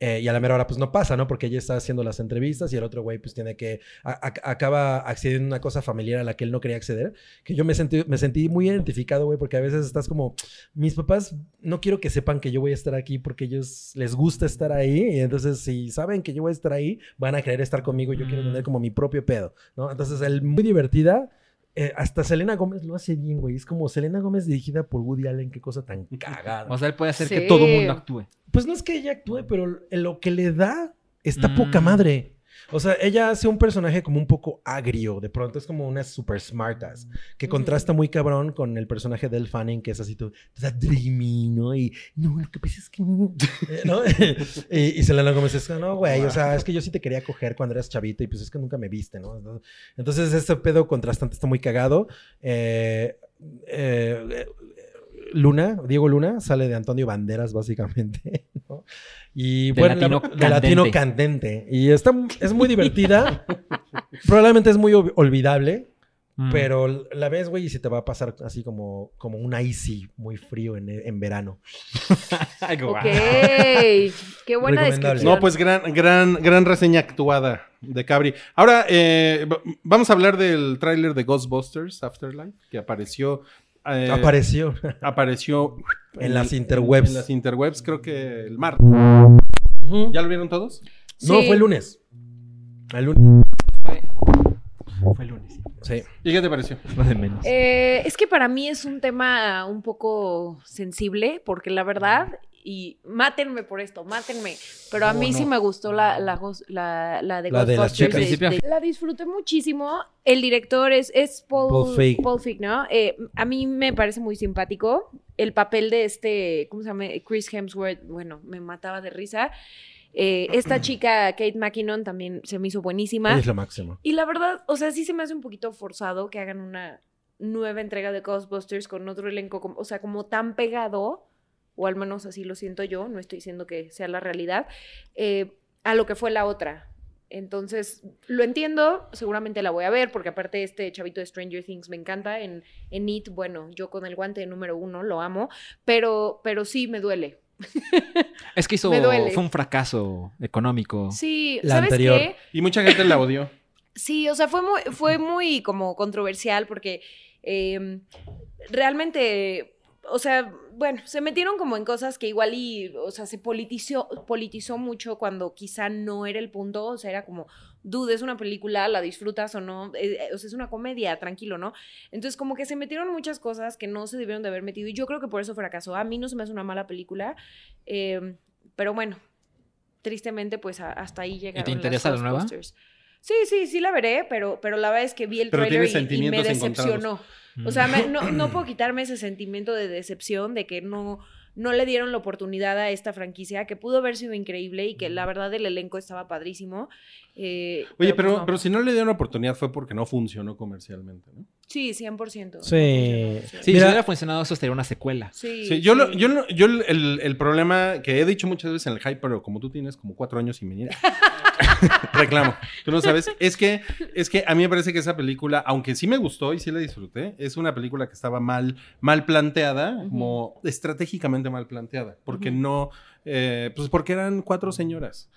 [SPEAKER 2] eh, y a la mera hora pues no pasa, ¿no? Porque ella está haciendo las entrevistas y el otro güey pues tiene que, a- a- acaba accediendo a una cosa familiar a la que él no quería acceder, que yo me sentí, me sentí muy identificado, güey, porque a veces estás como, mis papás no quiero que sepan que yo voy a estar aquí porque ellos les gusta estar ahí, y entonces si saben que yo voy a estar ahí, van a querer estar conmigo y yo quiero
[SPEAKER 4] Mm.
[SPEAKER 2] tener como mi propio pedo. ¿no? Entonces, el muy divertida. eh, hasta Selena Gómez lo hace bien, güey. Es como Selena Gómez dirigida por Woody Allen, qué cosa tan cagada.
[SPEAKER 4] O sea, él puede hacer que
[SPEAKER 5] Sí.
[SPEAKER 4] todo mundo actúe.
[SPEAKER 2] pues no es que ella actúe, pero lo que le da está
[SPEAKER 4] Mm.
[SPEAKER 2] poca madre. O sea, ella hace un personaje como un poco agrio, de pronto es como una super smartass, que
[SPEAKER 5] Mm.
[SPEAKER 2] contrasta muy cabrón con el personaje del Fanning, que es así, todo, o sea, dreamy, ¿no? Y no, lo que pasa es que... [laughs] no", eh, ¿no? y, y Selena Gómez es, no, güey, o sea, es que yo sí te quería coger cuando eras chavito y pues es que nunca me viste, ¿no? Entonces, este pedo contrastante está muy cagado. Eh, eh, eh, Luna, Diego Luna, sale de Antonio Banderas, básicamente. [laughs] ¿no? Y
[SPEAKER 4] De
[SPEAKER 2] bueno,
[SPEAKER 4] latino
[SPEAKER 2] la- de latino candente. Y está, es muy divertida. Probablemente es muy ob- olvidable,
[SPEAKER 4] Mm.
[SPEAKER 2] pero la ves, güey, y se te va a pasar así como, como un icy muy frío en, en verano.
[SPEAKER 4] Ay, guau.
[SPEAKER 5] ok. Qué buena
[SPEAKER 2] Recomendable.
[SPEAKER 5] descripción.
[SPEAKER 2] León.
[SPEAKER 3] No, pues gran, gran, gran reseña actuada de Cabri. Ahora eh, va- vamos a hablar del tráiler de Ghostbusters Afterlife que apareció. eh,
[SPEAKER 2] Apareció.
[SPEAKER 3] apareció
[SPEAKER 2] En las interwebs.
[SPEAKER 3] En las interwebs, creo que el mar.
[SPEAKER 2] Ujú.
[SPEAKER 3] ¿Ya lo vieron todos?
[SPEAKER 2] No,
[SPEAKER 5] Sí.
[SPEAKER 2] fue el lunes. El lunes.
[SPEAKER 4] Fue el lunes.
[SPEAKER 2] Sí.
[SPEAKER 3] ¿Y qué te pareció?
[SPEAKER 4] Más de menos.
[SPEAKER 5] Eh, es que para mí es un tema un poco sensible, porque la verdad, y mátenme por esto, mátenme, pero a
[SPEAKER 3] No,
[SPEAKER 5] mí
[SPEAKER 3] no.
[SPEAKER 5] sí me gustó la, la, gos- la- la de
[SPEAKER 2] La de las
[SPEAKER 5] Ghostbusters,
[SPEAKER 2] chicas.
[SPEAKER 4] Principio a fin.
[SPEAKER 5] la disfruté muchísimo. El director es, es Paul,
[SPEAKER 2] Paul
[SPEAKER 5] Paul
[SPEAKER 2] Feig.
[SPEAKER 5] Feig. ¿no? Eh, a mí me parece muy simpático. El papel de este, ¿cómo se llama? Chris Hemsworth, bueno, me mataba de risa. Eh,
[SPEAKER 2] [clears throat]
[SPEAKER 5] esta chica, Kate McKinnon, también se me hizo buenísima.
[SPEAKER 2] Ella es lo máximo.
[SPEAKER 5] Y la verdad, o sea, sí se me hace un poquito forzado que hagan una nueva entrega de Ghostbusters con otro elenco, como- o sea, como tan pegado, o al menos así lo siento yo, no estoy diciendo que sea la realidad, eh, a lo que fue la otra. Entonces, lo entiendo, seguramente la voy a ver, porque aparte este chavito de Stranger Things me encanta, en, en It, bueno, yo con el guante número uno lo amo, pero, pero sí me duele.
[SPEAKER 4] Es que hizo.
[SPEAKER 5] me duele.
[SPEAKER 4] Fue un fracaso económico.
[SPEAKER 5] Sí,
[SPEAKER 2] La
[SPEAKER 5] ¿sabes
[SPEAKER 2] anterior.
[SPEAKER 5] qué?
[SPEAKER 3] Y mucha gente la
[SPEAKER 5] [laughs]
[SPEAKER 3] odió.
[SPEAKER 5] Sí, o sea, fue muy, fue muy como controversial porque eh, realmente, o sea, bueno, se metieron como en cosas que igual y, o sea, se politizó, politizó mucho cuando quizá no era el punto, o sea, era como, dudes una película, la disfrutas o no, eh, eh, o sea, es una comedia, tranquilo, ¿no? Entonces, como que se metieron muchas cosas que no se debieron de haber metido y yo creo que por eso fracasó. A mí no se me hace una mala película, eh, pero bueno, tristemente, pues a- hasta ahí llegaron. las
[SPEAKER 4] interesa la nueva?
[SPEAKER 5] Ghostbusters. Sí, sí, sí la veré, pero, pero la verdad es que vi el
[SPEAKER 3] Pero
[SPEAKER 5] trailer
[SPEAKER 3] tienes
[SPEAKER 5] y, me
[SPEAKER 3] sentimientos
[SPEAKER 5] decepcionó. O sea,
[SPEAKER 3] Mm.
[SPEAKER 5] me- no, no puedo quitarme ese sentimiento de decepción de que no, no le dieron la oportunidad a esta franquicia que pudo haber sido increíble y que la verdad el elenco estaba padrísimo. eh,
[SPEAKER 3] Mm. Oye,
[SPEAKER 5] pues
[SPEAKER 3] pero,
[SPEAKER 5] no.
[SPEAKER 3] pero si no le dieron oportunidad fue porque no funcionó comercialmente, ¿no?
[SPEAKER 5] Sí, 100%.
[SPEAKER 2] Sí.
[SPEAKER 4] Sí,
[SPEAKER 2] Mira-
[SPEAKER 4] si hubiera funcionado, eso sería una
[SPEAKER 5] [laughs]
[SPEAKER 4] secuela.
[SPEAKER 5] Sí,
[SPEAKER 3] Sí, yo, lo-
[SPEAKER 5] sí.
[SPEAKER 3] yo, lo- yo el- el, el problema que he dicho muchas veces en el hype, pero como tú tienes como cuatro años sin
[SPEAKER 5] [laughs]
[SPEAKER 3] venir, reclamo. Tú no sabes. Es que, es que a mí me parece que esa película, aunque sí me gustó y sí la disfruté, es una película que estaba mal, mal planteada, como estratégicamente mal planteada, porque no, eh, pues porque eran cuatro señoras.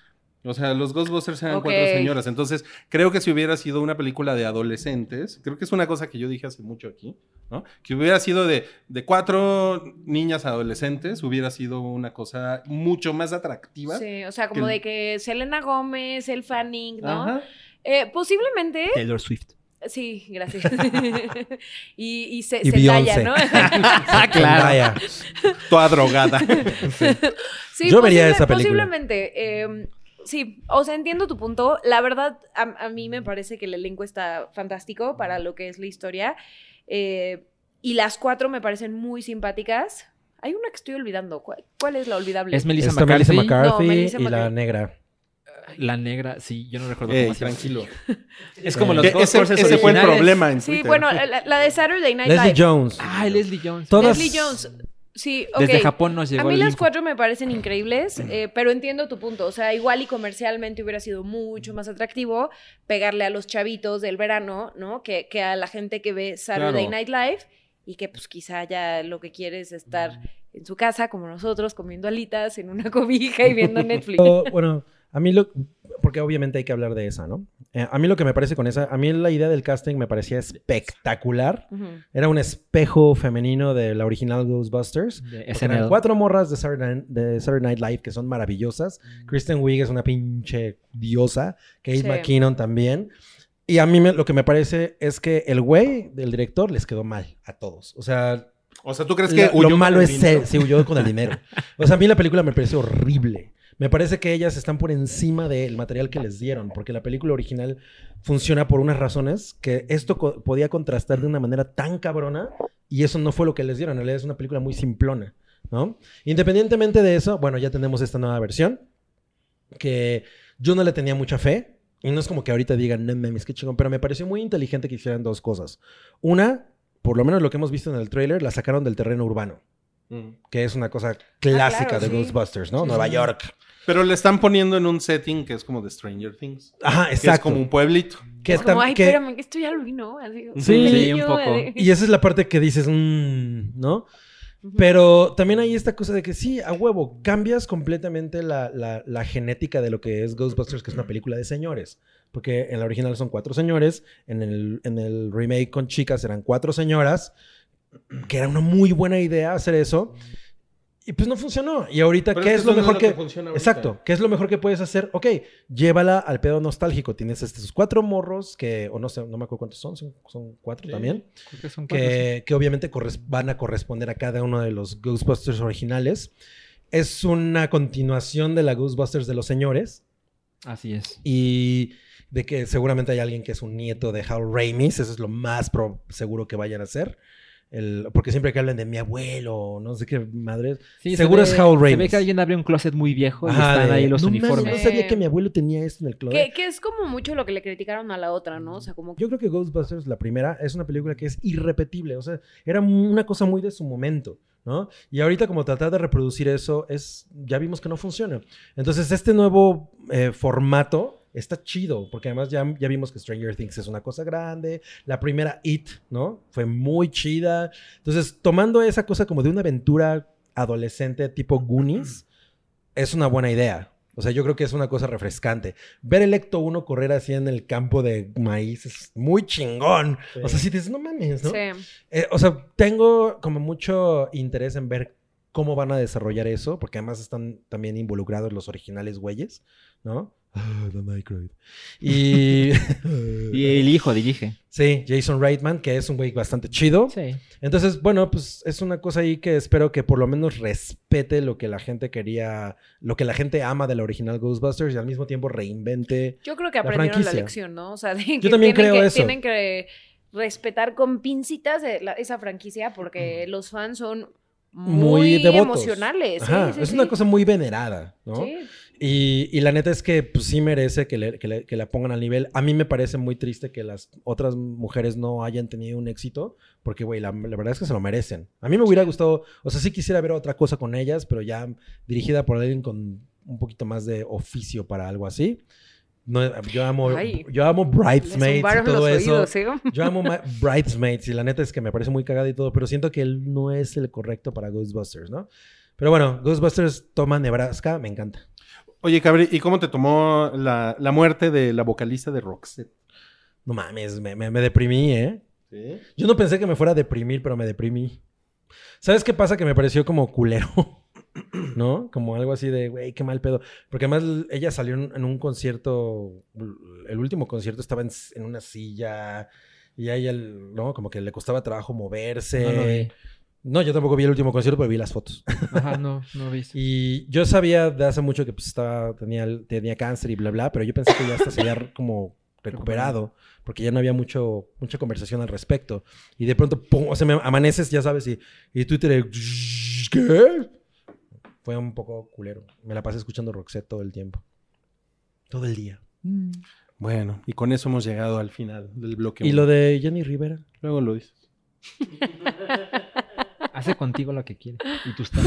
[SPEAKER 3] O sea, los Ghostbusters eran
[SPEAKER 5] Ok.
[SPEAKER 3] cuatro señoras. Entonces, creo que si hubiera sido una película de adolescentes, creo que es una cosa que yo dije hace mucho aquí, ¿no? Que hubiera sido de, de cuatro niñas adolescentes, hubiera sido una cosa mucho más atractiva.
[SPEAKER 5] Sí, o sea, como
[SPEAKER 3] que-
[SPEAKER 5] de que Selena Gómez, el Fanning, ¿no?
[SPEAKER 3] Ajá.
[SPEAKER 5] Eh, posiblemente,
[SPEAKER 4] Taylor Swift.
[SPEAKER 5] sí, gracias.
[SPEAKER 3] [laughs]
[SPEAKER 5] [laughs] y y, Ce-
[SPEAKER 2] Y
[SPEAKER 5] Zendaya,
[SPEAKER 2] Beyoncé.
[SPEAKER 5] ¿no?
[SPEAKER 4] Ah, claro.
[SPEAKER 2] Zendaya.
[SPEAKER 3] Toda drogada.
[SPEAKER 5] Sí,
[SPEAKER 2] Yo vería esa película.
[SPEAKER 5] Posiblemente. eh, sí, o sea, entiendo tu punto. La verdad, a, a mí me parece que el elenco está fantástico para lo que es la historia. Eh, y las cuatro me parecen muy simpáticas. Hay una que estoy olvidando. ¿Cuál, cuál es la olvidable?
[SPEAKER 4] Es Melissa
[SPEAKER 2] Está
[SPEAKER 4] McCarthy.
[SPEAKER 2] Melissa McCarthy
[SPEAKER 5] No, Melissa
[SPEAKER 2] y la
[SPEAKER 5] McCarthy.
[SPEAKER 2] negra.
[SPEAKER 4] La negra, sí, yo no recuerdo
[SPEAKER 3] Ey,
[SPEAKER 4] cómo se llama.
[SPEAKER 3] tranquilo.
[SPEAKER 4] Es como los
[SPEAKER 3] Que ese
[SPEAKER 4] Ghostbusters
[SPEAKER 3] ese fue el
[SPEAKER 4] originales.
[SPEAKER 3] problema en
[SPEAKER 5] sí,
[SPEAKER 3] Twitter.
[SPEAKER 5] bueno, la, la de Saturday Night
[SPEAKER 2] Leslie
[SPEAKER 5] Live.
[SPEAKER 2] Jones.
[SPEAKER 4] Ah, Leslie Jones.
[SPEAKER 2] Todas-
[SPEAKER 5] Leslie Jones. Sí, ok.
[SPEAKER 4] Desde Japón nos llegó
[SPEAKER 5] A mí
[SPEAKER 4] el
[SPEAKER 5] las
[SPEAKER 4] info.
[SPEAKER 5] cuatro me parecen increíbles, eh, pero entiendo tu punto. O sea, igual y comercialmente hubiera sido mucho más atractivo pegarle a los chavitos del verano, ¿no? Que, que a la gente que ve Saturday
[SPEAKER 3] Claro.
[SPEAKER 5] Night Live y que pues quizá ya lo que quiere es estar en su casa como nosotros, comiendo alitas en una [laughs] cobija y viendo Netflix.
[SPEAKER 2] Pero, bueno, a mí lo... Porque obviamente hay que hablar de esa, ¿no? Eh, a mí lo que me parece con esa... A mí la idea del casting me parecía espectacular.
[SPEAKER 5] Ujú.
[SPEAKER 2] Era un espejo femenino de la original Ghostbusters.
[SPEAKER 4] De
[SPEAKER 2] Porque
[SPEAKER 4] SNL.
[SPEAKER 2] eran cuatro morras de Saturday, de Saturday Night Live que son maravillosas. Kristen Wiig es una pinche diosa. Kate
[SPEAKER 5] Sí.
[SPEAKER 2] McKinnon también. Y a mí me- lo que me parece es que el güey del director les quedó mal a todos. O sea,
[SPEAKER 3] O sea, ¿tú crees
[SPEAKER 2] lo-
[SPEAKER 3] que
[SPEAKER 2] lo,
[SPEAKER 3] huyó con
[SPEAKER 2] malo
[SPEAKER 3] el
[SPEAKER 2] es
[SPEAKER 3] dinero?
[SPEAKER 2] ser, si huyó con el dinero. O sea, a mí la película me parece horrible. Me parece que ellas están por encima del material que les dieron, porque la película original funciona por unas razones que esto co- podía contrastar de una manera tan cabrona y eso no fue lo que les dieron. En realidad es una película muy simplona, ¿no? Independientemente de eso, bueno, ya tenemos esta nueva versión que yo no le tenía mucha fe. Y no es como que ahorita digan, no mames, qué chingón. Pero me pareció muy inteligente que hicieran dos cosas. Una, por lo menos lo que hemos visto en el tráiler, la sacaron del terreno urbano.
[SPEAKER 3] Mm.
[SPEAKER 2] Que es una cosa clásica
[SPEAKER 5] claro,
[SPEAKER 2] de
[SPEAKER 5] sí.
[SPEAKER 2] Ghostbusters, ¿no?
[SPEAKER 5] Sí,
[SPEAKER 2] Nueva
[SPEAKER 5] sí.
[SPEAKER 2] York.
[SPEAKER 3] Pero le están poniendo en un setting que es como de Stranger Things.
[SPEAKER 2] Ajá,
[SPEAKER 3] Que es
[SPEAKER 2] exacto.
[SPEAKER 3] como un pueblito.
[SPEAKER 2] Que
[SPEAKER 5] Es como,
[SPEAKER 2] tam-
[SPEAKER 5] ay,
[SPEAKER 2] que-
[SPEAKER 5] espérame, que esto ya lo vi, ¿no? Así,
[SPEAKER 2] Sí,
[SPEAKER 4] sí, un poco.
[SPEAKER 5] así.
[SPEAKER 2] Y esa es la parte que dices, "Mm", ¿no?
[SPEAKER 5] [laughs] Ujú.
[SPEAKER 2] Pero también hay esta cosa de que sí, a huevo, cambias completamente la, la- la genética de lo que es Ghostbusters, que es una película de señores. Porque en la original son cuatro señores, en el, en el remake con chicas eran cuatro señoras, que era una muy buena idea hacer eso. Y pues no funcionó. Y ahorita,
[SPEAKER 3] Pero
[SPEAKER 2] ¿qué
[SPEAKER 3] es
[SPEAKER 2] es, lo
[SPEAKER 3] eso no
[SPEAKER 2] mejor
[SPEAKER 3] es
[SPEAKER 2] que...
[SPEAKER 3] lo que funciona ahorita.
[SPEAKER 2] Exacto. ¿Qué es lo mejor que puedes hacer? Ok, llévala al pedo nostálgico. Tienes estos cuatro morros que, o no sé, no me acuerdo cuántos son, son, son cuatro
[SPEAKER 3] Sí.
[SPEAKER 2] también
[SPEAKER 4] Creo que son cuatro, sí.
[SPEAKER 2] que, que obviamente corres- van a corresponder a cada uno de los Ghostbusters originales. Es una continuación de la Ghostbusters de los señores
[SPEAKER 4] Así es.
[SPEAKER 2] y de que seguramente hay alguien que es un nieto de Hal Ramis, eso es lo más pro- seguro que vayan a hacer. El- porque siempre que hablan de mi abuelo, no sé qué madre.
[SPEAKER 4] Sí, se
[SPEAKER 2] Seguro
[SPEAKER 4] ve-
[SPEAKER 2] es Hal
[SPEAKER 4] Se ve
[SPEAKER 2] Ramis.
[SPEAKER 4] que alguien abre un closet muy viejo y
[SPEAKER 2] Ajá,
[SPEAKER 4] Pues están
[SPEAKER 2] de,
[SPEAKER 4] ahí los
[SPEAKER 2] "No mames,
[SPEAKER 4] uniformes.
[SPEAKER 2] No sabía que mi abuelo tenía esto en el closet.
[SPEAKER 5] Que, que es como mucho lo que le criticaron a la otra, ¿no? O sea, como que...
[SPEAKER 2] Yo creo que Ghostbusters, la primera, es una película que es irrepetible. O sea, era mu- una cosa muy de su momento, ¿no? Y ahorita como tratar de reproducir eso es... Ya vimos que no funciona. Entonces, este nuevo eh, formato está chido. Porque además ya, ya vimos que Stranger Things es una cosa grande. La primera It, ¿no? Fue muy chida. Entonces, tomando esa cosa como de una aventura adolescente tipo Goonies, es una buena idea. O sea, yo creo que es una cosa refrescante. Ver el Ecto 1 correr así en el campo de maíz es muy chingón. O sea, si dices, no mames, ¿no?
[SPEAKER 5] Sí.
[SPEAKER 2] Eh, o sea, tengo como mucho interés en ver cómo van a desarrollar eso, porque además están también involucrados los originales güeyes, ¿no? Ah, Dan Aykroyd. Y...
[SPEAKER 4] Y el hijo dirige.
[SPEAKER 2] sí, Jason Reitman, que es un güey bastante chido.
[SPEAKER 4] Sí.
[SPEAKER 2] Entonces, bueno, pues es una cosa ahí que espero que por lo menos respete lo que la gente quería, lo que la gente ama de la original Ghostbusters y al mismo tiempo reinvente.
[SPEAKER 5] Yo creo que
[SPEAKER 2] La
[SPEAKER 5] aprendieron la,
[SPEAKER 2] franquicia.
[SPEAKER 5] lección, ¿no? O sea, [laughs] de que
[SPEAKER 2] también
[SPEAKER 5] tienen
[SPEAKER 2] creo
[SPEAKER 5] que,
[SPEAKER 2] eso.
[SPEAKER 5] Tienen que respetar con pincitas eh, la- esa franquicia porque los fans son muy,
[SPEAKER 2] Muy devotos.
[SPEAKER 5] emocionales. sí,
[SPEAKER 2] Ajá,
[SPEAKER 5] sí,
[SPEAKER 2] es
[SPEAKER 5] sí.
[SPEAKER 2] una cosa muy venerada, ¿no?
[SPEAKER 5] Sí.
[SPEAKER 2] Y, y la neta es que pues, sí merece que, le- que le- que la pongan al nivel. A mí me parece muy triste que las otras mujeres no hayan tenido un éxito, porque, güey, la, la verdad es que se lo merecen. A mí me hubiera gustado, o sea, sí quisiera ver otra cosa con ellas, pero ya dirigida por alguien con un poquito más de oficio para algo así. No, yo amo,
[SPEAKER 5] Ay.
[SPEAKER 2] yo amo Bridesmaids y todo eso.
[SPEAKER 5] ¿eh?
[SPEAKER 2] Yo amo ma- Bridesmaids y la neta es que me parece muy cagada y todo, pero siento que él no es el correcto para Ghostbusters, ¿no? Pero bueno, Ghostbusters toma Nebraska, me encanta.
[SPEAKER 3] Oye, Cabri, ¿y cómo te tomó la, la muerte de la vocalista de Roxette?
[SPEAKER 2] No mames, me, me- me deprimí, ¿eh?
[SPEAKER 3] ¿Sí?
[SPEAKER 2] Yo no pensé que me fuera a deprimir, pero me deprimí. ¿Sabes qué pasa? Que me pareció como culero, [laughs] ¿no? Como algo así de, güey, qué mal pedo. Porque además l- ella salió en, en un concierto, l- el último concierto estaba en, s- en una silla y a ella, l- ¿no? Como que le costaba trabajo moverse.
[SPEAKER 4] No lo vi.
[SPEAKER 2] No, yo tampoco vi el último concierto, pero vi las fotos.
[SPEAKER 4] Ajá, no, no vi.
[SPEAKER 2] Y yo sabía de hace mucho que pues, estaba, tenía, el- tenía cáncer y bla, bla, pero yo pensé que ya hasta se había re- como recuperado, porque ya no había mucho, mucha conversación al respecto. Y de pronto, pum, o sea, me amaneces, ya sabes, y, y Twitter, ¿qué? Fue un poco culero. Me la pasé escuchando Roxette todo el tiempo. Todo el día.
[SPEAKER 3] Bueno, y con eso hemos llegado al final del bloque.
[SPEAKER 2] ¿Y lo de Jenny Rivera?
[SPEAKER 3] Luego lo dices.
[SPEAKER 4] Hace contigo lo que quiere. Y
[SPEAKER 2] [laughs]
[SPEAKER 4] tú estás.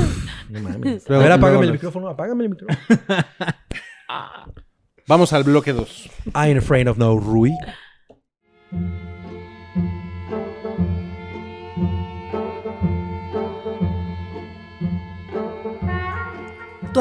[SPEAKER 2] No mames.
[SPEAKER 3] Luego-
[SPEAKER 2] A ver, apágame
[SPEAKER 3] luego
[SPEAKER 2] el
[SPEAKER 3] lo-
[SPEAKER 2] micrófono, apágame el micrófono. [laughs]
[SPEAKER 3] Vamos al bloque 2.
[SPEAKER 2] I ain't afraid of no Rui.
[SPEAKER 6] Tu